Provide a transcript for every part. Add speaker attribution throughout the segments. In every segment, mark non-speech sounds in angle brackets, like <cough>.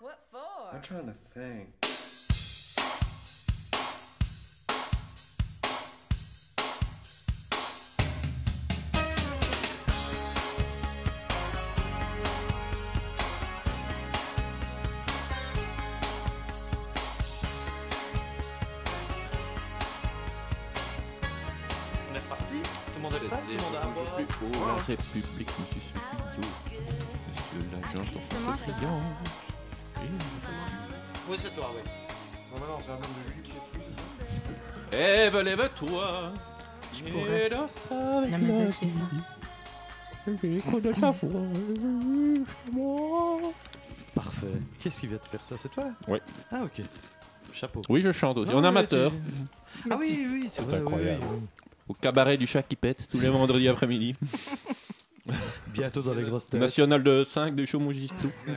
Speaker 1: What for?
Speaker 2: I'm trying to think.
Speaker 3: <laughs>
Speaker 4: On est parti Tout le monde
Speaker 5: Ah,
Speaker 4: est prêt Tout le monde a à boire
Speaker 6: Pour la République, monsieur Soupito, monsieur l'agent
Speaker 7: C'est moi, c'est
Speaker 6: Ortega.
Speaker 4: Oui, c'est toi, oui.
Speaker 3: Non, mais non, c'est un homme de musique qui est truc, c'est ça
Speaker 6: Ève, lève-toi
Speaker 7: Je pourrais. La métaphore.
Speaker 5: Parfait. Qu'est-ce qui vient de faire ça C'est toi
Speaker 6: Ouais.
Speaker 5: Ah, ok. Chapeau.
Speaker 6: Oui, je chante aussi.
Speaker 5: Ah,
Speaker 6: En
Speaker 5: ouais,
Speaker 6: amateur,
Speaker 5: tu- Ah oui, oui, c'est vrai, oui,
Speaker 8: incroyable.
Speaker 5: oui,
Speaker 6: au cabaret du chat qui pète, tous les vendredis <laughs> après-midi.
Speaker 5: oui. Bientôt dans les grosses têtes.
Speaker 6: National de 5 de <laughs> Chaumogisto.
Speaker 3: Mais, euh,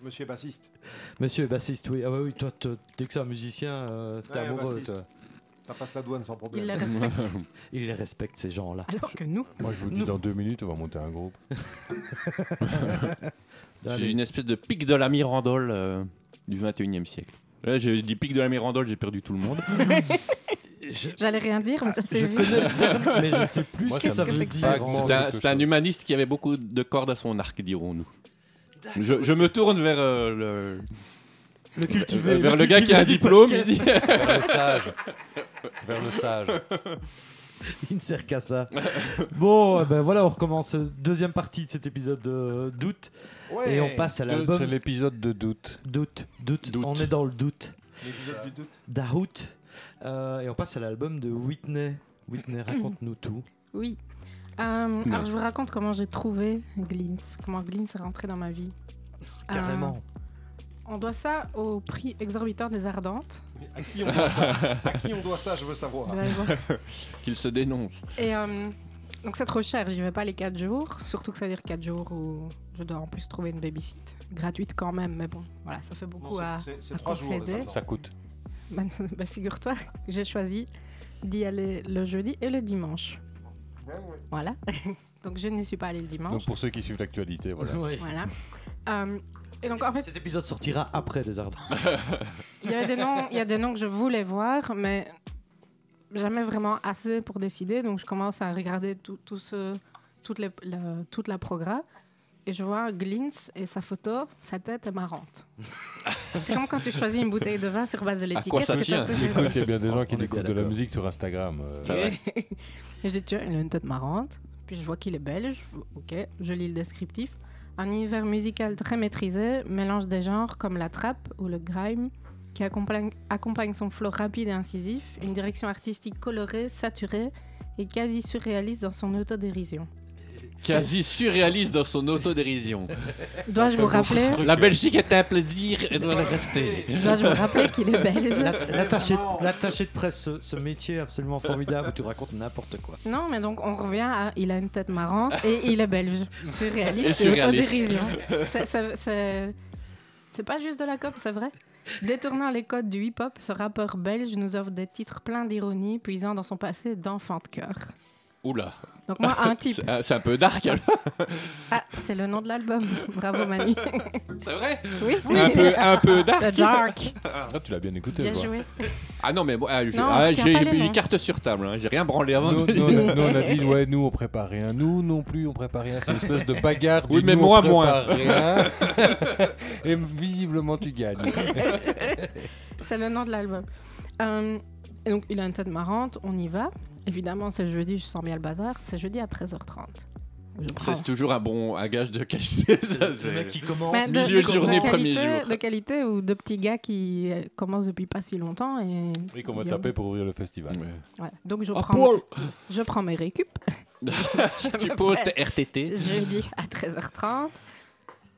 Speaker 3: Monsieur bassiste,
Speaker 5: Monsieur est bassiste, oui. Ah ouais, oui, toi, te- dès que c'est un musicien, euh, t'es
Speaker 3: Ouais,
Speaker 5: amoureux.
Speaker 3: bassiste.
Speaker 5: toi.
Speaker 3: ça passe la douane sans problème.
Speaker 7: Il
Speaker 3: <laughs>
Speaker 7: les respecte.
Speaker 6: <laughs>
Speaker 5: Il les respecte, ces gens-là.
Speaker 6: Ah,
Speaker 7: Alors que nous,
Speaker 8: Moi, je vous dis, dans deux minutes, on va monter un groupe.
Speaker 6: C'est
Speaker 5: Allez.
Speaker 6: une espèce de pic de la Mirandole euh, du 21e siècle. Là, j'ai dit pic de la Mirandole, j'ai perdu tout le monde.
Speaker 5: Je,
Speaker 7: j'allais rien dire, mais ça
Speaker 5: je
Speaker 7: s'est vu.
Speaker 5: connais le terme, mais je ne sais plus
Speaker 8: Moi,
Speaker 5: ce que ça
Speaker 8: ça me
Speaker 5: veut
Speaker 7: dit
Speaker 5: dire.
Speaker 8: vaguement.
Speaker 5: en
Speaker 6: C'est un,
Speaker 8: quelque
Speaker 6: c'est un
Speaker 8: chose.
Speaker 6: humaniste qui avait beaucoup de cordes à son arc, dirons-nous. Je, je me tourne vers euh, le, euh,
Speaker 5: Le cultivé.
Speaker 6: vers le gars qui a
Speaker 5: cultivé
Speaker 6: un
Speaker 5: du
Speaker 6: diplôme. il
Speaker 5: podcast.
Speaker 6: dit-
Speaker 8: Vers le sage. Vers le sage.
Speaker 5: <laughs> Il ne sert qu'à ça. bon, eh ben voilà, on recommence. Deuxième partie de cet épisode euh, d'août. Et on passe à
Speaker 8: Doute, C'est
Speaker 5: l'album
Speaker 8: l'épisode de doute.
Speaker 5: d'août. D'août.
Speaker 8: Doute.
Speaker 5: On est dans le doute.
Speaker 3: L'épisode du doute.
Speaker 5: D'août. Euh, et on passe à l'album de Whitney. Whitney, raconte-nous tout.
Speaker 7: Oui. Euh, alors, je vous raconte comment j'ai trouvé Glintz, comment Glintz est rentré dans ma vie. Ah.
Speaker 5: Carrément.
Speaker 7: Euh, on doit ça au prix exorbitant des Ardentes.
Speaker 3: Mais à qui on doit ça À qui on doit ça Je veux savoir.
Speaker 7: Vous allez voir.
Speaker 6: <laughs> Qu'il se dénonce.
Speaker 7: Et euh, donc, c'est trop cher, j'y vais pas les 4 jours. Surtout que ça veut dire 4 jours où je dois en plus trouver une babysit. Gratuite quand même, mais bon, voilà, ça fait
Speaker 3: Non,
Speaker 7: beaucoup
Speaker 3: c'est-
Speaker 7: à.
Speaker 3: c'est- C'est
Speaker 7: à
Speaker 3: trois jours.
Speaker 7: concéder.
Speaker 3: ça.
Speaker 8: Ça coûte.
Speaker 7: Bah, <laughs> bah, figure-toi, que j'ai choisi d'y aller le jeudi et le dimanche. Voilà. <laughs> donc, je n'y suis pas allée le dimanche.
Speaker 8: Donc, pour ceux qui suivent l'actualité, voilà.
Speaker 5: Ouais.
Speaker 7: Voilà. Euh, et donc, en fait,
Speaker 5: Cet épisode sortira après les Ardents.
Speaker 7: Il y, avait des noms, il y a des noms que je voulais voir, mais jamais vraiment assez pour décider. Donc, je commence à regarder tout, tout ce, toute, les- la- toute la progra. Et je vois Glintz et sa photo, sa tête est marrante.
Speaker 6: <laughs>
Speaker 7: C'est comme quand tu choisis une bouteille de vin sur base de
Speaker 6: quoi
Speaker 7: l'étiquette.
Speaker 6: ça
Speaker 7: que t'as
Speaker 6: tient
Speaker 7: peu-
Speaker 8: <laughs> Écoute, il y a bien des
Speaker 5: On
Speaker 8: gens qui
Speaker 5: est bien
Speaker 8: découvrent de la
Speaker 5: d'accord.
Speaker 8: musique sur Instagram. euh,
Speaker 6: Ça va.
Speaker 7: <laughs> Et je dis, tiens, il a une tête marrante. Puis je vois qu'il est belge. Ok, je lis le descriptif. Un univers musical très maîtrisé, mélange des genres comme la trappe ou le grime, qui accompagne, accompagne son flow rapide et incisif, une direction artistique colorée, saturée et quasi surréaliste dans son autodérision.
Speaker 6: Quasi surréaliste dans son
Speaker 5: <laughs>
Speaker 6: autodérision.
Speaker 7: Dois-je vous rappeler
Speaker 6: La Belgique est un plaisir et doit le rester.
Speaker 5: <laughs>
Speaker 7: Dois-je vous rappeler qu'il est belge
Speaker 5: L'att- L'attaché l'attaché de presse, ce, ce métier absolument formidable où tu racontes n'importe quoi.
Speaker 7: Non, mais donc on revient à il a une tête marrante et il est belge. Surréaliste
Speaker 6: Et
Speaker 7: et,
Speaker 6: surréaliste.
Speaker 7: autodérision. C'est- c'est- C'est c'est pas juste de la cop, c'est vrai. Détournant les codes du hip-hop, ce rappeur belge nous offre des titres pleins d'ironie, puisant dans son passé d'enfant de cœur.
Speaker 6: Oula,
Speaker 7: Donc moi, un
Speaker 6: <laughs>
Speaker 7: type.
Speaker 6: c'est un- c'est un peu dark alors. <laughs>
Speaker 7: Ah, c'est le nom de l'album. Bravo Manu.
Speaker 6: C'est vrai
Speaker 7: Oui.
Speaker 6: un peu, un peu dark.
Speaker 7: <laughs> The
Speaker 6: <laughs>
Speaker 7: Dark.
Speaker 8: Ah, tu l'as bien écouté,
Speaker 7: Bien
Speaker 8: toi.
Speaker 7: joué.
Speaker 6: Ah non, mais bon, ah, j'ai
Speaker 7: Non, on
Speaker 6: ah,
Speaker 7: retient
Speaker 6: j'ai
Speaker 7: pas les
Speaker 6: mis
Speaker 7: noms.
Speaker 6: les cartes sur table. hein. J'ai rien branlé avant.
Speaker 8: Nous,
Speaker 6: de-
Speaker 8: nous, on a- nous, on a dit, ouais, nous on prépare rien. Nous non plus on prépare rien. C'est une espèce de bagarre. du
Speaker 6: Oui, mais
Speaker 8: nous,
Speaker 6: moi,
Speaker 8: on prépare rien. <laughs> Et visiblement tu gagnes.
Speaker 7: C'est le nom de l'album. Euh, et donc, il a une tête marrante, on y va. Évidemment, c'est jeudi, je sens bien le bazar. C'est jeudi à 13h30. Je prends.
Speaker 6: <laughs> C'est toujours un bon un gage de qualité. ça,
Speaker 5: Le mec qui
Speaker 6: c'est-
Speaker 5: commence.
Speaker 7: Mais
Speaker 6: milieu de journée, premier
Speaker 7: qualité,
Speaker 6: jour.
Speaker 7: de qualité ou de petits gars qui euh, commencent depuis pas si longtemps. Et,
Speaker 8: Et qu'on va
Speaker 7: et,
Speaker 8: taper pour ouvrir le festival.
Speaker 7: Mm.
Speaker 6: Ouais.
Speaker 7: voilà. Donc, je
Speaker 6: Ah,
Speaker 7: prends,
Speaker 6: Paul
Speaker 7: je prends mes récup
Speaker 6: Tu
Speaker 7: <laughs>
Speaker 6: poses tes RTT.
Speaker 7: jeudi à 13h30.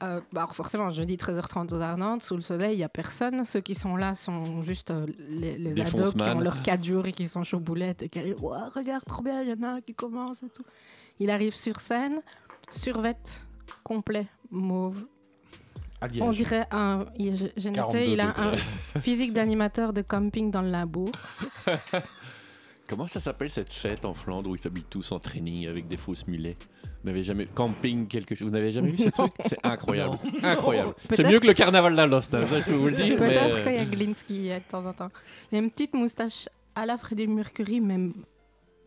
Speaker 7: Euh, bah, alors forcément, jeudi 13h30 aux Ardentes, sous le soleil, il n'y a personne. Ceux qui sont là sont juste euh, les, les
Speaker 6: Des
Speaker 7: ados qui
Speaker 6: fonceman.
Speaker 7: ont leurs 4 jours et qui sont chauds boulettes et qui arrivent. Ouah, regarde, trop bien, il y en a un qui commence et tout. Il arrive sur scène, survette complet, mauve.
Speaker 5: à Liège.
Speaker 7: On dirait un. il- J'ai j'ai noté,
Speaker 8: 42
Speaker 6: <laughs>
Speaker 7: il a un physique d'animateur de camping dans le labo.
Speaker 6: Comment ça s'appelle cette fête en Flandre où ils s'habillent tous en training avec des fausses mulets Vous n'avez jamais camping quelque chose Vous n'avez jamais vu
Speaker 7: <laughs>
Speaker 6: ce truc C'est incroyable, incroyable. C'est
Speaker 7: Peut-être-
Speaker 6: mieux que le carnaval d'Alost, hein, ça, je peux vous le dire. mais,
Speaker 7: Peut-être qu'il
Speaker 6: euh,
Speaker 7: y a Glinski de temps en temps. Il a une petite moustache à la Freddie Mercury, même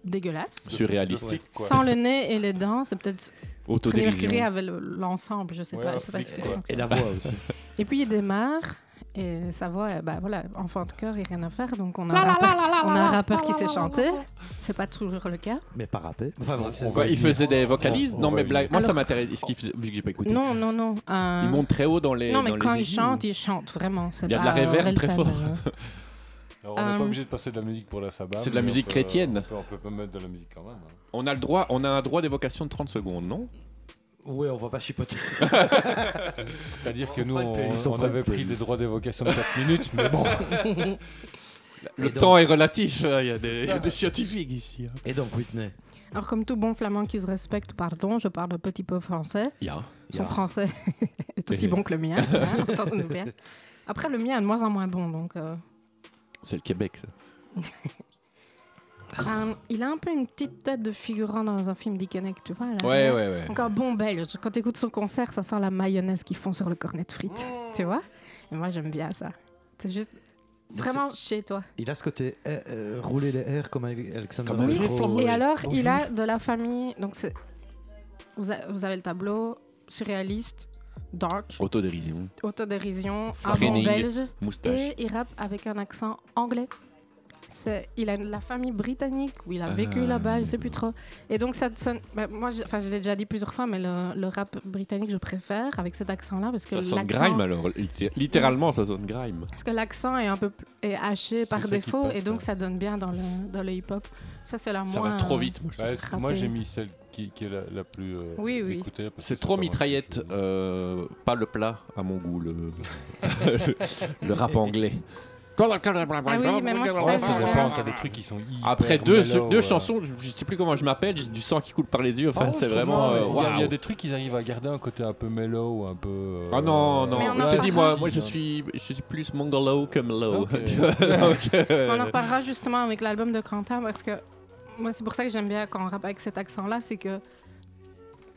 Speaker 7: dégueulasse.
Speaker 6: surréaliste,
Speaker 4: Ouais.
Speaker 8: quoi.
Speaker 7: Sans le nez et les dents, c'est peut-être. Freddie Mercury
Speaker 6: autodérision.
Speaker 7: avait le- l'ensemble, je sais
Speaker 8: Ouais,
Speaker 7: pas.
Speaker 8: un
Speaker 7: je sais pas
Speaker 8: flic,
Speaker 7: comment
Speaker 8: quoi.
Speaker 7: ça
Speaker 5: Et la voix aussi.
Speaker 7: Et puis il démarre et sa voix, euh, bah voilà, enfant de cœur et rien à faire, donc on a un rappeur, on a un rappeur qui sait chanter, c'est pas toujours le cas.
Speaker 5: Mais pas rappé. Enfin bref, c'est-
Speaker 6: Quoi, il faisait des vocalises
Speaker 8: On- on
Speaker 6: Non,
Speaker 8: va
Speaker 6: mais
Speaker 8: y
Speaker 6: blague. Moi, ça
Speaker 7: Alors-
Speaker 6: m'intéresse. Est-ce qu'il faisait- Vu que j'ai pas écouté.
Speaker 7: Non, non, non. euh,
Speaker 6: Il monte très haut dans les.
Speaker 7: non, mais
Speaker 6: dans les
Speaker 7: quand il
Speaker 6: usines,
Speaker 7: chante, il chante vraiment. c'est
Speaker 6: Il y a de
Speaker 7: pas,
Speaker 6: la
Speaker 7: euh,
Speaker 6: réverb
Speaker 7: Aurel
Speaker 6: très
Speaker 7: San,
Speaker 6: fort.
Speaker 7: euh,
Speaker 8: Alors, on n'est
Speaker 7: Euh,
Speaker 8: pas obligé de passer de la musique pour la sabbat.
Speaker 6: C'est de la
Speaker 8: mais on
Speaker 6: musique
Speaker 8: peut-
Speaker 6: chrétienne.
Speaker 8: On peut, on peut pas mettre de la musique quand même. hein.
Speaker 6: On a le droit. On a un droit d'évocation de 30 secondes, non
Speaker 5: ouais, on va pas chipoter.
Speaker 8: C'est-à-dire que nous,
Speaker 5: fera une
Speaker 8: on,
Speaker 5: playlist, on
Speaker 8: on
Speaker 5: fera une
Speaker 8: avait pris
Speaker 5: playlist.
Speaker 8: des droits d'évocation de 4 minutes,
Speaker 5: <laughs>
Speaker 8: mais bon. Bah,
Speaker 7: Bah,
Speaker 6: Le
Speaker 5: donc-
Speaker 6: temps est relatif. euh, Il y a des, il y a des scientifiques ici. hein.
Speaker 5: Et donc Whitney.
Speaker 7: Alors comme tout bon flamand qui se respecte, pardon, je parle un petit peu français. Son
Speaker 5: Yeah.
Speaker 7: français <laughs> est aussi bon que le mien, hein, entendons-nous bien. Après le mien est de moins en moins bon, donc. euh,
Speaker 6: C'est le Québec. ça.
Speaker 7: euh, il a un peu une petite tête de figurant dans un film Dickeneck, tu vois. là.
Speaker 6: Ouais, ouais, ouais.
Speaker 7: Encore bon belge. Quand t'écoutes son concert, ça sent la mayonnaise qu'ils font sur le cornet de frites. Tu vois Et moi, j'aime bien ça. C'est juste
Speaker 5: Bah,
Speaker 7: vraiment chez toi.
Speaker 5: Il a ce côté eh, euh, rouler les airs comme Ale- Alexandre.
Speaker 6: Comme un vrai
Speaker 5: Lacroix.
Speaker 6: flambeau.
Speaker 7: Et alors,
Speaker 5: Bonjour.
Speaker 7: il a de la famille. Donc, c'est- vous, a- vous avez le tableau surréaliste, dark,
Speaker 6: Autodérision,
Speaker 7: autodérision, un
Speaker 6: Flamand.
Speaker 7: bon belge.
Speaker 6: moustache.
Speaker 7: Et il rappe avec un accent anglais. C'est- Il a de la famille britannique où il a vécu
Speaker 6: Ah.
Speaker 7: là-bas, je sais plus trop. Et donc ça te sonne. bah, moi, j'ai- enfin, je l'ai déjà dit plusieurs fois, mais le, le rap britannique, je préfère avec cet accent-là parce que
Speaker 6: Ça sonne
Speaker 7: l'accent
Speaker 6: grime alors. Litté- Littéralement, ça sonne grime.
Speaker 7: parce que l'accent est un peu pl- est haché par
Speaker 8: ça qui
Speaker 7: défaut
Speaker 8: passe,
Speaker 7: et donc
Speaker 8: ouais.
Speaker 7: ça donne bien dans le dans le hip-hop. Ça c'est la
Speaker 6: Ça
Speaker 7: moins. euh,
Speaker 6: va trop vite. moi, je trouve.
Speaker 8: Bah,
Speaker 7: attraper.
Speaker 8: moi, j'ai mis celle qui, qui est la, la plus euh,
Speaker 7: Oui, oui.
Speaker 8: écoutée. parce que
Speaker 6: C'est trop
Speaker 8: pas mal.
Speaker 6: mitraillette. euh, pas le plat à mon goût. Le, <laughs> le rap anglais.
Speaker 7: Ah oui, mais moi
Speaker 8: Ouais,
Speaker 7: c'est
Speaker 8: ça
Speaker 7: ça. que
Speaker 8: dépend.
Speaker 7: j'aime.
Speaker 8: T'as des trucs qui sont hyper
Speaker 6: Après deux,
Speaker 8: mellow,
Speaker 6: deux
Speaker 8: euh.
Speaker 6: chansons, je, je sais plus comment je m'appelle, j'ai du sang qui coule par les yeux.
Speaker 5: Oh,
Speaker 6: Enfin,
Speaker 8: Ah ouais,
Speaker 6: c'est
Speaker 8: je trouve
Speaker 6: vraiment.
Speaker 8: bien,
Speaker 6: euh,
Speaker 8: ouais. Il y a- Il y a
Speaker 6: waouh.
Speaker 8: des trucs qu'ils arrivent à garder un côté un peu mellow, un peu. euh,
Speaker 6: Ah non, non,
Speaker 7: Mais on
Speaker 6: je
Speaker 7: en
Speaker 6: te
Speaker 7: parle.
Speaker 6: dis, moi, moi je, suis, je suis plus mongolo que low. <laughs>
Speaker 8: Ok.
Speaker 6: Euh,
Speaker 7: On en reparlera justement avec l'album de Quentin parce que moi c'est pour ça que j'aime bien quand on rappe avec cet accent-là, c'est que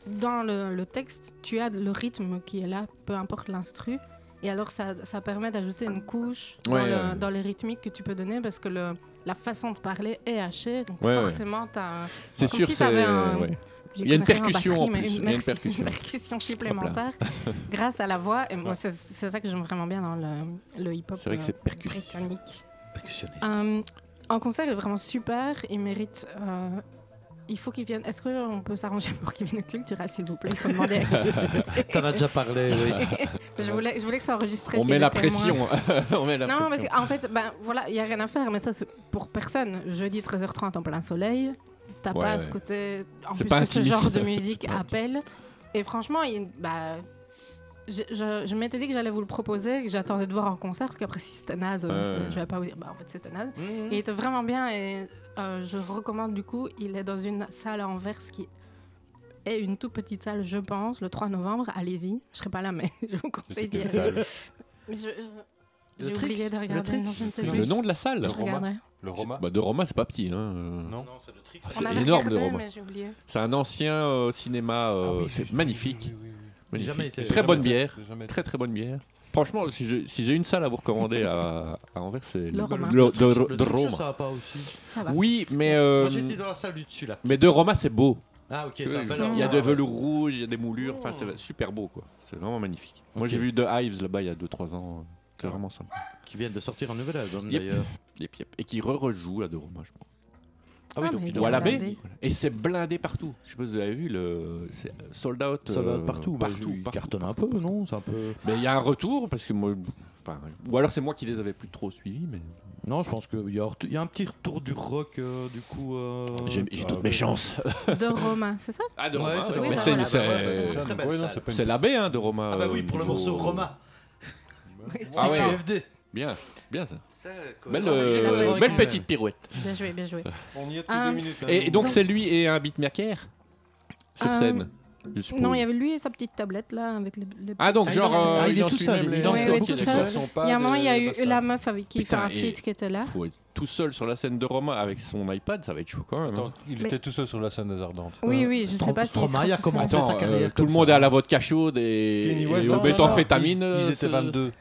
Speaker 7: dans le, le texte, tu as le rythme qui est là, peu importe l'instru. Et alors ça, ça permet d'ajouter une couche dans,
Speaker 6: Ouais, euh.
Speaker 7: le-
Speaker 6: ouais.
Speaker 7: dans les rythmiques que tu peux donner parce que le, la façon de parler est hachée. Donc
Speaker 6: Ouais, ouais.
Speaker 7: forcément, t'as un-
Speaker 6: C'est
Speaker 7: Comme
Speaker 6: sûr,
Speaker 7: si
Speaker 6: c'est.
Speaker 7: t'avais un-
Speaker 6: ouais.
Speaker 7: j'ai
Speaker 6: Il y a une
Speaker 7: connu rien en
Speaker 6: percussion en
Speaker 7: mais
Speaker 6: plus, il y a une
Speaker 7: merci,
Speaker 6: percussion.
Speaker 7: percussion
Speaker 6: <laughs>
Speaker 7: supplémentaire grâce à la voix. Et moi, c'est c'est ça que j'aime vraiment bien dans le, le hip-hop
Speaker 6: C'est vrai que
Speaker 7: euh,
Speaker 6: c'est percussif.
Speaker 7: britannique.
Speaker 5: Percussionniste.
Speaker 7: Euh, en concert, il est vraiment super. Il mérite. euh, il faut qu'il vienne. Est-ce qu'on peut s'arranger pour qu'il vienne au Cultura, s'il vous plaît Il faut demander à
Speaker 6: <laughs>
Speaker 7: qui.
Speaker 5: T'en as déjà parlé. Oui.
Speaker 7: je, voulais, je voulais que ce soit enregistré.
Speaker 6: On
Speaker 7: qu'il
Speaker 6: met la
Speaker 7: était moins.
Speaker 6: pression. <laughs> On met la
Speaker 7: Non, parce
Speaker 6: pression.
Speaker 7: qu'en fait, ben, voilà, il n'y a rien à faire, mais ça, c'est pour personne. Jeudi 13h30 en plein soleil, t'as
Speaker 6: Ouais,
Speaker 7: pas
Speaker 6: ouais.
Speaker 7: ce côté. En
Speaker 6: C'est
Speaker 7: plus,
Speaker 6: pas
Speaker 7: que
Speaker 6: un
Speaker 7: ce
Speaker 6: kinis.
Speaker 7: genre de musique
Speaker 6: <laughs> Ouais.
Speaker 7: appelle. Et franchement, il, bah, je, je- je m'étais dit que j'allais vous le proposer, que j'attendais de voir en concert, parce qu'après, si c'était naze, euh,
Speaker 6: Ouais. Mmh,
Speaker 7: je vais pas vous dire, bah, en fait, c'était naze. Et il était vraiment bien, et euh, je recommande du coup, il est dans une salle à Anvers qui est une toute petite salle, je pense, le 3 novembre. Allez-y, je serai pas là, mais <laughs> je vous
Speaker 8: C'est
Speaker 7: conseille d'y
Speaker 8: une
Speaker 7: aller.
Speaker 8: salle.
Speaker 7: Mais je- euh,
Speaker 5: Le
Speaker 7: J'ai
Speaker 5: Trix,
Speaker 7: oublié de
Speaker 5: le
Speaker 7: regarder,
Speaker 5: Trix.
Speaker 7: non, je ne sais
Speaker 8: Le
Speaker 7: plus.
Speaker 6: Le nom de la salle
Speaker 7: je regarderai.
Speaker 8: Le Roma.
Speaker 6: bah, De Roma, c'est pas petit. Hein. euh.
Speaker 8: Non.
Speaker 4: Non, c'est le trick.
Speaker 6: Ah,
Speaker 7: On
Speaker 6: c'est
Speaker 7: avait
Speaker 6: énorme
Speaker 7: regardé,
Speaker 6: de Roma.
Speaker 7: mais j'ai oublié.
Speaker 6: C'est un ancien euh, cinéma.
Speaker 8: Ah
Speaker 6: euh,
Speaker 8: oui,
Speaker 6: c'est
Speaker 8: oui,
Speaker 6: magnifique.
Speaker 8: oui, oui, oui, oui.
Speaker 5: J'ai jamais
Speaker 6: magnifique.
Speaker 5: été.
Speaker 6: Très bonne
Speaker 8: Jamais-
Speaker 6: bière.
Speaker 8: jamais été.
Speaker 6: Très très bonne bière. Franchement, si j'ai si j'ai une salle à vous recommander à, à Anvers, c'est
Speaker 7: Le Roma.
Speaker 6: le- de-
Speaker 5: Le
Speaker 6: de
Speaker 5: truc, c'est
Speaker 6: Roma.
Speaker 5: sympa aussi.
Speaker 7: Ça va.
Speaker 6: Oui, mais
Speaker 5: Moi
Speaker 6: euh,
Speaker 5: j'étais dans la salle du dessus là.
Speaker 6: mais euh, de Roma, c'est beau.
Speaker 5: Ah ok,
Speaker 6: Il
Speaker 5: c'est un bel
Speaker 6: y a
Speaker 5: endroit,
Speaker 6: des
Speaker 5: ouais.
Speaker 6: velours rouges, il y a des moulures, enfin c'est super beau quoi. C'est vraiment magnifique. Moi j'ai vu The Hives là-bas il y a 2-3 ans, c'est vraiment sympa.
Speaker 5: Qui viennent de sortir un nouvel album
Speaker 6: Yep.
Speaker 5: d'ailleurs.
Speaker 6: Et, puis- et qui re-rejoue à De Roma je pense.
Speaker 5: Ah oui,
Speaker 7: Ah,
Speaker 5: donc
Speaker 7: mais
Speaker 5: il
Speaker 7: il
Speaker 6: Ou à
Speaker 7: la
Speaker 6: la
Speaker 7: baie.
Speaker 6: baie. Et c'est blindé partout. Je sais pas si vous avez vu le c'est sold out.
Speaker 5: Ça va
Speaker 6: euh,
Speaker 5: partout, bah,
Speaker 6: partout,
Speaker 5: il
Speaker 6: partout,
Speaker 5: cartonne
Speaker 6: partout.
Speaker 5: un peu, non C'est un peu.
Speaker 6: Mais il y a un retour parce que moi enfin, ou alors c'est moi qui les avais plus trop suivis mais
Speaker 5: Non, je pense qu'il y, a un retou- il y a un petit retour du rock, euh, du coup. euh,
Speaker 6: j'ai j'ai toutes mes chances.
Speaker 7: De Roma, c'est ça
Speaker 6: Ah De
Speaker 5: Ouais,
Speaker 6: Roma,
Speaker 5: c'est
Speaker 6: ouais,
Speaker 5: vrai.
Speaker 6: mais
Speaker 7: Oui,
Speaker 6: c'est
Speaker 7: voilà,
Speaker 6: c'est-
Speaker 5: bah, ouais,
Speaker 8: C'est
Speaker 5: C'est
Speaker 8: ça,
Speaker 5: très
Speaker 8: donc,
Speaker 5: belle
Speaker 8: ouais, non,
Speaker 5: salle.
Speaker 8: c'est pas
Speaker 6: c'est
Speaker 8: une-
Speaker 6: la baie hein, De Roma.
Speaker 5: Ah bah
Speaker 6: euh,
Speaker 5: oui,
Speaker 6: au
Speaker 5: pour le
Speaker 6: niveau-
Speaker 5: morceau Roma.
Speaker 6: Ah
Speaker 5: C'est
Speaker 6: ouais.
Speaker 5: KFD.
Speaker 6: Bien, bien ça. Belle,
Speaker 7: Avec les
Speaker 6: euh,
Speaker 7: lapins,
Speaker 6: belle
Speaker 7: ouais.
Speaker 6: petite pirouette.
Speaker 7: Bien joué, bien joué.
Speaker 3: On y est depuis
Speaker 7: Ah.
Speaker 3: deux minutes. hein,
Speaker 6: Et
Speaker 3: nous.
Speaker 6: donc c'est lui et un beatmaker sur
Speaker 7: Euh,
Speaker 6: scène. je suppose.
Speaker 7: Non, il y avait lui et sa petite tablette là avec les. les-
Speaker 6: Ah, donc,
Speaker 5: Ah, il
Speaker 6: genre,
Speaker 5: danse-
Speaker 6: euh,
Speaker 5: ah, il est
Speaker 6: danse
Speaker 5: tout seul,
Speaker 6: lui-même
Speaker 5: il
Speaker 6: les-
Speaker 5: danse
Speaker 7: Ouais, ouais, beaucoup tout
Speaker 8: Les
Speaker 7: seul.
Speaker 8: acteurs sont pas
Speaker 7: Il y a un moment, il y a
Speaker 8: des-
Speaker 7: eu euh,
Speaker 8: des
Speaker 7: la meuf avec qui il fait
Speaker 6: Putain,
Speaker 7: un
Speaker 6: et-
Speaker 7: feat qui était là.
Speaker 6: Faut être tout seul sur la scène de Romain avec son iPad, ça va être chaud quand même. hein.
Speaker 8: Attends, il était tout seul sur la scène des Ardentes.
Speaker 7: Oui,
Speaker 5: Euh,
Speaker 7: oui, je sais
Speaker 5: Strom-
Speaker 7: pas si.
Speaker 5: Stromae a commencé
Speaker 6: Attends,
Speaker 5: sa
Speaker 6: euh,
Speaker 5: carrière
Speaker 6: tout
Speaker 5: comme
Speaker 6: le monde
Speaker 5: ça.
Speaker 6: est à la vodka chaude et,
Speaker 3: Kenny
Speaker 6: et
Speaker 3: West
Speaker 6: au
Speaker 3: en fait ça.
Speaker 6: méthamphétamine.
Speaker 8: Ils,
Speaker 6: euh,
Speaker 8: ils étaient
Speaker 6: ce- <laughs>
Speaker 8: 22.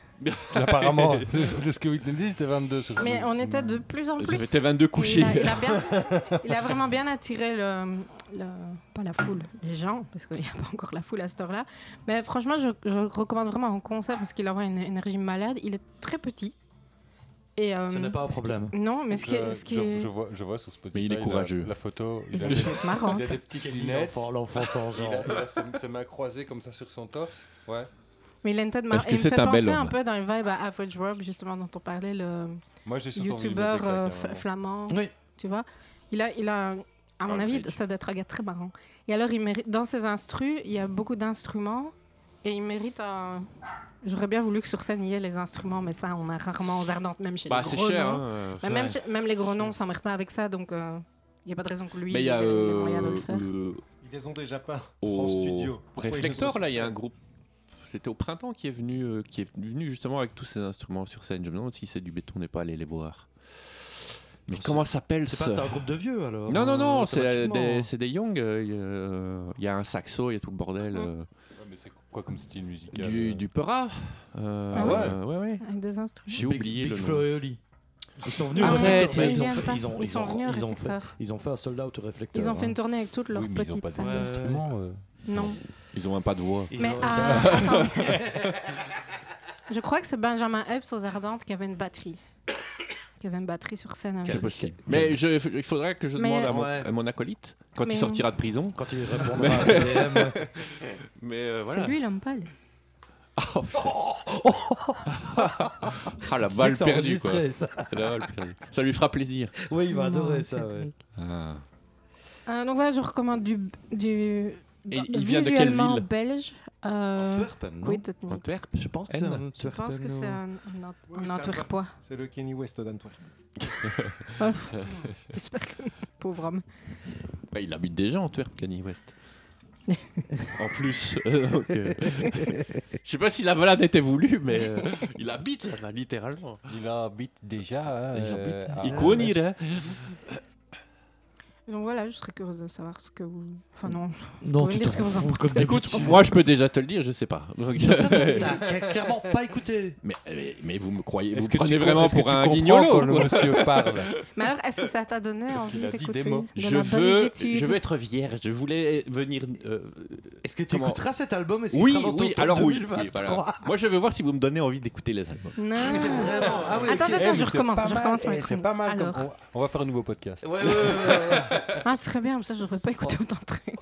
Speaker 8: Apparemment, de ce que Whitney dit, c'était 22 sur
Speaker 7: Mais
Speaker 8: ce-
Speaker 7: on était de plus en plus.
Speaker 6: Ils étaient 22 couchés.
Speaker 7: Il a, il a bien- il a vraiment bien attiré le, le- pas la foule, les gens, parce qu'il n'y a pas encore la foule à cette heure-là. Mais franchement, je, je recommande vraiment en concert parce qu'il a vraiment une énergie malade. Il est très petit. Et, euh,
Speaker 5: Ce n'est pas un
Speaker 7: ce qui-
Speaker 5: problème.
Speaker 7: non, mais ce qui, est-
Speaker 8: je,
Speaker 7: ce qui
Speaker 8: je-
Speaker 7: est-
Speaker 8: je vois, je vois sur Spotify.
Speaker 6: Mais il est
Speaker 8: la-
Speaker 6: courageux.
Speaker 8: La, photo,
Speaker 7: il
Speaker 8: a
Speaker 7: est <laughs>
Speaker 8: des-
Speaker 7: peut-être marrant.
Speaker 8: il a des petites lunettes.
Speaker 5: L'enfant, l'enfant sans
Speaker 8: Il
Speaker 5: genre.
Speaker 8: a, il a ses, ses mains croisées comme ça sur son torse. Ouais.
Speaker 7: Mais il a une tête marrante.
Speaker 6: Est-ce
Speaker 7: Et
Speaker 6: que
Speaker 7: il me
Speaker 6: c'est
Speaker 7: fait
Speaker 6: un bel
Speaker 7: penser un
Speaker 6: homme
Speaker 7: peu dans le vibe à Average Rob, justement, dont on parlait, le
Speaker 8: Moi, j'ai surtout envie de
Speaker 7: youtubeur
Speaker 8: monter
Speaker 7: euh,
Speaker 8: claque, hein,
Speaker 7: fl- flamand.
Speaker 5: Oui.
Speaker 7: Tu vois Il a, il a à mon
Speaker 6: Ah,
Speaker 7: avis,
Speaker 6: Rich.
Speaker 7: ça doit être un gars très marrant. Et alors, il mérite, dans ses instrus, il y a beaucoup d'instruments et il mérite un. J'aurais bien voulu que sur scène il y ait les instruments, mais ça, on a rarement aux ardentes, même chez
Speaker 6: Bah,
Speaker 7: les
Speaker 6: c'est
Speaker 7: gros
Speaker 6: cher.
Speaker 7: noms.
Speaker 6: hein, euh,
Speaker 7: Mais même, chez- même les gros noms s'emmerdent pas avec ça, donc euh, il n'y a pas de raison que lui.
Speaker 6: Mais il y a
Speaker 7: ait les
Speaker 6: euh,
Speaker 7: moyens de le faire.
Speaker 6: euh,
Speaker 3: Ils les ont déjà pas en
Speaker 6: au
Speaker 3: studio. Pourquoi ils les ont
Speaker 6: réflecteur
Speaker 3: sur
Speaker 6: là, il y a
Speaker 3: scène
Speaker 6: un groupe. C'était au printemps qui est venu, euh, qui est venu justement avec tous ces instruments sur scène. Je me demande si c'est du béton, on n'est pas allé les voir. Mais
Speaker 5: Non,
Speaker 6: comment s'appelle
Speaker 5: C'est
Speaker 6: ce
Speaker 5: pas c'est un groupe de vieux alors.
Speaker 6: Non, non, non,
Speaker 5: euh,
Speaker 6: c'est
Speaker 5: automatiquement.
Speaker 6: des, c'est des Young. euh, Il y a- euh, il y a un saxo, il y a tout le
Speaker 7: Mm-hmm.
Speaker 6: bordel. euh,
Speaker 8: Ouais, mais c'est quoi comme style musical
Speaker 6: du,
Speaker 8: euh,
Speaker 6: du Peura. euh,
Speaker 7: Ah ouais
Speaker 6: euh, ouais, ouais.
Speaker 7: Avec des instruments.
Speaker 6: J'ai
Speaker 5: Big-
Speaker 6: oublié
Speaker 5: Big
Speaker 6: le
Speaker 5: Flo
Speaker 6: nom.
Speaker 5: et Oli. Ils sont venus
Speaker 7: Ah,
Speaker 5: au
Speaker 7: ouais,
Speaker 5: réflecteur,
Speaker 7: tu
Speaker 5: mais
Speaker 7: les
Speaker 5: ils ont
Speaker 7: aimes
Speaker 5: fait-
Speaker 7: pas.
Speaker 5: ils ont-
Speaker 7: Ils
Speaker 5: ils
Speaker 7: sont
Speaker 5: ont-
Speaker 7: venus au
Speaker 5: ils ont fait-
Speaker 7: réflecteur.
Speaker 5: Ils ont fait un sold out au réflecteur.
Speaker 7: Ils ont fait
Speaker 5: hein.
Speaker 7: une tournée avec toutes leurs
Speaker 8: Oui, mais ils ont
Speaker 7: petites
Speaker 8: pas
Speaker 7: salles.
Speaker 8: des
Speaker 5: Ouais.
Speaker 8: instruments. euh.
Speaker 7: Non.
Speaker 6: Ils ont un pas de voix.
Speaker 5: Ils
Speaker 7: Mais
Speaker 5: ont-
Speaker 7: ah, attends. je crois que c'est Benjamin Epps aux Ardentes qui avait une batterie. Qui avait une batterie sur scène. hein. avec-
Speaker 6: C'est possible. Mais je- il faudrait que je
Speaker 7: Mais-
Speaker 6: demande à mon,
Speaker 5: Ouais.
Speaker 6: à mon acolyte quand
Speaker 7: Mais-
Speaker 6: il sortira de prison.
Speaker 5: Quand <laughs> ils répondent à un <laughs> CDM. ouais.
Speaker 6: Mais euh,
Speaker 7: C'est
Speaker 6: voilà.
Speaker 7: lui l'homme pâle.
Speaker 6: Ah la
Speaker 5: C'est
Speaker 6: balle
Speaker 5: que c'est
Speaker 6: perdue quoi.
Speaker 5: enregistré, ça.
Speaker 6: La balle perdue. Ça lui fera plaisir.
Speaker 5: <laughs> Oui, il va
Speaker 7: Non,
Speaker 5: adorer
Speaker 7: c'est
Speaker 5: ça. ouais.
Speaker 7: Drake.
Speaker 6: Ah.
Speaker 7: Euh, donc voilà, je recommande du. du
Speaker 6: Et il vient de quelle
Speaker 7: visuellement
Speaker 6: ville
Speaker 7: belge. Euh,
Speaker 1: Antwerpen, non
Speaker 7: Quidtonic.
Speaker 6: Antwerp.
Speaker 5: Je pense que c'est
Speaker 6: N.
Speaker 5: un
Speaker 7: Je pense que
Speaker 5: Turpin,
Speaker 7: c'est
Speaker 5: ouais.
Speaker 7: un, un, Ant-
Speaker 3: Oui,
Speaker 7: un
Speaker 3: c'est
Speaker 7: Antwerpois.
Speaker 3: C'est le Kenny West d'Antwerp.
Speaker 7: J'espère que. Pauvre homme.
Speaker 6: Bah, il habite déjà Antwerp, Kanye <laughs> West. en plus. <laughs> euh, donc, euh, Je sais pas si la valade était voulue, mais euh, il habite
Speaker 5: Ah bah,
Speaker 6: là-bas, littéralement.
Speaker 8: Il habite déjà. hein,
Speaker 6: Il
Speaker 8: euh,
Speaker 6: habite.
Speaker 8: à
Speaker 6: Il connaît,
Speaker 8: Arles.
Speaker 6: hein.
Speaker 7: Donc voilà, je serais curieuse de savoir ce que vous. Enfin non.
Speaker 5: Non,
Speaker 7: Vous pouvez me
Speaker 5: tu t'en
Speaker 7: dire ce que vous en
Speaker 5: fous comme
Speaker 6: Écoute,
Speaker 5: <laughs> d'habitude.
Speaker 6: moi je peux déjà te le dire, je sais pas. Donc, euh,
Speaker 5: T'as clairement pas écouté.
Speaker 6: mais, mais, mais vous me croyez,
Speaker 8: Est-ce
Speaker 6: vous
Speaker 8: que tu
Speaker 6: prenez
Speaker 8: com-
Speaker 6: vraiment
Speaker 8: est-ce que
Speaker 6: pour
Speaker 8: tu
Speaker 6: un
Speaker 8: comprends
Speaker 6: guignolo
Speaker 8: quand le
Speaker 6: quoi.
Speaker 8: monsieur parle.
Speaker 7: Mais alors, est-ce que ça t'a donné envie
Speaker 8: qu'il a dit
Speaker 7: d'écouter
Speaker 8: des mots.
Speaker 7: de
Speaker 6: Je
Speaker 7: la
Speaker 6: veux,
Speaker 7: bonne
Speaker 6: je veux être vierge. Je voulais venir. euh,
Speaker 5: Est-ce que tu
Speaker 6: Comment
Speaker 5: écouteras cet album et ce
Speaker 6: oui,
Speaker 5: sera dans ton
Speaker 6: oui.
Speaker 5: top
Speaker 6: Alors oui.
Speaker 5: 2023
Speaker 6: oui, voilà. Moi, je veux voir si vous me donnez envie d'écouter les albums.
Speaker 7: <laughs> Non.
Speaker 5: Vraiment, ah oui,
Speaker 7: Attends, attends,
Speaker 5: ok.
Speaker 8: Eh, mais
Speaker 7: je
Speaker 8: c'est
Speaker 7: recommence,
Speaker 8: pas
Speaker 7: je
Speaker 8: mal,
Speaker 7: recommence ma
Speaker 8: eh, C'est
Speaker 7: chronique.
Speaker 8: pas mal. comme-
Speaker 7: Alors.
Speaker 8: <laughs> On on va faire un nouveau podcast.
Speaker 5: Ouais, ouais, ouais, ouais.
Speaker 7: Ah, ce serait bien, comme ça, je n'aurais pas écouté autant de trucs.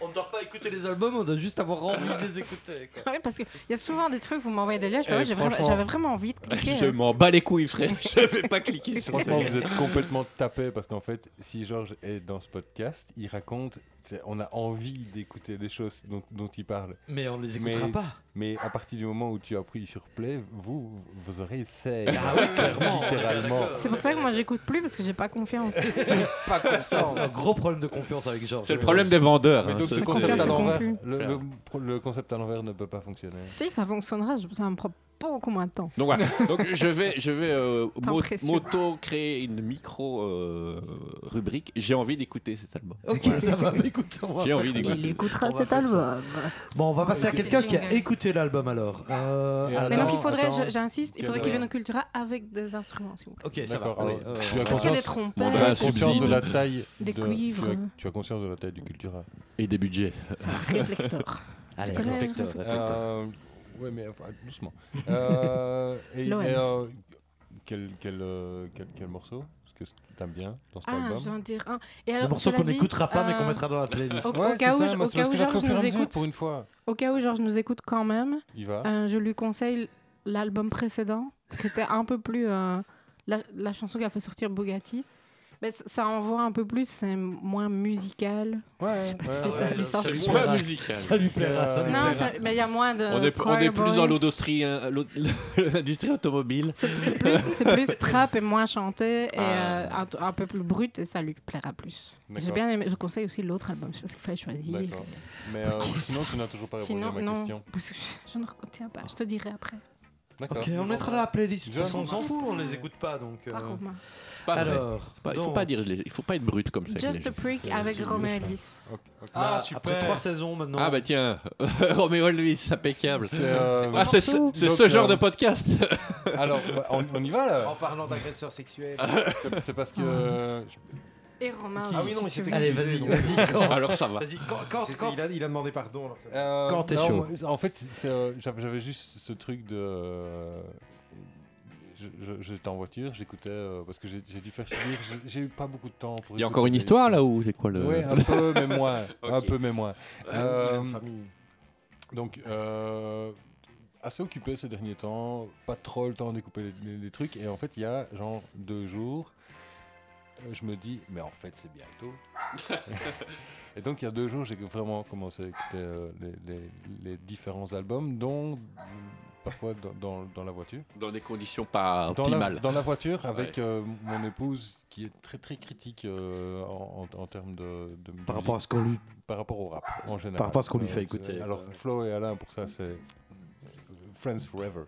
Speaker 5: On ne doit pas écouter les albums, on doit juste avoir envie de les écouter. quoi.
Speaker 7: Ouais, parce qu'il y a souvent des trucs, vous m'envoyez des liens, je fais,
Speaker 6: Eh,
Speaker 7: ouais, j'ai vraiment-
Speaker 6: franchement.
Speaker 7: j'avais vraiment envie de cliquer.
Speaker 6: Je m'en bats les couilles, frère. Je vais pas cliquer sur
Speaker 8: Franchement, vous êtes complètement tapé parce qu'en fait, si Georges est dans ce podcast, il raconte, c'est- on a envie d'écouter les choses dont, dont il parle.
Speaker 5: Mais on les écoutera
Speaker 8: Mais-
Speaker 5: pas.
Speaker 8: Mais à partir du moment où tu as pris sur play, vous, vos oreilles c'est
Speaker 5: Ah
Speaker 8: <laughs>
Speaker 5: oui, clairement.
Speaker 8: littéralement.
Speaker 7: hein. C'est pour ça que moi, j'écoute plus, parce que j'ai pas
Speaker 8: <laughs>
Speaker 7: confiance.
Speaker 5: pas confiant. Un gros problème de confiance avec Georges.
Speaker 6: C'est le problème des vendeurs. hein,
Speaker 8: donc
Speaker 6: ça,
Speaker 8: ce
Speaker 6: c'est-
Speaker 8: concept à
Speaker 7: c'est
Speaker 8: l'envers,
Speaker 7: conclu.
Speaker 8: le, le pro- le concept à l'envers ne peut pas fonctionner.
Speaker 7: si, ça fonctionnera, je- ça me prend beaucoup moins de temps.
Speaker 6: Donc voilà. Donc je vais, je vais euh,
Speaker 7: T'as
Speaker 6: mo-
Speaker 7: l'impression.
Speaker 6: m'auto-créer une micro-rubrique. J'ai envie d'écouter cet album.
Speaker 5: Ok, ça va, mais écoute, on va
Speaker 6: J'ai
Speaker 5: faire
Speaker 6: envie
Speaker 5: ça.
Speaker 6: d'écouter.
Speaker 7: Il écoutera
Speaker 5: On va
Speaker 7: cet
Speaker 5: faire ça.
Speaker 7: album.
Speaker 5: Bon, on va passer à
Speaker 7: écoutez.
Speaker 5: quelqu'un qui a
Speaker 7: Jingle.
Speaker 5: écouté l'album alors. Euh,
Speaker 8: Et
Speaker 7: Mais
Speaker 8: Attends,
Speaker 7: donc, il faudrait,
Speaker 8: Ah attends.
Speaker 7: je- j'insiste, il faudrait
Speaker 8: Quelle
Speaker 7: qu'il vienne
Speaker 8: heure
Speaker 7: au Cultura avec des instruments, s'il vous plaît.
Speaker 5: Ok, ça va.
Speaker 8: D'accord, ah
Speaker 5: oui,
Speaker 8: ouais.
Speaker 5: euh,
Speaker 8: Tu as
Speaker 7: Parce qu'il y a des
Speaker 8: Conscience-
Speaker 6: Bon,
Speaker 7: trompettes.
Speaker 6: ben,
Speaker 8: Tu as conscience de
Speaker 6: subside.
Speaker 8: la taille
Speaker 7: Des
Speaker 8: de-
Speaker 7: cuivres.
Speaker 8: Tu as, tu as conscience de la taille du Cultura.
Speaker 6: Et des budgets.
Speaker 7: C'est un réflecteur.
Speaker 5: Allez,
Speaker 7: Tu connais le
Speaker 5: réflecteur,
Speaker 7: réflecteur
Speaker 5: réflecteur.
Speaker 8: Euh, ouais, mais enfin, doucement. Euh, et,
Speaker 7: L'OM.
Speaker 8: et, euh, quel, quel, euh, quel, quel morceau Parce que t'aimes bien dans cet
Speaker 7: Ah,
Speaker 8: album.
Speaker 7: je vais en dire un. Et alors,
Speaker 5: Le morceau
Speaker 7: cela
Speaker 5: qu'on
Speaker 7: dit,
Speaker 5: n'écoutera pas, mais qu'on
Speaker 7: euh,
Speaker 5: mettra dans la playlist.
Speaker 7: au- au cas où je- au
Speaker 8: moi, c'est
Speaker 7: cas
Speaker 8: parce
Speaker 7: où
Speaker 8: que j'ai
Speaker 7: Georges
Speaker 8: fait au fur et à
Speaker 7: nous
Speaker 8: mesure
Speaker 7: écoute.
Speaker 8: Pour une fois,
Speaker 7: Au cas où Georges nous écoute quand même,
Speaker 8: il va.
Speaker 7: Euh, je lui conseille l'album précédent, qui était un peu plus. euh, la, la chanson qui a fait sortir Bugatti. Mais c- ça envoie un peu plus, c'est moins musical. Je sais pas si c'est ça,
Speaker 4: ouais,
Speaker 7: du sens.
Speaker 6: Euh, C'est
Speaker 5: c'est
Speaker 6: moins
Speaker 5: vrai. <laughs>
Speaker 6: musical.
Speaker 5: Ça lui plaira, euh, ça lui
Speaker 7: Non,
Speaker 5: plaira.
Speaker 7: ça- mais il y a moins de.
Speaker 6: On est, on est plus
Speaker 7: choirboy.
Speaker 6: dans l'industrie hein, l'au- <laughs> l'industrie automobile.
Speaker 7: C'est c'est plus, c'est plus trap et moins chanté et
Speaker 6: Ah.
Speaker 7: euh, un, t- un peu plus brut et ça lui plaira plus. J'ai
Speaker 8: D'accord.
Speaker 7: bien aimé. Je conseille aussi l'autre album parce qu'il fallait choisir.
Speaker 8: D'accord. Mais euh, sinon, tu n'as toujours pas répondu
Speaker 7: Sinon,
Speaker 8: à ma
Speaker 7: non.
Speaker 8: question.
Speaker 7: Parce que je- je ne retiens pas. Je te dirai après.
Speaker 8: D'accord. bah,
Speaker 5: Ok, on mettra la playlist. De toute
Speaker 8: John,
Speaker 5: façon, on s'en
Speaker 8: on-
Speaker 5: fout, on les écoute pas donc. euh,
Speaker 7: Par Romain.
Speaker 6: C'est pas vrai.
Speaker 5: Alors,
Speaker 6: Pas- il faut
Speaker 5: donc-
Speaker 6: pas dire, les- il faut pas être brut comme ça. avec les
Speaker 7: Just a
Speaker 6: gens.
Speaker 7: Prick
Speaker 8: c'est-
Speaker 7: avec
Speaker 8: c'est
Speaker 7: Romain
Speaker 8: mieux, je
Speaker 7: Elvis.
Speaker 8: Ok, ok.
Speaker 3: Ah,
Speaker 5: bah, Après
Speaker 3: super.
Speaker 5: trois saisons maintenant.
Speaker 6: Ah bah tiens, <laughs> Roméo Elvis, c'est impeccable.
Speaker 8: C'est, euh,
Speaker 6: Ah, c'est ce, c'est ce
Speaker 8: Donc,
Speaker 6: genre
Speaker 8: euh,
Speaker 6: de podcast.
Speaker 8: Alors, bah, on, on y va
Speaker 3: En
Speaker 5: <laughs>
Speaker 8: là
Speaker 3: parlant d'agresseur sexuel.
Speaker 8: C'est c'est parce que.
Speaker 5: Ah.
Speaker 8: euh, je-
Speaker 7: Et Romain
Speaker 8: Qui-
Speaker 7: aussi.
Speaker 8: Ah
Speaker 3: oui, non, mais
Speaker 7: si tu veux.
Speaker 3: c'était-
Speaker 5: Allez,
Speaker 3: Excusez,
Speaker 5: vas-y,
Speaker 3: donc.
Speaker 5: vas-y, quand
Speaker 6: Alors ça va.
Speaker 5: Vas-y, quand, quand,
Speaker 3: C'était-
Speaker 5: quand-
Speaker 3: Il, a, il a demandé pardon. alors ça-
Speaker 8: euh,
Speaker 5: Quand t'es
Speaker 8: non,
Speaker 5: chaud.
Speaker 8: moi, En fait, c'est- c'est, euh, j'avais j'avais juste ce truc de. euh, je- je- J'étais en voiture, j'écoutais euh, parce que j'ai j'ai dû faire subir. j'ai- J'ai eu pas beaucoup de temps pour.
Speaker 6: Il y a encore une histoire là où c'est quoi le
Speaker 8: Oui, un peu, mais moins. Un
Speaker 6: Ok.
Speaker 8: peu, mais moins.
Speaker 3: Il a
Speaker 8: Euh,
Speaker 3: une famille.
Speaker 8: Donc, euh, assez occupé ces derniers temps, pas trop le temps de découper les, les- les trucs. Et en fait, il y a genre deux jours, euh, je me dis, mais en fait, c'est bientôt.
Speaker 5: <laughs>
Speaker 8: et donc, il y a deux jours, j'ai vraiment commencé à écouter euh, les, les- les différents albums, dont euh, parfois dans, dans- dans la voiture.
Speaker 6: dans des conditions pas
Speaker 8: Dans la,
Speaker 6: optimales.
Speaker 8: dans la voiture, avec euh, mon épouse qui est très très critique euh, en, en- en termes de,
Speaker 5: Par
Speaker 8: de musique
Speaker 5: rapport à ce qu'on lui.
Speaker 8: par rapport au rap en général.
Speaker 5: rapport à ce qu'on lui
Speaker 8: Euh,
Speaker 5: fait écouter.
Speaker 8: c'est- Alors Flo et Alain pour ça c'est Friends Forever.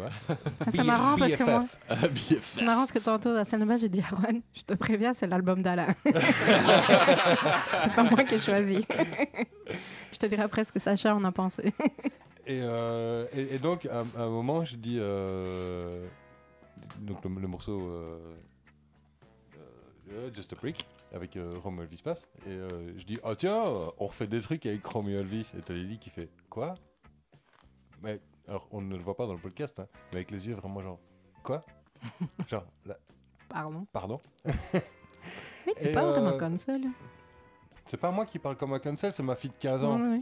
Speaker 7: Ah, c'est marrant parce que moi.
Speaker 6: Ah, bien.
Speaker 7: C'est marrant parce que tantôt dans Sanoma, j'ai dit à Rowan, je te préviens, c'est l'album
Speaker 8: <laughs>
Speaker 7: d'Alain. c'est pas moi qui ai choisi. je te dirai après ce que Sacha en a pensé.
Speaker 8: Et, euh, et, et donc à, à un moment je dis euh, donc le, le morceau euh, euh, Just a Prick avec euh, Romeo Elvis passe et euh, je dis oh tiens euh, on refait des trucs avec Romeo Elvis et t'as Lily qui fait quoi mais alors on ne le voit pas dans le podcast hein, mais avec les yeux vraiment genre
Speaker 7: <laughs>
Speaker 8: quoi genre là,
Speaker 7: Pardon.
Speaker 8: pardon
Speaker 7: Mais tu
Speaker 8: Et,
Speaker 7: pas vraiment
Speaker 8: euh,
Speaker 7: comme ça, là.
Speaker 8: c'est pas moi qui parle comme un cancel c'est ma fille de 15 ans
Speaker 7: Ouais, ouais.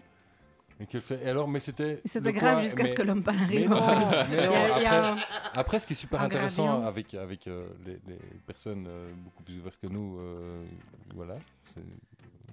Speaker 8: Et qu'elle fait- et alors, mais c'était.
Speaker 7: Et C'était
Speaker 8: de
Speaker 7: grave
Speaker 8: quoi-
Speaker 7: jusqu'à
Speaker 8: mais-
Speaker 7: ce que l'homme parle.
Speaker 8: Mais non, mais
Speaker 7: Il y a-
Speaker 8: non,
Speaker 7: il y
Speaker 8: après,
Speaker 7: a-
Speaker 8: après, ce qui est super
Speaker 7: un
Speaker 8: intéressant
Speaker 7: gradient.
Speaker 8: avec, avec euh, les, les personnes euh, beaucoup plus ouvertes que nous, euh, voilà. c'est-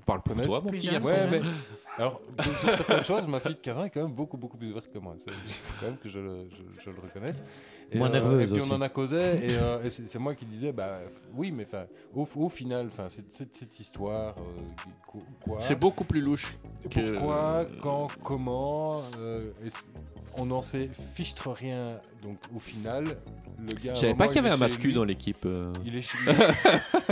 Speaker 6: Parle pour
Speaker 8: Honnête.
Speaker 6: toi, mon
Speaker 7: Plus
Speaker 6: petit
Speaker 7: jeune,
Speaker 6: garçon.
Speaker 8: Ouais, mais.
Speaker 5: hein.
Speaker 8: Alors, sur certaines choses, ma fille de 15 ans est quand même beaucoup, beaucoup plus ouverte que moi. C'est- Il faut quand même que je le, je- je le reconnaisse. Et,
Speaker 5: Moins
Speaker 8: euh,
Speaker 5: nerveuse
Speaker 8: Et puis,
Speaker 5: aussi.
Speaker 8: on en a causé, et, euh, et c'est c'est moi qui disais, bah oui, mais enfin, au, au final, enfin, cette, cette, cette histoire, euh, qui- co- quoi.
Speaker 6: C'est beaucoup plus louche. que- euh,
Speaker 8: Pourquoi, quand, comment euh, est-ce- On n'en sait fichtre rien. Donc au final, le gars. à
Speaker 6: Je savais pas
Speaker 8: moment,
Speaker 6: qu'il y
Speaker 8: il
Speaker 6: avait
Speaker 8: est
Speaker 6: un
Speaker 8: chez
Speaker 6: mascu
Speaker 8: lui-
Speaker 6: dans l'équipe. euh.
Speaker 8: Il est chez lui. <laughs>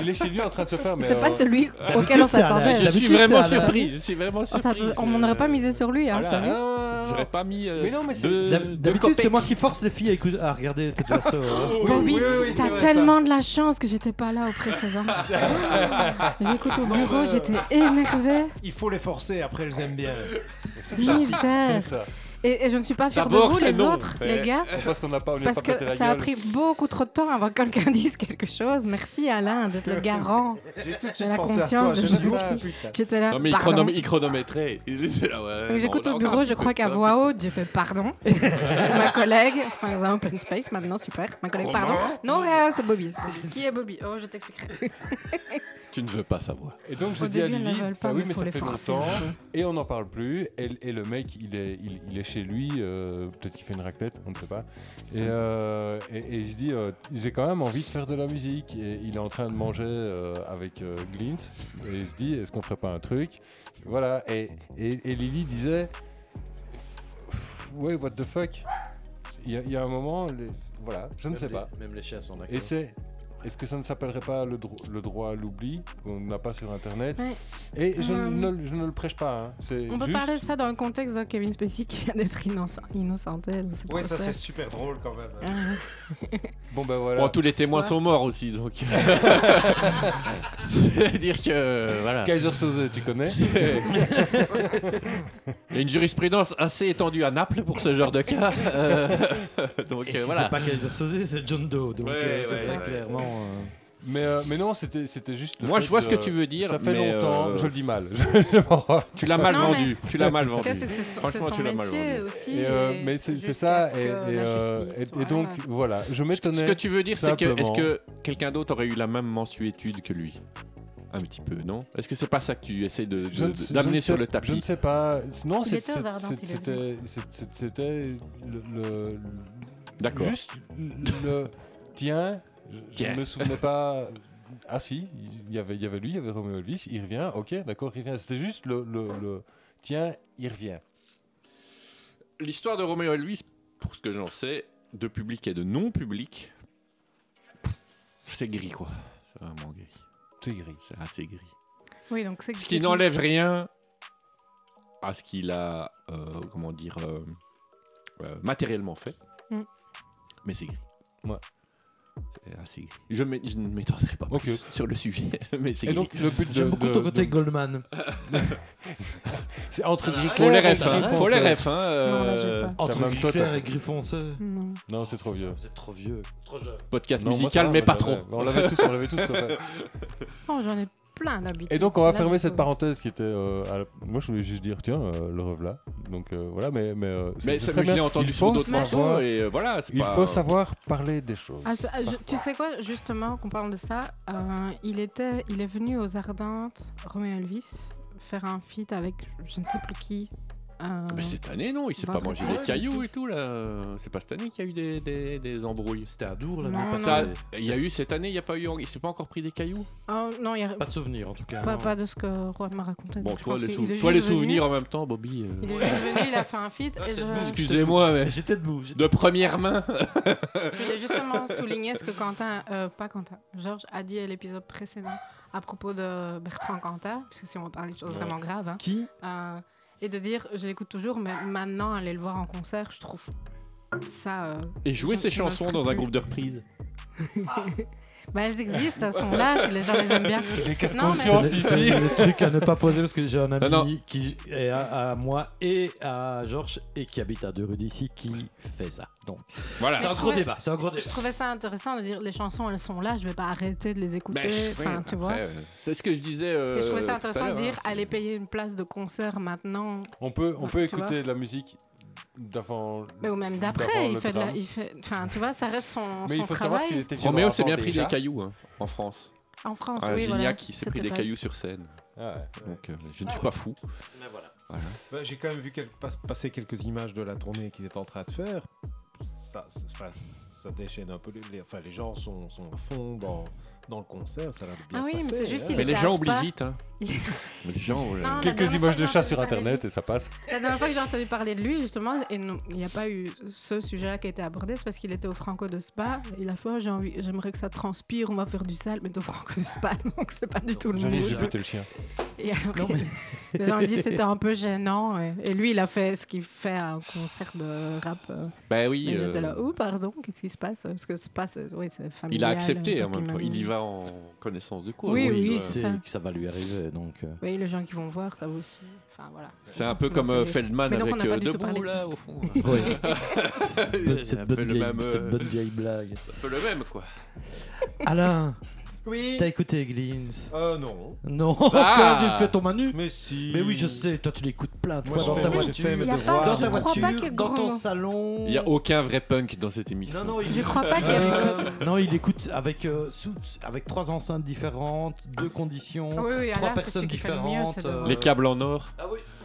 Speaker 8: il est chez lui en train de se faire. mais,
Speaker 7: C'est pas
Speaker 8: euh,
Speaker 7: celui auquel on
Speaker 5: c'est Alain.
Speaker 7: s'attendait.
Speaker 6: Je
Speaker 5: D'habitude,
Speaker 6: suis
Speaker 5: c'est
Speaker 6: vraiment
Speaker 5: à la-
Speaker 6: surpris. Je suis vraiment
Speaker 7: On
Speaker 6: surpris.
Speaker 7: s'attend- Oh, On n'aurait pas misé sur lui, hein,
Speaker 8: voilà.
Speaker 7: t'as vu
Speaker 8: Ah,
Speaker 6: J'aurais pas mis. euh,
Speaker 8: Mais non, mais c'est-
Speaker 6: deux-
Speaker 5: D'hab-
Speaker 6: deux
Speaker 5: D'habitude, c'est
Speaker 6: copecs.
Speaker 5: moi qui force les filles à, écouter- à regarder Ted Lasso. hein.
Speaker 7: Bah
Speaker 3: Oui,
Speaker 7: oui,
Speaker 3: oui, oui, c'est
Speaker 7: t'as
Speaker 3: vrai,
Speaker 7: tellement de la chance que j'étais pas là au
Speaker 8: <laughs>
Speaker 7: précédent. J'écoute au bureau,
Speaker 8: euh,
Speaker 7: j'étais énervée.
Speaker 3: Il faut les forcer, après elles aiment bien.
Speaker 8: C'est
Speaker 7: Misère.
Speaker 8: c'est ça.
Speaker 7: Et, et je ne suis pas fière de
Speaker 6: D'abord,
Speaker 7: vous, les
Speaker 6: c'est non.
Speaker 7: autres,
Speaker 6: Ouais.
Speaker 7: les gars,
Speaker 8: Parce qu'on n'a pas, on lui a
Speaker 7: parce
Speaker 8: pas pété
Speaker 7: que
Speaker 8: la
Speaker 7: ça a
Speaker 8: gueule.
Speaker 7: pris beaucoup trop de temps avant que quelqu'un <laughs> dise quelque chose. Merci Alain d'être <laughs> le garant.
Speaker 3: J'ai tout de
Speaker 7: la
Speaker 3: suite pensé à toi.
Speaker 7: conscience
Speaker 3: Je
Speaker 7: de
Speaker 3: me suis
Speaker 7: tout
Speaker 3: dit,
Speaker 7: ça.
Speaker 3: putain.
Speaker 7: J'étais là.
Speaker 6: Non, mais il,
Speaker 7: Ah, pardon.
Speaker 6: chronom- il chronométrait. <laughs> Il était là, ouais,
Speaker 7: Donc,
Speaker 6: bon,
Speaker 7: J'écoute
Speaker 6: on a
Speaker 7: au bureau,
Speaker 6: encore
Speaker 7: je crois
Speaker 6: un
Speaker 7: qu'à
Speaker 6: peu-
Speaker 7: voix haute, j'ai fait pardon. <laughs> Ma collègue, parce qu'on est un open space maintenant, super. Ma collègue, pardon. Non, euh, c'est Bobby. c'est Bobby. Qui est Bobby Oh, je t'expliquerai.
Speaker 6: Tu ne veux pas savoir.
Speaker 8: Et donc je
Speaker 7: Au
Speaker 8: dis à
Speaker 7: début, elles la
Speaker 8: Lily,
Speaker 7: veulent pas,
Speaker 8: bah oui
Speaker 7: mais
Speaker 8: mais
Speaker 7: faut
Speaker 8: ça
Speaker 7: les
Speaker 8: fait
Speaker 7: forcer.
Speaker 8: longtemps et on n'en parle plus et, et le mec il est, il, il est chez lui, euh, peut-être qu'il fait une raclette, on ne sait pas. Et, euh, et- et il se dit euh, j'ai quand même envie de faire de la musique et il est en train de manger euh, avec euh, Glint et il se dit est-ce qu'on ferait pas un truc Voilà et, et, et Lily disait ouais what the fuck Il y, a- il y a un moment, les- voilà je ne sais pas.
Speaker 3: Même les chiens sont d'accord.
Speaker 8: Et c'est. Est-ce que ça ne s'appellerait pas le, dro- le droit à l'oubli qu'on n'a pas sur Internet
Speaker 7: Ouais.
Speaker 8: Et je,
Speaker 7: Euh,
Speaker 8: ne, je ne le prêche pas. hein. C'est
Speaker 7: On peut
Speaker 8: juste-
Speaker 7: parler de ça dans le contexte de Kevin Spacey qui vient d'être innocent, innocenté. donc c'est
Speaker 3: Ouais,
Speaker 7: pour
Speaker 3: ça c'est super drôle quand même.
Speaker 7: Ah, ouais.
Speaker 8: Bon ben voilà.
Speaker 6: Bon, tous les témoins
Speaker 7: Ouais.
Speaker 6: sont morts aussi, donc. euh. <laughs> C'est-à-dire que. euh, Voilà.
Speaker 8: Kaiser Soze, tu connais
Speaker 6: Il y a une jurisprudence assez étendue à Naples pour ce genre de cas. euh, <laughs> donc
Speaker 5: Et
Speaker 6: euh,
Speaker 5: si
Speaker 6: voilà.
Speaker 5: c'est pas Kaiser Soze, c'est John Doe. Donc
Speaker 6: Ouais,
Speaker 5: euh, c'est
Speaker 6: ouais,
Speaker 5: vrai,
Speaker 6: ouais.
Speaker 5: clairement. euh,
Speaker 8: Mais, euh, mais non, c'était c'était juste. le
Speaker 6: Moi,
Speaker 8: fait
Speaker 6: je vois ce que
Speaker 8: de-
Speaker 6: tu veux dire,
Speaker 8: Ça fait
Speaker 6: mais,
Speaker 8: longtemps,
Speaker 6: euh,
Speaker 8: je le dis mal. <laughs> Je m'en rends
Speaker 6: Tu l'as mal
Speaker 7: Non, mais-
Speaker 6: vendu. Tu l'as mal
Speaker 7: Parce que
Speaker 6: vendu.
Speaker 7: c'est c'est son c'est
Speaker 6: Franchement,
Speaker 7: son
Speaker 6: tu l'as mal
Speaker 7: métier
Speaker 6: vendu.
Speaker 7: aussi.
Speaker 8: Et, euh,
Speaker 7: et
Speaker 8: mais c'est c'est
Speaker 7: jusqu'à
Speaker 8: ça,
Speaker 7: ce
Speaker 8: et,
Speaker 7: que
Speaker 8: et,
Speaker 7: la
Speaker 8: euh,
Speaker 7: justice,
Speaker 8: et- et donc
Speaker 7: voilà.
Speaker 8: voilà, je
Speaker 6: Ce
Speaker 8: m'étonnais.
Speaker 6: que tu veux dire, c'est que est-ce
Speaker 8: simplement.
Speaker 6: que quelqu'un d'autre aurait eu la même mensuétude que lui Un petit peu, non Est-ce que c'est pas ça que tu essaies de-
Speaker 8: Je ne-
Speaker 6: de-
Speaker 8: je
Speaker 6: d'amener
Speaker 8: ne
Speaker 6: sur
Speaker 8: sais-
Speaker 6: le
Speaker 8: Je ne
Speaker 6: tapis
Speaker 8: sais pas. Non,
Speaker 7: Il
Speaker 8: c'est-
Speaker 7: était aux
Speaker 8: c'est-
Speaker 7: Ardentes, il
Speaker 8: c'est-
Speaker 7: est
Speaker 8: c'était c'est- c'est- c'était le, le-
Speaker 6: D'accord.
Speaker 8: Juste le tiens, je- je
Speaker 6: Tiens.
Speaker 8: ne me souvenais pas. Ah si, il y avait, il y avait lui, il y avait Roméo Elvis, il revient, ok, d'accord, il revient. C'était juste le, le, le tiens, il revient.
Speaker 6: L'histoire de Roméo et Elvis, pour ce que j'en sais, de public et de non public, c'est gris quoi. C'est vraiment gris.
Speaker 8: C'est gris.
Speaker 6: C'est assez gris.
Speaker 7: Oui, donc c'est
Speaker 6: Ce
Speaker 7: que-
Speaker 6: qui n'enlève rien à ce qu'il a, euh, comment dire, euh, euh, matériellement fait.
Speaker 7: Mm.
Speaker 6: Mais c'est gris.
Speaker 8: Ouais.
Speaker 6: C'est assez gris. Je, m'é- je ne m'étendrai pas
Speaker 8: Ok.
Speaker 6: sur le sujet, <laughs> mais c'est
Speaker 8: Et
Speaker 6: gris.
Speaker 8: donc le but de-
Speaker 5: J'aime beaucoup
Speaker 8: de-
Speaker 5: ton côté
Speaker 8: de-
Speaker 5: Goldman.
Speaker 8: c'est entre gris
Speaker 6: faut les
Speaker 8: clair et
Speaker 6: refs, hein.
Speaker 8: gris
Speaker 6: Faut les
Speaker 8: foncé.
Speaker 6: refs, hein.
Speaker 7: Non, là, j'ai
Speaker 6: euh,
Speaker 7: pas.
Speaker 8: Entre
Speaker 5: Entre
Speaker 8: même toi,
Speaker 5: clair
Speaker 8: t'as-
Speaker 5: et griffon, c'est.
Speaker 7: Non.
Speaker 8: Non, c'est trop vieux.
Speaker 5: Vous êtes trop vieux. Trop jeune.
Speaker 6: podcast
Speaker 8: Non, moi, ça
Speaker 6: musical,
Speaker 8: va,
Speaker 6: mais
Speaker 8: on
Speaker 6: pas
Speaker 8: l'avait.
Speaker 6: trop.
Speaker 8: On l'avait tous, on l'avait tous. ouais.
Speaker 7: Oh, j'en ai plein d'habitudes.
Speaker 8: Et donc on va
Speaker 7: Là,
Speaker 8: fermer
Speaker 7: je-
Speaker 8: cette parenthèse qui était. euh, à la- Moi je voulais juste dire tiens euh, le revela. Donc euh, voilà mais mais. euh, c'est-
Speaker 6: Mais
Speaker 8: c'est
Speaker 6: ça,
Speaker 8: très
Speaker 6: je l'ai
Speaker 8: bien.
Speaker 6: entendu
Speaker 8: Il
Speaker 6: sur
Speaker 8: faut
Speaker 6: d'autres morceaux
Speaker 8: savoir-
Speaker 6: et euh, voilà. c'est
Speaker 8: Il
Speaker 6: pas-
Speaker 8: faut savoir parler des choses.
Speaker 7: Ah, ça- je- tu sais quoi, justement, qu'on parle de ça, euh, il, était, il est venu aux Ardentes, Roméo Elvis, faire un feat avec je ne sais plus qui. euh,
Speaker 6: Mais cette année, non, il s'est pas
Speaker 7: Vendredi.
Speaker 6: mangé
Speaker 7: Ouais,
Speaker 6: des cailloux et tout là. C'est pas cette année qu'il y a eu des, des, des embrouilles.
Speaker 3: C'était à Dour
Speaker 7: Non,
Speaker 3: l'année
Speaker 7: non.
Speaker 6: Ça,
Speaker 3: passée.
Speaker 6: il y a eu cette année, il y a pas eu, il s'est pas encore pris des cailloux.
Speaker 7: oh, non, il y a
Speaker 5: Pas de souvenir en tout cas.
Speaker 7: pas,
Speaker 5: non.
Speaker 7: pas de ce que Roi m'a raconté.
Speaker 6: Bon,
Speaker 7: donc je
Speaker 6: toi
Speaker 7: pense
Speaker 6: les,
Speaker 7: qu'il
Speaker 6: sou-
Speaker 7: est
Speaker 6: toi,
Speaker 7: juste
Speaker 6: les
Speaker 7: venu-
Speaker 6: souvenirs en même temps, Bobby. euh,
Speaker 7: Il est juste venu, il a fait un feat et je,
Speaker 6: Excusez-moi, mais
Speaker 5: Excusez-moi. Eh, J'étais debout.
Speaker 6: de première main. <laughs>
Speaker 7: Je voulais justement souligner ce que Quentin, euh, pas Quentin, Georges a dit à l'épisode précédent à propos de Bertrand Cantat, parce que si on parle de choses vraiment graves, hein,
Speaker 5: Qui
Speaker 7: euh, et de dire, je l'écoute toujours, mais maintenant aller le voir en concert, je trouve ça. euh,
Speaker 6: Et jouer
Speaker 7: Je-
Speaker 6: ses
Speaker 7: je m'en
Speaker 6: chansons
Speaker 7: ferai
Speaker 6: dans un
Speaker 7: plus.
Speaker 6: groupe de reprise.
Speaker 7: bah, elles existent, elles sont là, si les gens les aiment bien.
Speaker 8: Les cartes
Speaker 7: Non, mais-
Speaker 5: C'est
Speaker 8: conscience
Speaker 5: le,
Speaker 8: ici.
Speaker 5: c'est le truc à ne pas poser parce que j'ai un ami
Speaker 6: Non, non.
Speaker 5: qui est à, à moi et à Georges et qui habite à deux rues d'ici qui fait ça. Donc
Speaker 6: Voilà.
Speaker 5: c'est un
Speaker 7: Ah, je
Speaker 5: gros
Speaker 7: trouvais-
Speaker 5: débat. C'est un gros
Speaker 7: Je
Speaker 5: débat.
Speaker 7: trouvais ça intéressant de dire, les chansons, elles sont là, je vais pas arrêter de les écouter,
Speaker 6: Mais,
Speaker 7: enfin,
Speaker 6: ouais,
Speaker 7: tu
Speaker 6: Ben,
Speaker 7: vois.
Speaker 6: après, euh, C'est ce que je disais.
Speaker 7: Et je trouvais
Speaker 6: euh,
Speaker 7: ça
Speaker 6: tout à
Speaker 7: intéressant de
Speaker 6: l'heure,
Speaker 7: dire,
Speaker 6: hein, c'est-
Speaker 7: allez payer une place de concert maintenant,
Speaker 8: On peut on
Speaker 7: Ouais,
Speaker 8: peut
Speaker 7: tu vois.
Speaker 8: écouter de la musique d'avant.
Speaker 7: mais ou même
Speaker 8: D'avant
Speaker 7: d'après, il
Speaker 8: le
Speaker 7: fait, de la,
Speaker 8: drame.
Speaker 7: il fait, enfin, tu vois, ça reste son,
Speaker 8: Mais
Speaker 7: son
Speaker 8: il faut savoir
Speaker 7: travail.
Speaker 8: s'il était violent
Speaker 6: Roméo
Speaker 8: avant
Speaker 6: s'est bien pris
Speaker 8: déjà.
Speaker 6: des cailloux hein, en France.
Speaker 7: En France,
Speaker 6: Ah,
Speaker 7: oui,
Speaker 6: Gignac
Speaker 7: voilà.
Speaker 6: qui s'est pris
Speaker 7: C'était
Speaker 6: des
Speaker 7: pas-
Speaker 6: cailloux sur scène.
Speaker 8: Ah ouais.
Speaker 6: Donc euh, je ne suis pas fou.
Speaker 3: Bah, J'ai quand même vu quel- pas- passer quelques images de la tournée qu'il est en train de faire. Ça, c'est- enfin, ça déchaîne un peu. les- Les, enfin, les gens sont, sont à fond dans, dans le concert. Ça a l'air de bien
Speaker 7: Ah
Speaker 3: se
Speaker 7: oui, mais
Speaker 3: passer,
Speaker 7: c'est juste,
Speaker 3: hein.
Speaker 7: il
Speaker 6: Mais
Speaker 7: est
Speaker 6: les
Speaker 7: casse
Speaker 6: gens oublient
Speaker 7: pas.
Speaker 6: vite.
Speaker 7: <laughs>
Speaker 6: Hein. les gens. euh,
Speaker 7: Non, la
Speaker 8: Quelques
Speaker 7: dernière
Speaker 8: images
Speaker 7: fois
Speaker 8: de
Speaker 7: que
Speaker 8: chat
Speaker 7: j'ai
Speaker 8: sur
Speaker 7: entendu
Speaker 8: internet et ça passe.
Speaker 7: La dernière fois que j'ai entendu parler de lui, justement, et non, il n'y a pas eu ce sujet-là qui a été abordé, c'est parce qu'il était au Franco de Spa. Et la fois, j'ai envie, j'aimerais que ça transpire, on va faire du sale, mais t'es au Franco de Spa, <laughs> donc c'est pas du tout le
Speaker 8: J'arrive, j'ai
Speaker 7: mood.
Speaker 8: buté le chien.
Speaker 7: Et alors, les gens disent c'était un peu gênant. Et, et lui, il a fait ce qu'il fait à un concert de rap. euh,
Speaker 6: Ben
Speaker 7: et
Speaker 6: oui. euh,
Speaker 7: j'étais là, oh, pardon, qu'est-ce qui se passe Parce que Spa, c'est oui, c'est familial.
Speaker 6: Il a accepté
Speaker 7: euh,
Speaker 6: en même temps.
Speaker 7: papi,
Speaker 6: Il y
Speaker 7: mamie.
Speaker 6: va en connaissance de cause.
Speaker 7: Oui, oui,
Speaker 5: il
Speaker 7: c'est
Speaker 5: sait
Speaker 7: ça.
Speaker 5: euh, que ça va lui arriver donc.
Speaker 7: <laughs>
Speaker 5: euh,
Speaker 7: Oui, les gens qui vont voir, ça aussi. Enfin, voilà.
Speaker 6: C'est un peu
Speaker 7: Ça
Speaker 6: comme
Speaker 7: m'a
Speaker 6: euh,
Speaker 7: fait-
Speaker 6: Feldman
Speaker 7: Mais donc, on
Speaker 6: avec
Speaker 7: n'a pas
Speaker 6: euh,
Speaker 7: du tout parlé
Speaker 6: Debout,
Speaker 7: de
Speaker 6: là, au fond.
Speaker 5: Ouais.
Speaker 7: <laughs>
Speaker 5: Cette bonne-
Speaker 6: Un
Speaker 5: cette,
Speaker 6: peu
Speaker 5: bonne
Speaker 6: le
Speaker 5: vieille,
Speaker 6: même, euh,
Speaker 5: cette bonne vieille blague.
Speaker 6: C'est un peu le même, quoi.
Speaker 5: Alain,
Speaker 3: Oui.
Speaker 5: t'as écouté Glintz
Speaker 3: Euh, non.
Speaker 5: Non,
Speaker 6: Ah.
Speaker 5: quand tu fais ton manu.
Speaker 3: Mais si.
Speaker 5: Mais oui, je sais, toi tu l'écoutes plein de
Speaker 3: Moi,
Speaker 5: fois
Speaker 3: je
Speaker 5: dans
Speaker 3: fais-
Speaker 5: ta
Speaker 3: moi, j'ai
Speaker 5: voiture.
Speaker 3: fait mes
Speaker 7: Il y a
Speaker 3: devoirs.
Speaker 7: pas-
Speaker 5: Dans
Speaker 7: je
Speaker 5: ta
Speaker 7: crois
Speaker 5: voiture,
Speaker 7: pas que
Speaker 5: dans ton
Speaker 7: Grand-
Speaker 5: salon.
Speaker 6: Il n'y a aucun vrai punk dans cette émission.
Speaker 5: Non, non, il
Speaker 7: Je crois pas qu'il y avait que-
Speaker 5: Non, il écoute avec, euh, sous- avec trois enceintes différentes, deux conditions.
Speaker 7: Oui, oui,
Speaker 5: trois
Speaker 7: Alain, c'est
Speaker 5: personnes
Speaker 7: celui qui fait le mieux, c'est
Speaker 5: différentes,
Speaker 7: de-
Speaker 5: euh,
Speaker 6: Les câbles en or.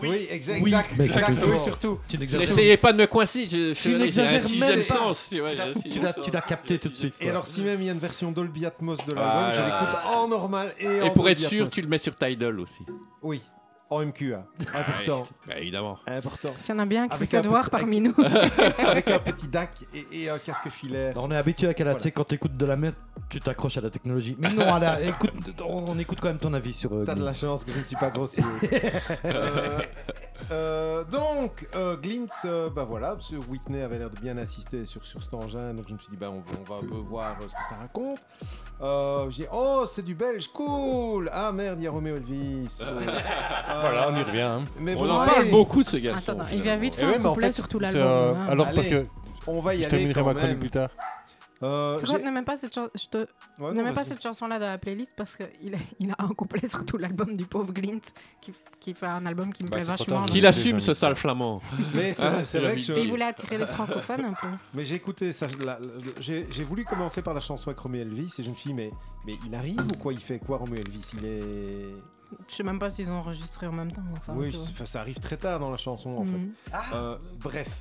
Speaker 3: Oui, exact.
Speaker 5: Oui,
Speaker 3: exact,
Speaker 5: mais
Speaker 3: exact,
Speaker 5: exactement.
Speaker 3: oui, surtout.
Speaker 5: Tu
Speaker 6: N'essayez pas de me coincer. Je, je
Speaker 5: Tu
Speaker 6: j'ai un
Speaker 5: n'exagères
Speaker 6: sixième
Speaker 5: même pas.
Speaker 6: sens, tu vois,
Speaker 5: Tu l'as-
Speaker 6: j'ai un
Speaker 5: tu l'as-
Speaker 6: sixième
Speaker 5: tu l'as
Speaker 6: sens.
Speaker 5: capté tout de suite.
Speaker 3: Et
Speaker 5: quoi.
Speaker 3: alors, si même il y a une version Dolby Atmos de l'album,
Speaker 6: Ah
Speaker 3: je
Speaker 6: là là.
Speaker 3: l'écoute en normal et, en
Speaker 6: Et pour
Speaker 3: Dolby
Speaker 6: être sûr,
Speaker 3: Atmos.
Speaker 6: tu le mets sur Tidal aussi.
Speaker 3: Oui, en MQA. Important.
Speaker 6: Bah, évidemment.
Speaker 3: Important.
Speaker 7: S'il y en a bien qui fait
Speaker 3: Avec
Speaker 7: ses
Speaker 3: un peu-
Speaker 7: devoirs
Speaker 3: avec-
Speaker 7: parmi nous.
Speaker 3: <laughs> Avec un petit DAC et, et un casque filaire.
Speaker 5: on est habitué à Kala,
Speaker 3: Voilà.
Speaker 5: tu sais, quand t'écoutes de la merde, tu t'accroches à la technologie. Mais non, Alain, écoute, on, on écoute quand même ton avis sur. euh,
Speaker 3: T'as de la
Speaker 5: Glintz.
Speaker 3: chance que je ne suis pas grossier. Euh, euh, donc, euh, Glintz, euh, bah voilà, ce Whitney avait l'air de bien assister sur, sur cet engin, donc je me suis dit, bah on, va- on va un peu voir euh, ce que ça raconte. Euh, J'ai dit, oh, c'est du belge, cool Ah merde, il y a Roméo Elvis. Euh,
Speaker 8: Voilà, on y revient. hein.
Speaker 3: Mais
Speaker 6: On
Speaker 3: bon,
Speaker 6: en
Speaker 3: allez,
Speaker 6: parle beaucoup de ce garçon.
Speaker 7: Attends, non, il
Speaker 6: finalement.
Speaker 7: vient vite
Speaker 8: Et
Speaker 7: faire
Speaker 8: ouais,
Speaker 7: un
Speaker 8: mais en
Speaker 7: couplet
Speaker 8: fait,
Speaker 7: sur tout
Speaker 8: c'est,
Speaker 7: l'album.
Speaker 8: euh,
Speaker 7: hein.
Speaker 8: alors parce
Speaker 3: Allez.
Speaker 8: que
Speaker 3: On va y
Speaker 8: je
Speaker 3: aller
Speaker 8: terminerai
Speaker 3: quand
Speaker 8: ma chronique
Speaker 3: même.
Speaker 8: plus tard.
Speaker 3: Euh,
Speaker 7: Tu
Speaker 3: j'ai-
Speaker 7: crois que ne mets pas cette chan- je te-
Speaker 3: Ouais,
Speaker 7: ne
Speaker 3: non,
Speaker 7: mets pas
Speaker 3: vas-y.
Speaker 7: cette chanson-là dans la playlist parce qu'il il a un couplet sur tout l'album du pauvre Glint qui, qui fait un album qui me
Speaker 8: Bah,
Speaker 7: plaît
Speaker 8: c'est pourtant
Speaker 7: vachement.
Speaker 8: joli.
Speaker 6: Qu'il assume ce sale flamand.
Speaker 3: Mais c'est
Speaker 6: Ah,
Speaker 3: vrai- c'est
Speaker 6: tu l'as
Speaker 3: vrai que
Speaker 6: mis.
Speaker 3: je-
Speaker 7: Et il voulait attirer les francophones un peu.
Speaker 3: Mais j'ai écouté ça. la- la- J'ai j'ai voulu commencer par la chanson avec Romeo Elvis et je me suis dit, mais, mais il arrive ou quoi Il fait quoi Romeo Elvis Il est.
Speaker 7: Je sais même pas s'ils ont enregistré en même temps. enfin,
Speaker 3: oui,
Speaker 7: tu vois.
Speaker 3: enfin, ça arrive très tard dans la chanson en fait.
Speaker 7: Mhm.
Speaker 3: Euh, bref.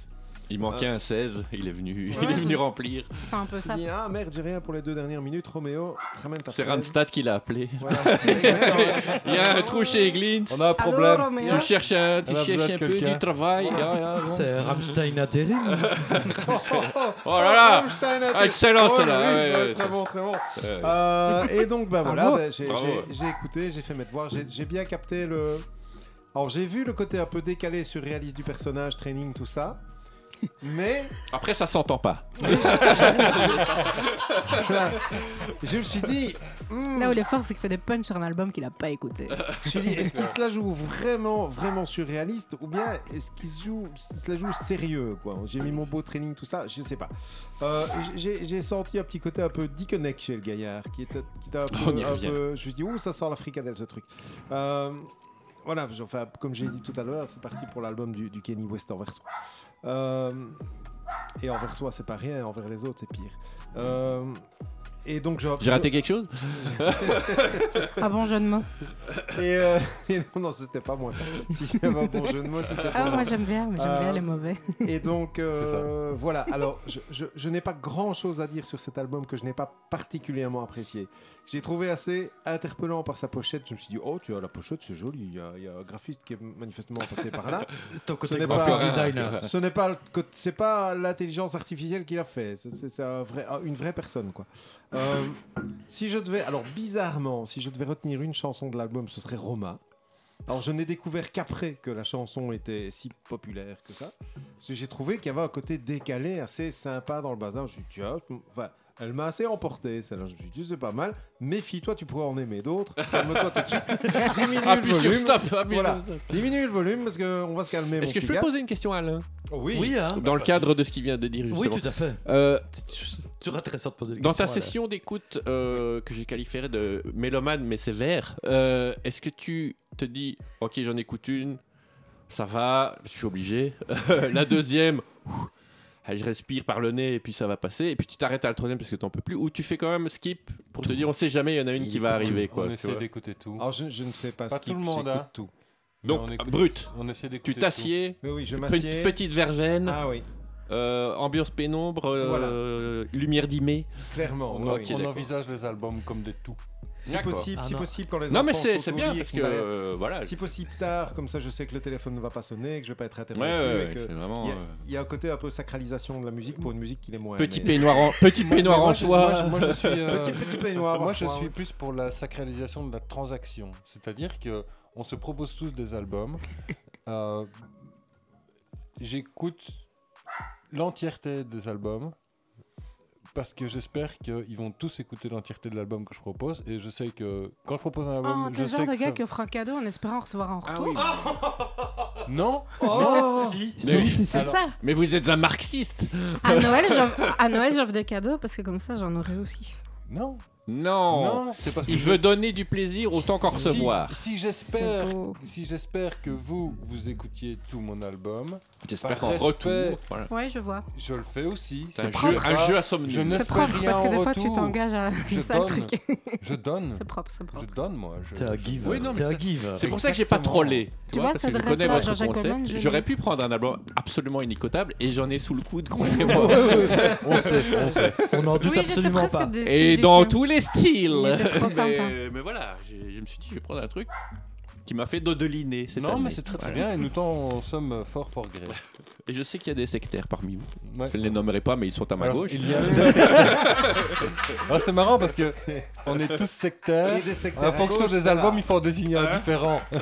Speaker 6: Il manquait un 16, il est venu, il
Speaker 7: Ouais.
Speaker 6: est venu remplir.
Speaker 7: C'est un peu
Speaker 3: Je me
Speaker 7: ça.
Speaker 3: suis dit, ah merde, j'ai rien pour les deux dernières minutes. Roméo, ramène ta
Speaker 6: C'est Oh
Speaker 3: fraise.
Speaker 6: Randstad qui l'a appelé.
Speaker 3: Voilà.
Speaker 6: <laughs>
Speaker 3: Oh,
Speaker 6: Il y a un trou chez Glint.
Speaker 8: On a un
Speaker 7: Allô,
Speaker 8: problème.
Speaker 7: Roméo
Speaker 6: Tu cherches un, tu
Speaker 8: On a besoin
Speaker 6: cherches
Speaker 8: de
Speaker 6: un peu
Speaker 8: quelqu'un.
Speaker 6: du travail. hein, hein,
Speaker 5: C'est Rammstein atterri.
Speaker 6: Oh là là
Speaker 3: Rammstein a-
Speaker 6: Excellent,
Speaker 3: Oh,
Speaker 6: celle-là,
Speaker 3: oui,
Speaker 6: ouais,
Speaker 3: ouais,
Speaker 6: ouais,
Speaker 3: Très
Speaker 6: c'est-
Speaker 3: bon, très bon.
Speaker 6: euh,
Speaker 3: Euh, et donc, bah voilà,
Speaker 5: Bravo.
Speaker 3: bah, j'ai
Speaker 6: Bravo,
Speaker 3: j'ai-
Speaker 6: ouais.
Speaker 3: j'ai écouté, j'ai fait mes devoirs, j'ai j'ai bien capté le. Alors, j'ai vu le côté un peu décalé, surréaliste du personnage, training, tout ça. Mais
Speaker 6: Après, ça s'entend pas.
Speaker 3: voilà, je me suis dit, hmm,
Speaker 7: Là où il est fort, c'est qu'il fait des punchs sur un album qu'il a pas <laughs> écouté.
Speaker 3: je me suis dit, est-ce qu'il se la joue vraiment, vraiment surréaliste ou bien est-ce qu'il se, joue- se la joue sérieux quoi J'ai mis mon beau training, tout ça, je sais pas. Euh, j'ai j'ai senti un petit côté un peu Diconnect chez le gaillard, qui était, qui était un,
Speaker 6: On
Speaker 3: peu,
Speaker 6: y
Speaker 3: un
Speaker 6: revient.
Speaker 3: peu- Je me suis dit, ouh, ça sort la fricadelle ce truc. Euh, voilà, enfin, comme j'ai dit tout à l'heure, c'est parti pour l'album du, du Kenny West envers soi. Euh, et envers soi, c'est pas rien, envers les autres, c'est pire. Euh, et donc, je-
Speaker 6: J'ai raté quelque chose
Speaker 7: Ah bon, jeu de mots.
Speaker 3: et, euh, <laughs> et non, non, c'était pas moi ça. Si j'avais un bon jeu de mots, c'était pas
Speaker 7: Ah,
Speaker 3: moi.
Speaker 7: moi j'aime bien, mais j'aime
Speaker 3: Euh,
Speaker 7: bien les mauvais.
Speaker 3: Et donc, euh, voilà. Alors, je, je- je n'ai pas grand chose à dire sur cet album que je n'ai pas particulièrement apprécié. J'ai trouvé assez interpellant par sa pochette. Je me suis dit, oh, tu as la pochette, c'est joli. Il y, a- il y a un graphiste qui est manifestement passé par là.
Speaker 5: Ton
Speaker 3: Ce
Speaker 5: côté
Speaker 3: n'est
Speaker 5: graphic
Speaker 3: pas-
Speaker 5: designer.
Speaker 3: Ce n'est pas, le co- c'est pas l'intelligence artificielle qui l'a fait. C'est- C'est c'est un vrai- une vraie personne, quoi. Euh, si je devais, alors bizarrement, si je devais retenir une chanson de l'album, ce serait Roma. Alors je n'ai découvert qu'après que la chanson était si populaire que ça, parce que j'ai trouvé qu'il y avait un côté décalé assez sympa dans le bazar. Je me suis dit, tiens, je- enfin, elle m'a assez emporté, celle-là. Je me suis dit, c'est pas mal. Méfie-toi, tu pourrais en aimer d'autres. Calme-toi tout de
Speaker 6: <laughs>
Speaker 3: suite. Diminue
Speaker 6: Appuie
Speaker 3: le
Speaker 6: sur
Speaker 3: volume.
Speaker 6: stop appuie
Speaker 3: Voilà.
Speaker 6: sur stop.
Speaker 3: Diminue le volume parce qu'on va se calmer. mon
Speaker 6: Est-ce que
Speaker 3: petit
Speaker 6: je peux
Speaker 3: gars.
Speaker 6: poser une question à Alain
Speaker 3: Oh, oui.
Speaker 5: Oui, hein.
Speaker 6: Dans le cadre de ce qu'il vient de dire
Speaker 5: Oui,
Speaker 6: justement.
Speaker 5: tout à fait.
Speaker 6: Euh,
Speaker 5: Tu aurais intéressant de poser des
Speaker 6: Dans ta
Speaker 5: questions,
Speaker 6: session d'écoute euh, que j'ai qualifiée de mélomane mais sévère, euh, est-ce que tu te dis ok j'en écoute une, ça va, je suis obligé. <laughs> la deuxième, ouh, ah, je respire par le nez et puis ça va passer. Et puis tu t'arrêtes à la troisième parce que t'en peux plus. Ou tu fais quand même skip pour te dire on sait jamais il y en a une
Speaker 3: Il
Speaker 6: qui va
Speaker 3: écoute
Speaker 6: arriver quoi.
Speaker 8: On
Speaker 6: tu
Speaker 8: essaie
Speaker 6: vois.
Speaker 8: d'écouter tout.
Speaker 3: Alors Oh, je, je ne fais pas,
Speaker 8: Pas
Speaker 3: skip,
Speaker 8: tout le monde,
Speaker 3: j'écoute
Speaker 8: hein.
Speaker 3: tout.
Speaker 8: Mais
Speaker 6: Donc
Speaker 8: on écoute-
Speaker 6: brut,
Speaker 8: On essaie d'écouter.
Speaker 6: tu t'assieds,
Speaker 3: Oui, oui, je
Speaker 6: pe-
Speaker 3: m'assieds.
Speaker 6: petite verveine,
Speaker 3: Ah oui,
Speaker 6: euh, ambiance pénombre, euh, lumière dimée.
Speaker 8: tout.
Speaker 3: clairement.
Speaker 8: On,
Speaker 3: oui,
Speaker 8: en-
Speaker 3: oui.
Speaker 6: Ok,
Speaker 8: on
Speaker 6: d'accord.
Speaker 8: envisage les albums comme des tout.
Speaker 3: Si
Speaker 6: D'accord.
Speaker 3: possible,
Speaker 5: Ah,
Speaker 3: si
Speaker 5: non.
Speaker 3: possible quand les
Speaker 6: Non mais
Speaker 3: enfants
Speaker 6: c'est
Speaker 3: sont
Speaker 6: c'est
Speaker 3: au
Speaker 6: bien
Speaker 3: lit et
Speaker 6: parce
Speaker 3: qu'on
Speaker 6: que
Speaker 3: va-
Speaker 6: euh, voilà.
Speaker 3: Si possible tard, comme ça je sais que le téléphone ne va pas sonner, que je vais pas être
Speaker 6: Ouais,
Speaker 3: interrompu.
Speaker 6: ouais,
Speaker 3: et
Speaker 6: ouais,
Speaker 3: que-
Speaker 6: c'est
Speaker 3: il
Speaker 6: vraiment.
Speaker 3: y a-
Speaker 6: euh,
Speaker 3: il y, a un côté un peu sacralisation de la musique pour une musique qui est moins.
Speaker 6: Petit
Speaker 3: mais-
Speaker 6: peignoir en, petit peignoir en
Speaker 8: Moi, je,
Speaker 6: soie.
Speaker 8: moi,
Speaker 6: <laughs>
Speaker 8: je suis. euh,
Speaker 3: Petit, petit peignoir.
Speaker 8: Moi, je
Speaker 3: parfois,
Speaker 8: suis
Speaker 3: ouais.
Speaker 8: plus pour la sacralisation de la transaction. C'est-à-dire que on se propose tous
Speaker 6: <laughs>
Speaker 8: des albums. Euh, J'écoute l'entièreté des albums parce que j'espère qu'ils vont tous écouter l'entièreté de l'album que je propose. Et je sais que quand je propose un album,
Speaker 7: Oh, t'es
Speaker 8: je
Speaker 7: le
Speaker 8: sais
Speaker 7: genre
Speaker 8: que
Speaker 7: de gars
Speaker 8: ça-
Speaker 7: qui offre un cadeau en espérant recevoir en retour.
Speaker 8: non.
Speaker 5: Oh, si,
Speaker 6: Mais-
Speaker 5: si, si, si.
Speaker 7: C'est ça.
Speaker 6: Mais vous êtes un marxiste
Speaker 7: À Noël, j'offre- à Noël, j'offre des cadeaux parce que comme ça, j'en aurai aussi.
Speaker 8: Non,
Speaker 6: Non,
Speaker 8: non, c'est parce que
Speaker 6: Oh, Il
Speaker 8: je-
Speaker 6: veut donner du plaisir autant qu'en
Speaker 8: Si-
Speaker 6: recevoir.
Speaker 8: Si
Speaker 7: C'est
Speaker 8: j'espère,
Speaker 7: beau.
Speaker 8: si j'espère que vous vous écoutiez tout mon album,
Speaker 6: J'espère
Speaker 8: Par
Speaker 6: qu'en
Speaker 8: respect.
Speaker 6: retour. voilà.
Speaker 7: Ouais, je vois.
Speaker 8: je le fais aussi.
Speaker 6: C'est un jeu,
Speaker 8: propre.
Speaker 6: un jeu à somnus.
Speaker 8: Je ne-
Speaker 7: C'est
Speaker 8: N'espère
Speaker 7: propre
Speaker 8: rien
Speaker 7: parce que
Speaker 8: en
Speaker 7: des fois, tu
Speaker 8: retour.
Speaker 7: t'engages à un
Speaker 8: Je
Speaker 7: sale
Speaker 8: donne.
Speaker 7: truc. <laughs>
Speaker 8: Je donne.
Speaker 7: C'est propre, c'est propre.
Speaker 8: Je donne, moi. Je,
Speaker 5: T'es un
Speaker 8: je-
Speaker 5: give.
Speaker 6: Oui, non, mais
Speaker 5: T'es un
Speaker 6: ça-
Speaker 5: give.
Speaker 6: C'est pour ça que j'ai pas
Speaker 8: Exactement.
Speaker 6: trollé.
Speaker 7: Tu vois,
Speaker 6: parce
Speaker 7: cette
Speaker 6: que je connais
Speaker 7: rêve-là,
Speaker 6: votre
Speaker 7: Jean-Jacques
Speaker 6: concept.
Speaker 7: Goldman, je l'ai.
Speaker 6: J'aurais pu prendre un album absolument inécoutable et j'en ai sous le coude, croyez-moi.
Speaker 5: <laughs> On sait, on sait. On en doute
Speaker 7: Oui, j'étais
Speaker 5: absolument
Speaker 7: presque
Speaker 5: pas.
Speaker 7: déçue
Speaker 6: et
Speaker 7: du
Speaker 6: dans
Speaker 7: tien.
Speaker 6: tous les
Speaker 7: Il
Speaker 6: styles.
Speaker 7: était trop sympa.
Speaker 6: mais, mais voilà, j'ai- je me suis dit, je vais prendre un truc qui m'a fait dodeliner. cette
Speaker 8: Non, mais
Speaker 6: année.
Speaker 8: c'est très très
Speaker 6: Voilà.
Speaker 8: bien et nous t'en sommes fort fort gré.
Speaker 6: Et je sais qu'il y a des sectaires parmi vous.
Speaker 8: Ouais.
Speaker 6: Je ne les nommerai pas, mais ils sont à ma
Speaker 8: Alors,
Speaker 6: gauche.
Speaker 8: il y a- Alors, c'est marrant parce que on est tous
Speaker 3: Il y a
Speaker 8: sectaires.
Speaker 3: des sectaires
Speaker 8: En
Speaker 3: à
Speaker 8: fonction
Speaker 3: gauche,
Speaker 8: des
Speaker 3: ça va.
Speaker 8: albums, il faut en désigner un
Speaker 6: Hein
Speaker 8: différent.
Speaker 3: Ouais,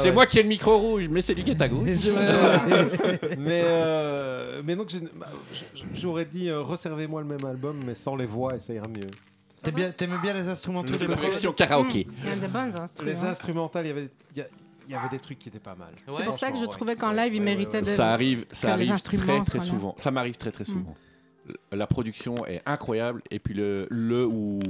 Speaker 6: C'est moi qui ai le micro rouge, mais c'est lui qui est à
Speaker 8: <laughs>
Speaker 6: gauche.
Speaker 3: ouais. Mais, euh, mais donc, j'ai- bah, je- j'aurais dit, euh, reservez-moi le même album, mais sans les voix, et ça ira mieux.
Speaker 5: T'aimes bien, t'aimes bien les instrumentaux de côté
Speaker 6: Version karaoké.
Speaker 7: Mmh, Il y a des bonnes instruments.
Speaker 3: Les instrumentales, il y avait. il y a- il y avait des trucs qui étataient pas mal.
Speaker 7: hein. C'est pour ça que je trouvais qu'en live, il méritait
Speaker 3: méritait
Speaker 7: de-
Speaker 6: Ça arrive, ça
Speaker 7: les
Speaker 6: arrive
Speaker 7: instruments
Speaker 6: très très
Speaker 7: soient là. Hmm.
Speaker 6: souvent. Ça m'arrive très très souvent. la production est incroyable et puis le le ou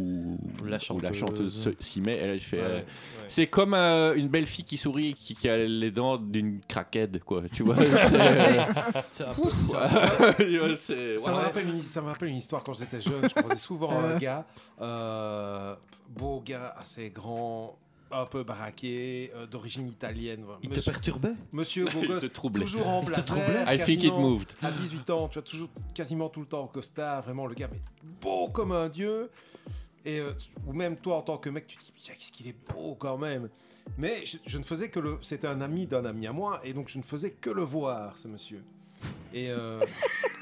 Speaker 1: La
Speaker 6: ou la
Speaker 1: chanteuse.
Speaker 6: chanteuse se- s'y met et là je fais euh,
Speaker 3: Ouais.
Speaker 6: c'est comme euh, une belle fille qui sourit et qui, qui a les dents d'une craquette quoi tu
Speaker 3: <laughs>
Speaker 6: vois c'est, euh,
Speaker 1: C'est un
Speaker 6: Pouf,
Speaker 1: c'est
Speaker 6: quoi. <laughs>
Speaker 1: un-
Speaker 6: Tu vois, c'est-
Speaker 3: Ça, me
Speaker 6: voilà.
Speaker 3: rappelle une, ça me rappelle une histoire quand j'étais jeune. Je croisais souvent
Speaker 7: Euh.
Speaker 3: un gars, euh, beau gars, assez grand, un peu baraqué, euh, d'origine italienne. voilà.
Speaker 1: Il te
Speaker 3: Monsieur,
Speaker 1: perturbait
Speaker 6: <laughs>
Speaker 3: monsieur beau
Speaker 6: Il
Speaker 3: gosse,
Speaker 6: te troublait.
Speaker 3: toujours en
Speaker 1: te
Speaker 3: blazer,
Speaker 1: troublait
Speaker 6: I think it
Speaker 3: quasiment- <laughs>
Speaker 6: moved.
Speaker 3: à 18 ans, tu vois, toujours quasiment tout le temps en costard, vraiment le gars, mais beau comme un dieu. Et, euh, ou même toi, en tant que mec, tu te dis, Tiens, qu'est-ce qu'il est beau quand même. Mais je, je ne faisais que le. C'était un ami d'un ami à moi, et donc je ne faisais que le voir, ce monsieur. Et, euh,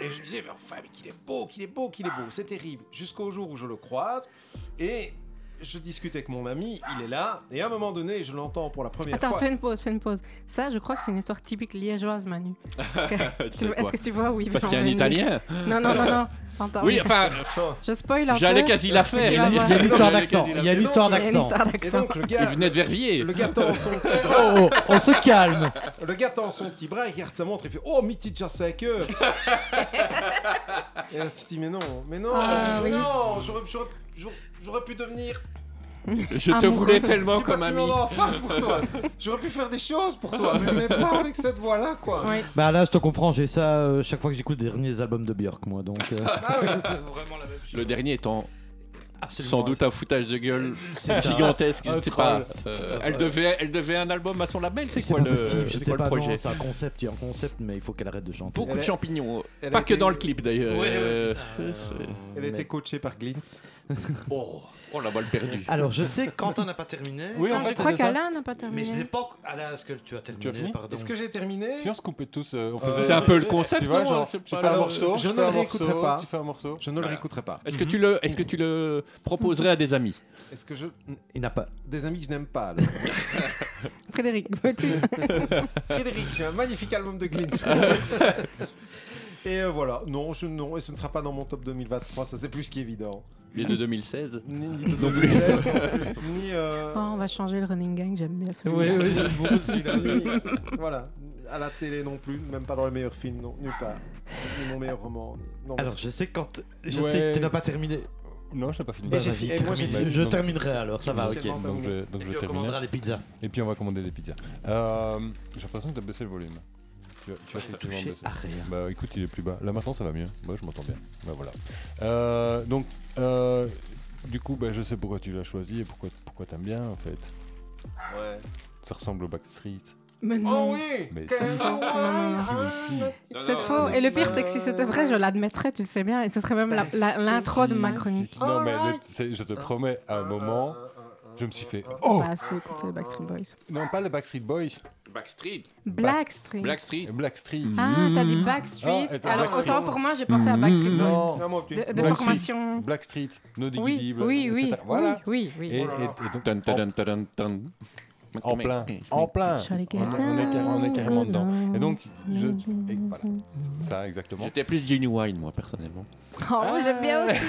Speaker 3: et je me disais, mais enfin, mais qu'il est beau, qu'il est beau, qu'il est beau, c'est terrible. Jusqu'au jour où je le croise, et je discute avec mon ami, il est là, et à un moment donné, je l'entends pour la première
Speaker 7: Attends,
Speaker 3: fois.
Speaker 7: fais une pause, fais une pause. Ça, je crois que c'est une histoire typique liégeoise, Manu. Tu-
Speaker 6: Tu sais quoi.
Speaker 7: Est-ce que tu vois où il
Speaker 6: parce
Speaker 7: veut en
Speaker 6: qu'il y a un
Speaker 7: venir
Speaker 6: italien
Speaker 7: Non, non, non, non. Attends,
Speaker 6: oui enfin
Speaker 7: Je spoil un
Speaker 6: j'allais
Speaker 7: peu.
Speaker 6: quasi la faire
Speaker 7: Tu
Speaker 6: il
Speaker 7: vas
Speaker 6: a-
Speaker 7: voir.
Speaker 5: Il y a une histoire
Speaker 6: J'allais
Speaker 5: d'accent.
Speaker 6: quasi la
Speaker 5: Il y a une
Speaker 3: Mais non,
Speaker 5: histoire
Speaker 7: Il y a une
Speaker 5: d'accent.
Speaker 7: histoire
Speaker 3: Et
Speaker 7: d'accent.
Speaker 3: donc, le
Speaker 6: Il
Speaker 3: gars,
Speaker 6: venait de Verviers.
Speaker 3: le gars tend son petit bras.
Speaker 5: Oh, oh, on se calme.
Speaker 3: Le gars tend son petit bras, il regarde sa montre, il fait Oh, Mitty Jasaker Et là, tu te dis Mais non, mais non,
Speaker 7: Ah,
Speaker 3: mais
Speaker 7: oui.
Speaker 3: non, j'aurais, j'aurais, j'aurais- j'aurais pu devenir
Speaker 6: Je te
Speaker 7: Amoureux.
Speaker 6: voulais tellement
Speaker 3: du
Speaker 6: comme ami.
Speaker 3: bâtiment d'en face pour toi. J'aurais pu faire des choses pour toi, mais, mais pas avec cette voix-là, quoi.
Speaker 7: Oui.
Speaker 5: Bah là, je te comprends. J'ai ça euh, chaque fois que j'écoute les derniers albums de Björk, moi. Donc, euh,
Speaker 3: Ah oui, c'est vraiment la même chose.
Speaker 6: Le dernier étant
Speaker 1: Absolument.
Speaker 6: sans doute un foutage de gueule <laughs>
Speaker 5: c'est un-
Speaker 6: gigantesque.
Speaker 5: un
Speaker 6: je sais pas.
Speaker 5: troll.
Speaker 6: Euh, elle, devait, elle devait un album à son label. C'est
Speaker 5: C'est
Speaker 6: quoi
Speaker 5: pas
Speaker 6: le,
Speaker 5: possible. Je
Speaker 6: c'est
Speaker 5: sais
Speaker 6: quoi le
Speaker 5: pas.
Speaker 6: projet
Speaker 5: non, C'est un concept. Il y a un concept, mais il faut qu'elle arrête de chanter.
Speaker 6: Beaucoup
Speaker 3: Elle
Speaker 6: de
Speaker 3: a-
Speaker 6: champignons.
Speaker 3: Elle
Speaker 6: Pas
Speaker 3: a
Speaker 6: que
Speaker 3: été-
Speaker 6: dans le clip d'ailleurs.
Speaker 1: Ouais, ouais,
Speaker 6: Euh,
Speaker 1: putain,
Speaker 6: c'est-
Speaker 3: Elle a été
Speaker 5: Mais-
Speaker 3: coachée par Glintz.
Speaker 1: Oh.
Speaker 6: Oh la balle perdue.
Speaker 5: Alors, je sais quand.
Speaker 1: Quentin n'a pas terminé.
Speaker 8: Oui,
Speaker 7: Non,
Speaker 8: en
Speaker 7: Ah, je
Speaker 8: fait,
Speaker 7: crois
Speaker 8: c'est ça.
Speaker 7: qu'Alain n'a pas
Speaker 1: Mais je n'ai
Speaker 7: terminé.
Speaker 1: pas. enc- Ah là, est-ce que tu as terminé
Speaker 8: fini
Speaker 1: Pardon.
Speaker 3: Est-ce que j'ai terminé
Speaker 8: Si on se coupait tous, euh, on
Speaker 3: Euh,
Speaker 8: faisait.
Speaker 6: C'est un peu le concept.
Speaker 8: Tu vois,
Speaker 6: non,
Speaker 8: genre,
Speaker 6: c'est
Speaker 8: tu
Speaker 6: pas
Speaker 8: fais un
Speaker 6: le-
Speaker 8: morceau,
Speaker 3: je
Speaker 8: je
Speaker 3: ne
Speaker 8: fais un
Speaker 3: le réécouterai
Speaker 8: morceau,
Speaker 3: pas.
Speaker 8: tu fais un morceau.
Speaker 3: Je ne le réécouterai pas.
Speaker 6: Est-ce que tu le, est-ce que tu le proposerais à des amis
Speaker 3: Est-ce que je.
Speaker 5: Il n'a pas.
Speaker 3: Des amis que je n'aime pas.
Speaker 6: <laughs>
Speaker 3: alors.
Speaker 7: Frédéric, veux-tu
Speaker 3: Frédéric, j'ai un magnifique album de
Speaker 6: <laughs>
Speaker 3: Glintz. Et euh, voilà, non, je, non, et ce ne sera pas dans mon top 2023, ça c'est plus qu'évident.
Speaker 6: Il est de 2016.
Speaker 3: Ni, <laughs> ni de 2016, ni, euh,
Speaker 7: <laughs> Oh, on va changer le running gang, j'aime bien celui-là.
Speaker 5: Oui, oui, j'aime beaucoup
Speaker 6: <laughs>
Speaker 5: celui-là.
Speaker 3: ni, euh, voilà, à la télé non plus, même pas dans les meilleurs films, non, nulle part. Ni mon meilleur roman. ni- non,
Speaker 5: Alors,
Speaker 3: merci.
Speaker 5: je sais quand. Je
Speaker 8: Ouais.
Speaker 5: sais que tu n'as pas terminé.
Speaker 8: Non, je n'ai pas fini.
Speaker 3: Et
Speaker 5: Bah,
Speaker 3: j'ai
Speaker 5: vas-y,
Speaker 3: fi- et moi, j'ai
Speaker 5: termine.
Speaker 8: fini.
Speaker 5: Je terminerai alors. Ça va, ok.
Speaker 3: Officiellement.
Speaker 8: Donc je,
Speaker 1: Et
Speaker 8: donc je
Speaker 1: tu
Speaker 8: vais terminer.
Speaker 1: recommanderas les pizzas.
Speaker 8: Et puis on va commander des pizzas. Euh, J'ai l'impression que t'as baissé le volume. Tu as, tu as effectivement
Speaker 1: Touché
Speaker 8: baissé.
Speaker 1: à rien.
Speaker 8: Bah écoute, il est plus bas. Là maintenant ça va mieux. Bah je m'entends bien. Bah voilà. Euh, donc euh, du coup, bah, je sais pourquoi tu l'as choisi et pourquoi pourquoi t'aimes bien en fait.
Speaker 3: Ouais.
Speaker 8: Ça ressemble au Backstreet.
Speaker 7: Mais non.
Speaker 3: Oh oui
Speaker 8: Mais
Speaker 3: Can
Speaker 8: si.
Speaker 3: you
Speaker 8: si.
Speaker 3: ride
Speaker 7: C'est faux. Et le pire, c'est que si c'était vrai, je l'admettrais, tu sais bien. Et ce serait même la- la- l'intro de ma chronique.
Speaker 8: Si, si, Non mais le-
Speaker 3: Alright.
Speaker 8: c'est- je te promets, à un moment, je me suis fait. Oh
Speaker 7: Pas assez écouter les Backstreet Boys.
Speaker 8: non pas les Backstreet Boys,
Speaker 6: Backstreet.
Speaker 7: Blackstreet.
Speaker 6: Backstreet.
Speaker 8: les Blackstreet.
Speaker 7: Ah, t'as dit
Speaker 8: Ah,
Speaker 7: Backstreet.
Speaker 8: et t'as
Speaker 7: Alors,
Speaker 8: Backstreet.
Speaker 7: autant pour moi, j'ai pensé à Backstreet Boys.
Speaker 8: Non.
Speaker 3: Ah, mon petit.
Speaker 7: De, de
Speaker 8: Backstreet.
Speaker 7: formation.
Speaker 8: Blackstreet, No
Speaker 7: Oui,
Speaker 8: Diggity, Black-
Speaker 7: oui, oui.
Speaker 8: etc. Voilà.
Speaker 7: Oui, oui,
Speaker 8: Et,
Speaker 7: oui.
Speaker 8: et- et donc
Speaker 6: Tan, tan, tan, tan.
Speaker 8: en plein, en plein. On
Speaker 7: Charlie
Speaker 8: est, on est car- on est carrément dedans. Et donc je, et voilà, ça exactement.
Speaker 6: J'étais plus genuine moi personnellement.
Speaker 7: Oh, j'aime bien aussi.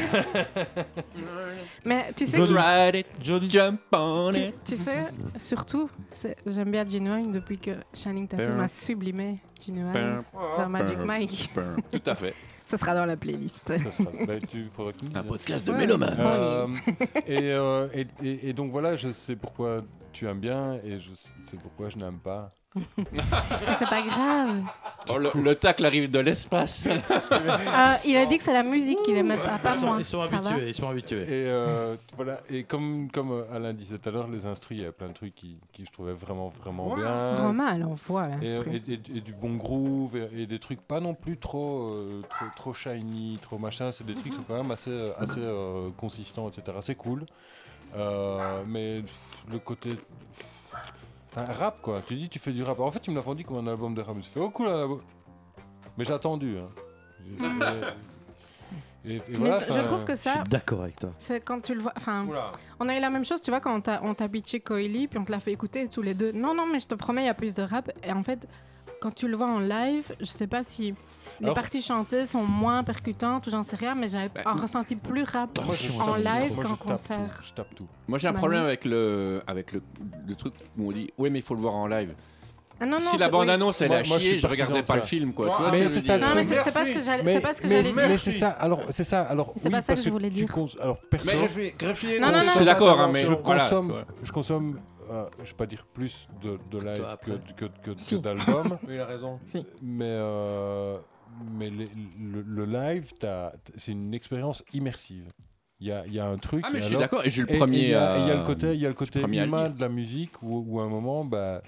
Speaker 7: Mais tu sais
Speaker 5: Good
Speaker 7: qui
Speaker 6: Ride it, jump on
Speaker 7: Tu, tu sais, surtout, c'est- j'aime bien Genuine depuis que Shining Tatum
Speaker 6: Pam.
Speaker 7: m'a sublimé Genuine
Speaker 6: Pam,
Speaker 7: dans Magic
Speaker 6: Pam.
Speaker 7: Mike.
Speaker 6: pam. Tout à fait.
Speaker 7: <laughs> Ce sera dans la playlist.
Speaker 8: Ça sera- bah, tu faudra que tu me
Speaker 6: Un
Speaker 8: dises.
Speaker 6: podcast de
Speaker 7: Ouais.
Speaker 6: méloman.
Speaker 8: Euh, et, euh, et, et- et donc voilà, je sais pourquoi tu aimes bien et je sais pourquoi je n'aime pas.
Speaker 7: <laughs> Mais C'est pas grave.
Speaker 6: Oh, le, le tacle arrive de l'espace.
Speaker 7: Euh, il a dit que c'est la musique qu'il aimait pas, pas
Speaker 5: Ils sont,
Speaker 7: moi.
Speaker 5: ils sont
Speaker 7: Ça va
Speaker 5: habitués. Ils sont habitués.
Speaker 8: Et, euh, voilà, et comme, comme euh, Alain disait tout à l'heure, les instrus, il y a plein de trucs qui, qui je trouvais vraiment, vraiment
Speaker 3: Ouais.
Speaker 8: bien.
Speaker 7: Romain, elle envoie
Speaker 8: Et,
Speaker 7: l'instru.
Speaker 8: et- et- et du bon groove et, et des trucs pas non plus trop, euh, trop, trop shiny, trop machin. C'est des trucs qui sont quand même assez, euh, assez euh, consistants, etc. C'est cool. Euh, mais pff, le côté. Enfin, rap quoi. Tu dis, tu fais du rap. En fait, tu me l'as vendu comme un album de rap. Je fais, oh cool, un album. Mais j'ai attendu. hein. Et, et- et
Speaker 7: Mais
Speaker 8: voilà,
Speaker 7: tu- je
Speaker 8: enfin,
Speaker 7: trouve que
Speaker 5: Je
Speaker 7: ça,
Speaker 5: suis d'accord avec toi.
Speaker 7: c'est quand tu le vois. Enfin,
Speaker 3: Oula.
Speaker 7: on a eu la même chose, tu vois, quand on t'a- on t'a pitché Coily, puis on te l'a fait écouter tous les deux. Non, non, mais je te promets, il y a plus de rap. Et en fait, quand tu le vois en live, je sais pas si. Les
Speaker 8: Alors-
Speaker 7: parties chantées sont moins percutantes, ou j'en sais rien, mais j'avais
Speaker 6: Bah,
Speaker 7: un ressenti plus rap.
Speaker 8: Moi, je-
Speaker 7: en live
Speaker 8: moi, je
Speaker 7: qu'en
Speaker 8: tape tout,
Speaker 7: concert.
Speaker 8: Je tape tout.
Speaker 6: <laughs> Moi j'ai un
Speaker 7: Manu.
Speaker 6: problème avec le avec le, le truc où on dit oui mais il faut le voir en live.
Speaker 7: Ah non, non,
Speaker 6: si la
Speaker 7: c'est- oui,
Speaker 6: bande-annonce elle
Speaker 8: Moi-
Speaker 6: a
Speaker 8: moi, je
Speaker 6: chier,
Speaker 8: suis
Speaker 6: je
Speaker 8: partisan
Speaker 6: regardais
Speaker 8: de
Speaker 6: pas
Speaker 8: ça.
Speaker 6: le film quoi.
Speaker 4: Ah,
Speaker 6: tu vois
Speaker 8: mais
Speaker 6: ce que
Speaker 8: c'est
Speaker 6: je
Speaker 8: ça,
Speaker 6: veux
Speaker 7: Non,
Speaker 6: dire.
Speaker 7: mais c'est
Speaker 3: Merci.
Speaker 7: c'est pas ce que j'allais
Speaker 8: Mais,
Speaker 7: Euh, c'est pas ce que
Speaker 8: mais-
Speaker 7: j'allais dire.
Speaker 8: mais
Speaker 3: Merci.
Speaker 8: c'est ça, alors, c'est ça, alors,
Speaker 7: C'est
Speaker 8: oui,
Speaker 7: pas ça que
Speaker 8: parce
Speaker 7: je voulais
Speaker 8: tu
Speaker 7: dire.
Speaker 8: cons- alors, perso,
Speaker 6: Mais-
Speaker 3: Greffier- greffier
Speaker 7: Non,
Speaker 3: dans
Speaker 7: non,
Speaker 3: son
Speaker 7: non.
Speaker 6: Je suis d'accord, hein, mais je
Speaker 3: intervention.
Speaker 8: je
Speaker 6: Voilà,
Speaker 8: consomme,
Speaker 6: tu vois.
Speaker 8: je consomme, euh, je vais pas dire plus de, de live
Speaker 1: Toi,
Speaker 8: que, que, que, que
Speaker 7: Si.
Speaker 8: d'albums,
Speaker 3: Oui, il a raison.
Speaker 8: <laughs> mais, euh, mais les- le, le live, t'as- t- c'est une expérience immersive. Il y a, il y a un truc.
Speaker 6: Ah mais
Speaker 8: et
Speaker 6: je suis
Speaker 8: alors-
Speaker 6: d'accord et j'ai eu
Speaker 8: et-
Speaker 6: le
Speaker 8: et
Speaker 6: premier.
Speaker 8: Il y, a- et il y a
Speaker 6: euh,
Speaker 8: le côté, il y a le côté
Speaker 6: premier à le
Speaker 8: humain
Speaker 6: dire.
Speaker 8: de la musique où, où à un moment, bah,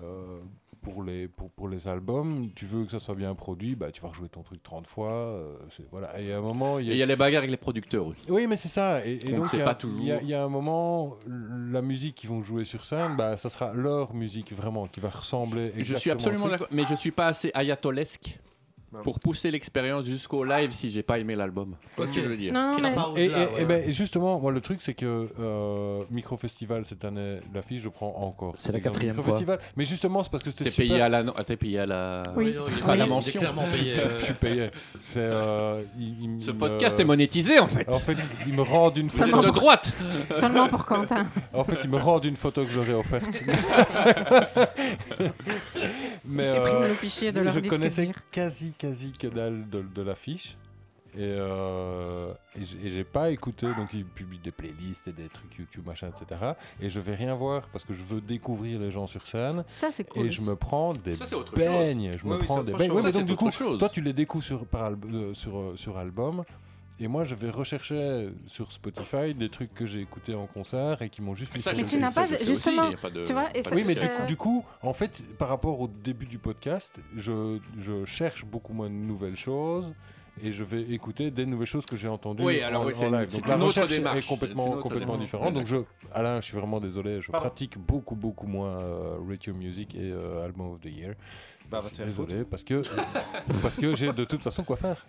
Speaker 8: euh, pour, les, pour, pour les albums, tu veux que ça soit bien produit, bah, tu vas rejouer ton truc 30 fois. euh, c'est- voilà. Et à un moment, il
Speaker 6: et Il y a les bagarres avec les producteurs aussi.
Speaker 8: oui, mais c'est ça. Et, et
Speaker 6: On
Speaker 8: donc,
Speaker 6: sait
Speaker 8: il y a-
Speaker 6: pas toujours.
Speaker 8: Il y a- il y, a un moment, la musique qu'ils vont jouer sur scène, bah, ça sera leur musique vraiment qui va ressembler.
Speaker 6: Je suis
Speaker 8: exactement au
Speaker 6: absolument
Speaker 8: truc.
Speaker 6: d'accord, mais je suis pas assez ayatolesque
Speaker 3: Non.
Speaker 6: pour pousser l'expérience jusqu'au live si j'ai pas aimé l'album. C'est ce que je veux dire.
Speaker 7: Non,
Speaker 1: Qui n'a
Speaker 7: mais
Speaker 1: pas
Speaker 8: Et,
Speaker 1: au-delà,
Speaker 8: et-
Speaker 1: ouais.
Speaker 8: et ben, justement, moi, le truc, c'est que euh, Micro Festival cette année, l'affiche, je prends encore.
Speaker 5: C'est la
Speaker 8: Exemple,
Speaker 5: quatrième
Speaker 8: Micro Festival. Mais justement, c'est parce que c'était
Speaker 6: T'es
Speaker 8: super.
Speaker 6: payé à la, non- t'es payé à la.
Speaker 7: Oui.
Speaker 1: non, il est payé,
Speaker 6: Pas la
Speaker 1: il est
Speaker 6: mention.
Speaker 1: clairement payé,
Speaker 8: Je
Speaker 1: euh,
Speaker 8: suis payé. C'est. euh, il- il
Speaker 6: Ce
Speaker 8: me-
Speaker 6: podcast est monétisé en fait.
Speaker 8: En fait, il me rend une
Speaker 6: Vous êtes
Speaker 8: photo.
Speaker 6: de droite.
Speaker 7: seulement pour Quentin.
Speaker 8: En fait, il me rend une photo que
Speaker 5: <laughs>
Speaker 8: j'aurais offerte.
Speaker 7: Ils
Speaker 8: Mais
Speaker 7: suppriment
Speaker 8: euh,
Speaker 7: le fichier de leur
Speaker 8: je
Speaker 7: disque
Speaker 8: connaissais
Speaker 7: dur.
Speaker 8: quasi quasi que dalle de, de l'affiche et, euh, et j'ai et j'ai pas écouté donc ils publient des playlists et des trucs YouTube machin etc et je vais rien voir parce que je veux découvrir les gens sur scène
Speaker 7: Ça, c'est
Speaker 8: et
Speaker 7: cool.
Speaker 8: je me prends des
Speaker 6: Ça, c'est autre chose.
Speaker 8: beignes je me
Speaker 3: Oui, oui,
Speaker 8: prends
Speaker 3: c'est
Speaker 8: des
Speaker 3: autre
Speaker 8: beignes
Speaker 3: chose.
Speaker 8: Ouais, mais
Speaker 6: Ça,
Speaker 8: donc
Speaker 6: c'est
Speaker 8: du
Speaker 6: autre
Speaker 8: coup
Speaker 6: chose.
Speaker 8: toi tu les découvres sur par al- euh, sur euh, sur album et moi, je vais rechercher sur Spotify des trucs que j'ai écoutés en concert et qui m'ont juste mis
Speaker 6: Ça,
Speaker 8: sur
Speaker 6: je
Speaker 8: le
Speaker 7: tu
Speaker 6: fais-
Speaker 7: n'as
Speaker 6: ça,
Speaker 7: pas
Speaker 6: je
Speaker 7: de-
Speaker 6: fais
Speaker 7: justement,
Speaker 6: aussi, il y a pas de- Ah
Speaker 7: tu vois,
Speaker 6: pas
Speaker 7: et
Speaker 6: de
Speaker 7: ça- euh,
Speaker 8: oui, mais
Speaker 7: c'est-
Speaker 8: du, coup- du coup, en fait, par rapport au début du podcast, je, je cherche beaucoup moins de nouvelles choses et je vais écouter des nouvelles choses que j'ai entendues
Speaker 6: Oui, alors
Speaker 8: en,
Speaker 6: oui, c'est
Speaker 8: en
Speaker 6: une-
Speaker 8: live.
Speaker 6: c'est
Speaker 8: Donc
Speaker 6: une
Speaker 8: la
Speaker 6: autre
Speaker 8: recherche
Speaker 6: démarche,
Speaker 8: est complètement,
Speaker 6: c'est une autre
Speaker 8: complètement
Speaker 6: démarche.
Speaker 8: différente. Donc, je, Alain, je suis vraiment désolé, je
Speaker 3: Pardon.
Speaker 8: pratique beaucoup, beaucoup moins euh, Radio Music et euh, Album of the Year.
Speaker 6: Ah,
Speaker 3: Bah, va
Speaker 8: Je
Speaker 3: te
Speaker 8: suis
Speaker 3: faire foutre.
Speaker 8: désolé, parce que, <laughs> parce que j'ai de toute façon quoi faire.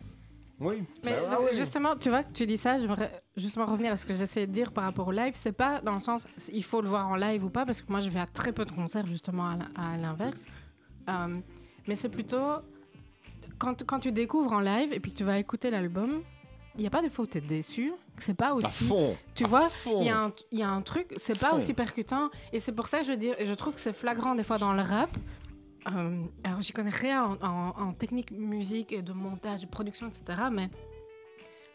Speaker 3: Oui.
Speaker 7: Mais
Speaker 3: Bah,
Speaker 7: donc,
Speaker 3: ah oui.
Speaker 7: justement, tu vois, que tu dis ça, j'aimerais justement revenir à ce que j'essaie de dire par rapport au live. C'est pas dans le sens c- il faut le voir en live ou pas, parce que moi je vais à très peu de concerts justement à l'in- à l'inverse. Euh, mais c'est plutôt quand, quand tu découvres en live et puis que tu vas écouter l'album, il n'y a pas des fois où tu es déçu, que c'est pas
Speaker 6: À
Speaker 7: aussi.
Speaker 6: fond.
Speaker 7: Tu
Speaker 6: à
Speaker 7: vois,
Speaker 6: fond.
Speaker 7: il y, a un- il y a un truc, c'est pas
Speaker 6: Fond.
Speaker 7: aussi percutant. Et c'est pour ça que je veux dire, et je trouve que c'est flagrant des fois dans le rap. Euh, alors, j'y connais rien en, en- en technique musique et de montage, de production, etc. Mais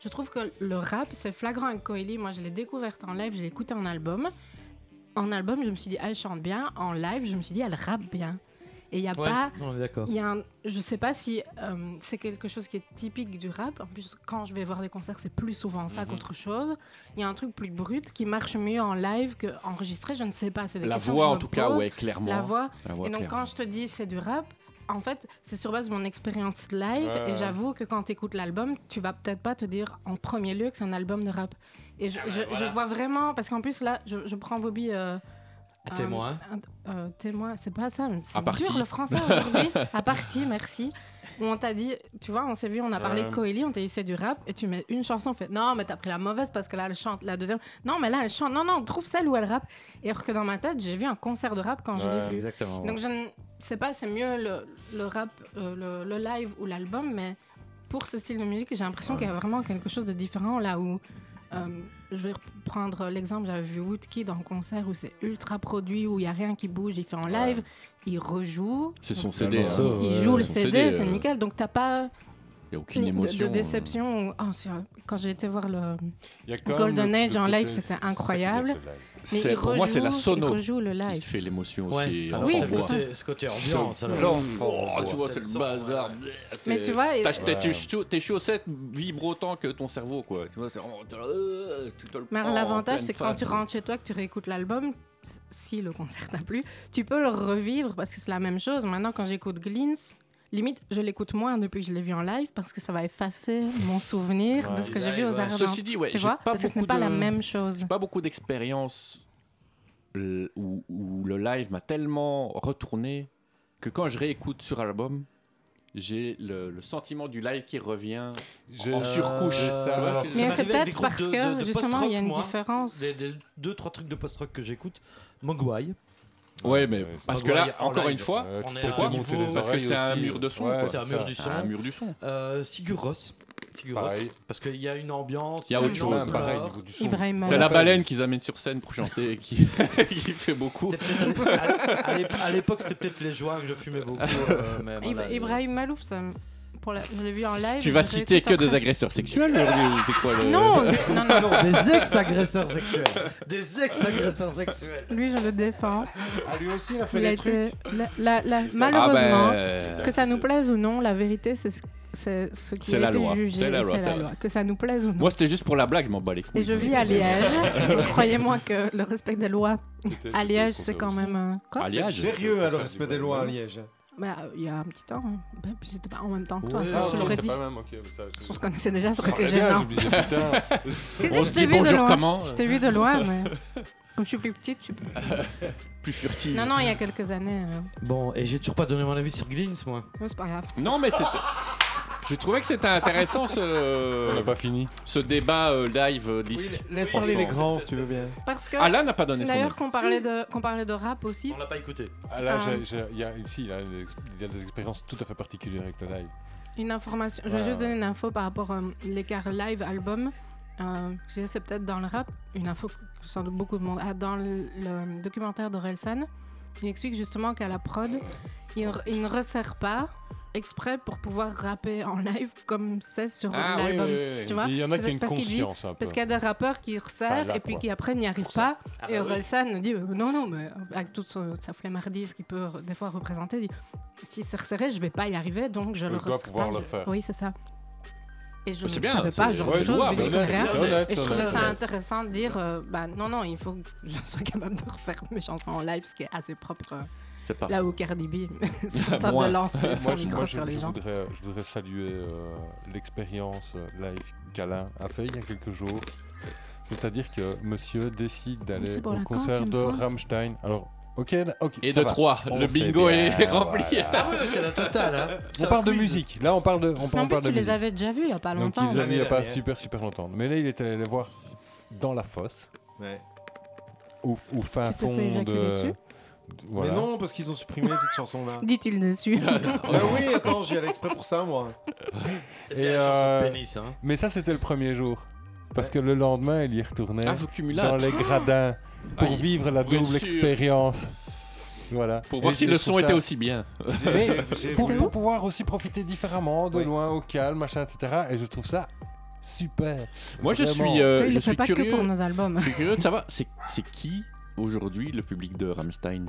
Speaker 7: je trouve que le rap, c'est flagrant avec Coeli. Moi, je l'ai découverte en live, je l'ai écoutée en album. En album, je me suis dit, elle chante bien. En live, je me suis dit, elle rappe bien. Et il n'y a
Speaker 1: Ouais.
Speaker 7: pas
Speaker 5: On est d'accord.
Speaker 7: il y a un- je sais pas si euh, c'est quelque chose qui est typique du rap. En plus, quand je vais voir des concerts, c'est plus souvent
Speaker 6: Mhm.
Speaker 7: ça qu'autre chose. Il y a un truc plus brut qui marche mieux en live qu'enregistré. Je ne sais pas. C'est des
Speaker 6: La
Speaker 7: questions
Speaker 6: voix
Speaker 7: que je
Speaker 6: en
Speaker 7: me
Speaker 6: tout cas,
Speaker 7: pose.
Speaker 6: ouais, clairement.
Speaker 7: La voix.
Speaker 6: La voix,
Speaker 7: Et donc,
Speaker 6: clairement.
Speaker 7: quand je te dis c'est du rap, en fait, c'est sur base de mon expérience live.
Speaker 8: Ouais,
Speaker 7: Et
Speaker 8: ouais.
Speaker 7: j'avoue que quand tu écoutes l'album, tu vas peut-être pas te dire en premier lieu que c'est un album de rap. Et je,
Speaker 4: Ah ouais,
Speaker 7: je- je
Speaker 4: voilà.
Speaker 7: vois vraiment. Parce qu'en plus, là, je, je prends Bobby. euh,
Speaker 1: À témoin.
Speaker 7: un- un- euh, témoin, c'est pas ça. mais
Speaker 6: À
Speaker 7: C'est
Speaker 6: partie.
Speaker 7: dur le français
Speaker 6: <laughs>
Speaker 7: aujourd'hui. à partie, merci. Où on t'a dit, tu vois, on s'est vu, on a parlé
Speaker 8: Ouais.
Speaker 7: de Coeli, on t'a dit c'est du rap, et tu mets une chanson, on fait non, mais t'as pris la mauvaise parce que là elle chante, la deuxième, non, mais là elle chante, non, non, on trouve celle où elle rappe. Et alors que dans ma tête, j'ai vu un concert de rap quand je l'ai
Speaker 8: Ouais,
Speaker 7: vu.
Speaker 5: Exactement.
Speaker 7: Donc je ne sais pas, c'est mieux le, le rap, euh, le, le live ou l'album, mais pour ce style de musique, j'ai l'impression
Speaker 6: Ouais.
Speaker 7: qu'il y a vraiment quelque chose de différent là où. euh, je vais prendre l'exemple, j'avais vu Woodkid en concert où c'est ultra produit, où il n'y a rien qui bouge, il fait en live, il rejoue,
Speaker 6: C'est son
Speaker 7: Donc,
Speaker 6: CD.
Speaker 8: il-
Speaker 7: il,
Speaker 6: hein.
Speaker 7: il
Speaker 6: Ouais,
Speaker 7: joue le
Speaker 6: son
Speaker 7: CD, c'est
Speaker 6: euh,
Speaker 7: nickel, donc t'as pas
Speaker 6: Il n'y a aucune
Speaker 7: ni- de- de,
Speaker 6: émotion. euh, hein.
Speaker 7: déception. ou- Ah, c'est- quand j'ai été voir le...
Speaker 8: Il y a quand
Speaker 7: Golden
Speaker 8: même le-
Speaker 7: Age
Speaker 8: le
Speaker 7: en live,
Speaker 8: côté-
Speaker 7: c'était
Speaker 8: c'est ça qui est
Speaker 7: incroyable.
Speaker 8: avec le live.
Speaker 7: Mais
Speaker 6: C'est-
Speaker 7: il
Speaker 6: pour moi, c'est la
Speaker 7: rejoue- Il
Speaker 6: sono
Speaker 7: rejoue le
Speaker 6: qui
Speaker 7: live.
Speaker 6: fait l'émotion
Speaker 1: Ouais.
Speaker 6: aussi.
Speaker 1: Alors,
Speaker 6: on
Speaker 7: oui,
Speaker 6: s'en
Speaker 1: c'est ce
Speaker 7: c'est
Speaker 6: voit.
Speaker 7: ça.
Speaker 1: côté- ce côté ambiance. alors.
Speaker 6: Oh,
Speaker 1: Ouais,
Speaker 6: tu vois,
Speaker 1: c'est
Speaker 6: c'est
Speaker 1: le
Speaker 6: le
Speaker 1: son,
Speaker 6: bazar.
Speaker 1: ouais,
Speaker 7: Mais tu vois, et-
Speaker 6: T'as- t'as-
Speaker 8: Ouais.
Speaker 6: Tes chaussettes- tes chaussettes vibrent autant que ton cerveau, quoi. Tu vois, c'est. oh, t'as- euh, tu te le
Speaker 7: Mais
Speaker 6: prends en
Speaker 7: l'avantage,
Speaker 6: pleine
Speaker 7: c'est quand tu
Speaker 6: face.
Speaker 7: rentres chez toi, que tu réécoutes l'album, s- si le concert t'a plu, tu peux le revivre parce que c'est la même chose. Maintenant, quand j'écoute Glints, limite, je l'écoute moins depuis que je l'ai vu en live parce que ça va effacer mon souvenir de
Speaker 8: Ouais,
Speaker 7: ce que
Speaker 1: il
Speaker 7: j'ai
Speaker 1: a-
Speaker 7: vu aux
Speaker 1: ouais.
Speaker 7: Ardents.
Speaker 6: Ceci dit, ouais,
Speaker 7: Tu
Speaker 6: j'ai
Speaker 7: vois
Speaker 6: pas
Speaker 7: Parce que ce n'est
Speaker 6: beaucoup
Speaker 7: pas la
Speaker 6: de-
Speaker 7: même chose.
Speaker 6: J'ai pas beaucoup d'expérience euh, où, où le live m'a tellement retourné que quand je réécoute sur album, j'ai le, le sentiment du live qui revient.
Speaker 8: J'ai-
Speaker 6: En surcouche.
Speaker 8: Euh,
Speaker 1: Ça,
Speaker 8: alors,
Speaker 1: alors, ça
Speaker 7: Mais
Speaker 1: m'arrivait
Speaker 7: c'est
Speaker 1: avec des
Speaker 7: peut-être
Speaker 1: groupes
Speaker 7: parce
Speaker 1: de-
Speaker 7: que,
Speaker 1: de- de
Speaker 7: justement, il y a une
Speaker 1: post-rock, moi.
Speaker 7: différence.
Speaker 1: Des, des- deux, trois trucs de post-rock que j'écoute. Mogwai.
Speaker 6: Ouais, mais parce que là,
Speaker 1: Mogwai en
Speaker 6: encore
Speaker 1: live.
Speaker 6: une fois,
Speaker 8: Euh,
Speaker 1: on
Speaker 8: tu
Speaker 1: est
Speaker 8: peux
Speaker 1: à
Speaker 8: te
Speaker 1: un
Speaker 8: monter
Speaker 1: niveau-
Speaker 8: les
Speaker 6: parce que
Speaker 8: oreilles
Speaker 6: c'est un
Speaker 8: aussi.
Speaker 6: mur de son,
Speaker 8: Ouais,
Speaker 6: quoi.
Speaker 1: C'est un
Speaker 8: ça.
Speaker 1: mur du
Speaker 6: c'est un
Speaker 1: son.
Speaker 6: mur du son.
Speaker 1: Euh, Sigur Rós. Tiguros,
Speaker 8: Pareil.
Speaker 1: parce qu'il y a une ambiance.
Speaker 6: Il y a autre
Speaker 8: Ouais,
Speaker 6: chose.
Speaker 8: pareil, au niveau du son.
Speaker 7: Ibrahim
Speaker 6: C'est la
Speaker 7: Malouf.
Speaker 6: baleine qu'ils amènent sur scène pour chanter et qui, <laughs> qui fait beaucoup.
Speaker 1: C'était peut-être à l'ép- à l'ép- à l'époque, c'était peut-être les joints que je fumais beaucoup.
Speaker 6: Ah.
Speaker 1: euh, mais
Speaker 7: Ah, Ibra-
Speaker 1: voilà,
Speaker 7: Ibrahim Malouf, ça me- pour la- je l'ai vu en live.
Speaker 6: Tu vas
Speaker 7: je
Speaker 6: citer que
Speaker 7: l'écoute
Speaker 6: des
Speaker 7: après.
Speaker 6: agresseurs sexuels aujourd'hui ou c'est quoi le-
Speaker 7: Non, c'est-
Speaker 8: Ah
Speaker 7: non, non,
Speaker 5: Des ex-agresseurs sexuels. Des ex-agresseurs sexuels.
Speaker 7: lui je le défends.
Speaker 3: Ah, lui aussi, il a fait
Speaker 7: Il a
Speaker 3: des trucs.
Speaker 7: été, la- la- la-
Speaker 6: Ah
Speaker 7: malheureusement,
Speaker 6: ben...
Speaker 7: que ça nous plaise ou non, la vérité c'est ce, c'est ce qui
Speaker 6: C'est
Speaker 7: a
Speaker 6: la
Speaker 7: été
Speaker 6: loi.
Speaker 7: jugé.
Speaker 6: C'est la loi, c'est la
Speaker 7: loi. Que ça nous plaise ou non.
Speaker 6: Moi c'était juste pour la blague, je m'en bats les couilles.
Speaker 7: Et je
Speaker 6: <laughs>
Speaker 7: vis à Liège. Donc, Croyez-moi que le respect des lois à Liège, ah, c'est quand même un. Quoi
Speaker 6: À
Speaker 3: C'est
Speaker 6: Liège
Speaker 3: sérieux,
Speaker 8: Pour
Speaker 3: à le
Speaker 8: faire
Speaker 3: respect
Speaker 8: du
Speaker 3: des lois à
Speaker 8: bonhomme.
Speaker 3: Liège.
Speaker 7: Bah, il y a un petit temps. hein. Bah, J'étais pas en même temps que toi.
Speaker 1: Ouais,
Speaker 7: ça,
Speaker 1: non,
Speaker 7: je te
Speaker 1: non,
Speaker 7: l'aurais dit.
Speaker 8: même, ok. mais ça-
Speaker 7: On se connaissait déjà, ça aurait
Speaker 8: Ah,
Speaker 7: été
Speaker 8: bien,
Speaker 7: gênant.
Speaker 8: je me
Speaker 7: <laughs>
Speaker 8: disais, putain,
Speaker 7: Tu sais,
Speaker 6: On
Speaker 7: je
Speaker 6: se
Speaker 7: t'ai
Speaker 6: dit
Speaker 7: vu de
Speaker 6: bonjour
Speaker 7: loin.
Speaker 6: comment
Speaker 7: Je t'ai vu de loin, mais
Speaker 6: <laughs>
Speaker 7: comme je suis plus petite, je suis plus...
Speaker 6: Plus furtive.
Speaker 7: Non, non, il y a quelques années. euh,
Speaker 5: Bon, et j'ai toujours pas donné mon avis sur Glins, moi.
Speaker 7: non, c'est pas grave.
Speaker 6: Non, mais c'était... Je trouvais que c'était intéressant
Speaker 8: on n'a
Speaker 6: ce,
Speaker 8: pas fini.
Speaker 6: ce débat euh, live euh, disque.
Speaker 3: Laisse parler les grands, si tu veux bien.
Speaker 7: Parce que
Speaker 6: Alain n'a pas donné son
Speaker 7: d'ailleurs
Speaker 6: avis.
Speaker 7: qu'on parlait de qu'on parlait de rap aussi.
Speaker 1: On l'a pas écouté.
Speaker 8: Ah, là,
Speaker 7: Ah.
Speaker 8: j'ai- j'ai- il y a, ici, il y a des- il y a des expériences tout à fait particulières avec le live.
Speaker 7: Une information. Je vais
Speaker 8: Ouais,
Speaker 7: juste
Speaker 8: ouais.
Speaker 7: donner une info par rapport à l'écart live album. Euh, je disais c'est peut-être dans le rap. Une info que sans doute beaucoup de monde a dans le, le documentaire d'Orelsan. Il explique justement qu'à la prod, il, ne- il ne resserre pas exprès pour pouvoir rapper en live comme c'est sur
Speaker 6: Ah oui, oui,
Speaker 7: l'album.
Speaker 6: oui,
Speaker 7: Tu
Speaker 6: oui.
Speaker 7: vois
Speaker 8: Il y en a qui ont une
Speaker 7: Parce qu'il dit-
Speaker 8: conscience un peu.
Speaker 7: Parce qu'il y a des rappeurs qui resserrent
Speaker 8: Enfin, là,
Speaker 7: et puis
Speaker 8: quoi.
Speaker 7: qui après n'y arrivent
Speaker 8: Pour ça. Ah bah
Speaker 7: pas. et Orelsan dit euh, non, non, mais avec toute son- sa flemmardise qu'il peut euh, des fois représenter, il dit si c'est resserré, je vais pas y arriver donc je
Speaker 8: Je
Speaker 7: le
Speaker 8: dois
Speaker 7: resserre
Speaker 8: pouvoir
Speaker 7: pas,
Speaker 8: le
Speaker 7: je-
Speaker 8: faire.
Speaker 7: Oui, c'est ça. Et je
Speaker 6: Bah, C'est
Speaker 7: ne
Speaker 6: bien,
Speaker 7: savais
Speaker 6: c'est-
Speaker 7: pas, genre
Speaker 6: ouais,
Speaker 7: de
Speaker 6: c'est
Speaker 7: choses,
Speaker 6: jouable,
Speaker 7: vu que je connais
Speaker 8: honnête,
Speaker 7: rien.
Speaker 8: c'est honnête,
Speaker 7: Et je
Speaker 8: c'est
Speaker 7: trouvais
Speaker 8: honnête.
Speaker 7: ça intéressant de dire euh, bah non, non, il faut que je sois capable de refaire mes chansons en live, ce qui est assez propre. euh,
Speaker 6: C'est pas
Speaker 7: là où Cardi
Speaker 8: <laughs>
Speaker 7: B est en train
Speaker 6: Moins.
Speaker 7: de lancer son
Speaker 8: Moi, je,
Speaker 7: micro
Speaker 8: moi, je-
Speaker 7: sur les
Speaker 8: je
Speaker 7: gens.
Speaker 8: voudrais, je voudrais saluer euh, l'expérience euh, live qu'Alain a fait il y a quelques jours. C'est-à-dire que monsieur décide d'aller
Speaker 7: Merci
Speaker 8: au
Speaker 7: pour la
Speaker 8: concert
Speaker 7: quantième
Speaker 8: de
Speaker 7: fois.
Speaker 8: Rammstein. Alors, ok, là- ok.
Speaker 6: Et
Speaker 8: ça
Speaker 6: de
Speaker 8: va.
Speaker 6: 3,
Speaker 8: On
Speaker 6: le
Speaker 8: sait
Speaker 6: bingo
Speaker 8: bien,
Speaker 6: est <laughs> rempli.
Speaker 8: voilà.
Speaker 1: c'est la totale. <laughs> Hein.
Speaker 8: On parle de musique. Là, on parle de. On,
Speaker 7: Mais
Speaker 8: on
Speaker 7: en plus,
Speaker 8: parle
Speaker 7: tu
Speaker 8: de
Speaker 7: les
Speaker 8: musique.
Speaker 7: avais déjà vus il y a pas
Speaker 8: Donc,
Speaker 7: longtemps. hein.
Speaker 8: il les a mis il n'y a
Speaker 1: L'année
Speaker 8: pas
Speaker 1: dernière.
Speaker 8: super, super longtemps. Mais là, il est allé les voir dans la fosse,
Speaker 3: Ouais.
Speaker 8: au, au fin
Speaker 7: Tu te fais
Speaker 8: fond
Speaker 7: éjaculer
Speaker 8: de.
Speaker 7: dessus
Speaker 8: de- Voilà.
Speaker 3: Mais non, parce qu'ils ont supprimé cette
Speaker 7: <laughs>
Speaker 3: chanson-là.
Speaker 7: Dit-il
Speaker 8: <laughs>
Speaker 7: dessus.
Speaker 8: Euh,
Speaker 3: bah oui, attends, j'y allais exprès pour ça, moi.
Speaker 8: Et, euh,
Speaker 1: pénis, hein.
Speaker 8: Mais ça, c'était le premier jour. Parce que le lendemain, il y retournait
Speaker 6: Ah, vous cumulez.
Speaker 8: dans les gradins pour
Speaker 6: Ah, il-
Speaker 8: vivre la
Speaker 6: bien
Speaker 8: double
Speaker 6: sûr.
Speaker 8: expérience. Voilà.
Speaker 6: Pour
Speaker 8: Et
Speaker 6: voir
Speaker 8: je-
Speaker 6: si
Speaker 8: je
Speaker 6: le
Speaker 8: trouve
Speaker 6: son
Speaker 8: ça-
Speaker 6: était aussi bien.
Speaker 3: J'ai-
Speaker 6: <laughs>
Speaker 3: j'ai- j'ai-
Speaker 8: Pour,
Speaker 7: C'était
Speaker 8: pour
Speaker 7: où
Speaker 8: pouvoir aussi profiter différemment, de
Speaker 3: Oui.
Speaker 8: loin, au calme, machin, etc. Et je trouve ça super.
Speaker 6: Moi, je
Speaker 8: Vraiment.
Speaker 6: suis, euh,
Speaker 7: il
Speaker 6: je
Speaker 7: le fait
Speaker 6: suis
Speaker 7: pas que
Speaker 6: curieux.
Speaker 7: pour nos albums.
Speaker 6: Je suis curieux de savoir, c'est c'est qui aujourd'hui le public de Rammstein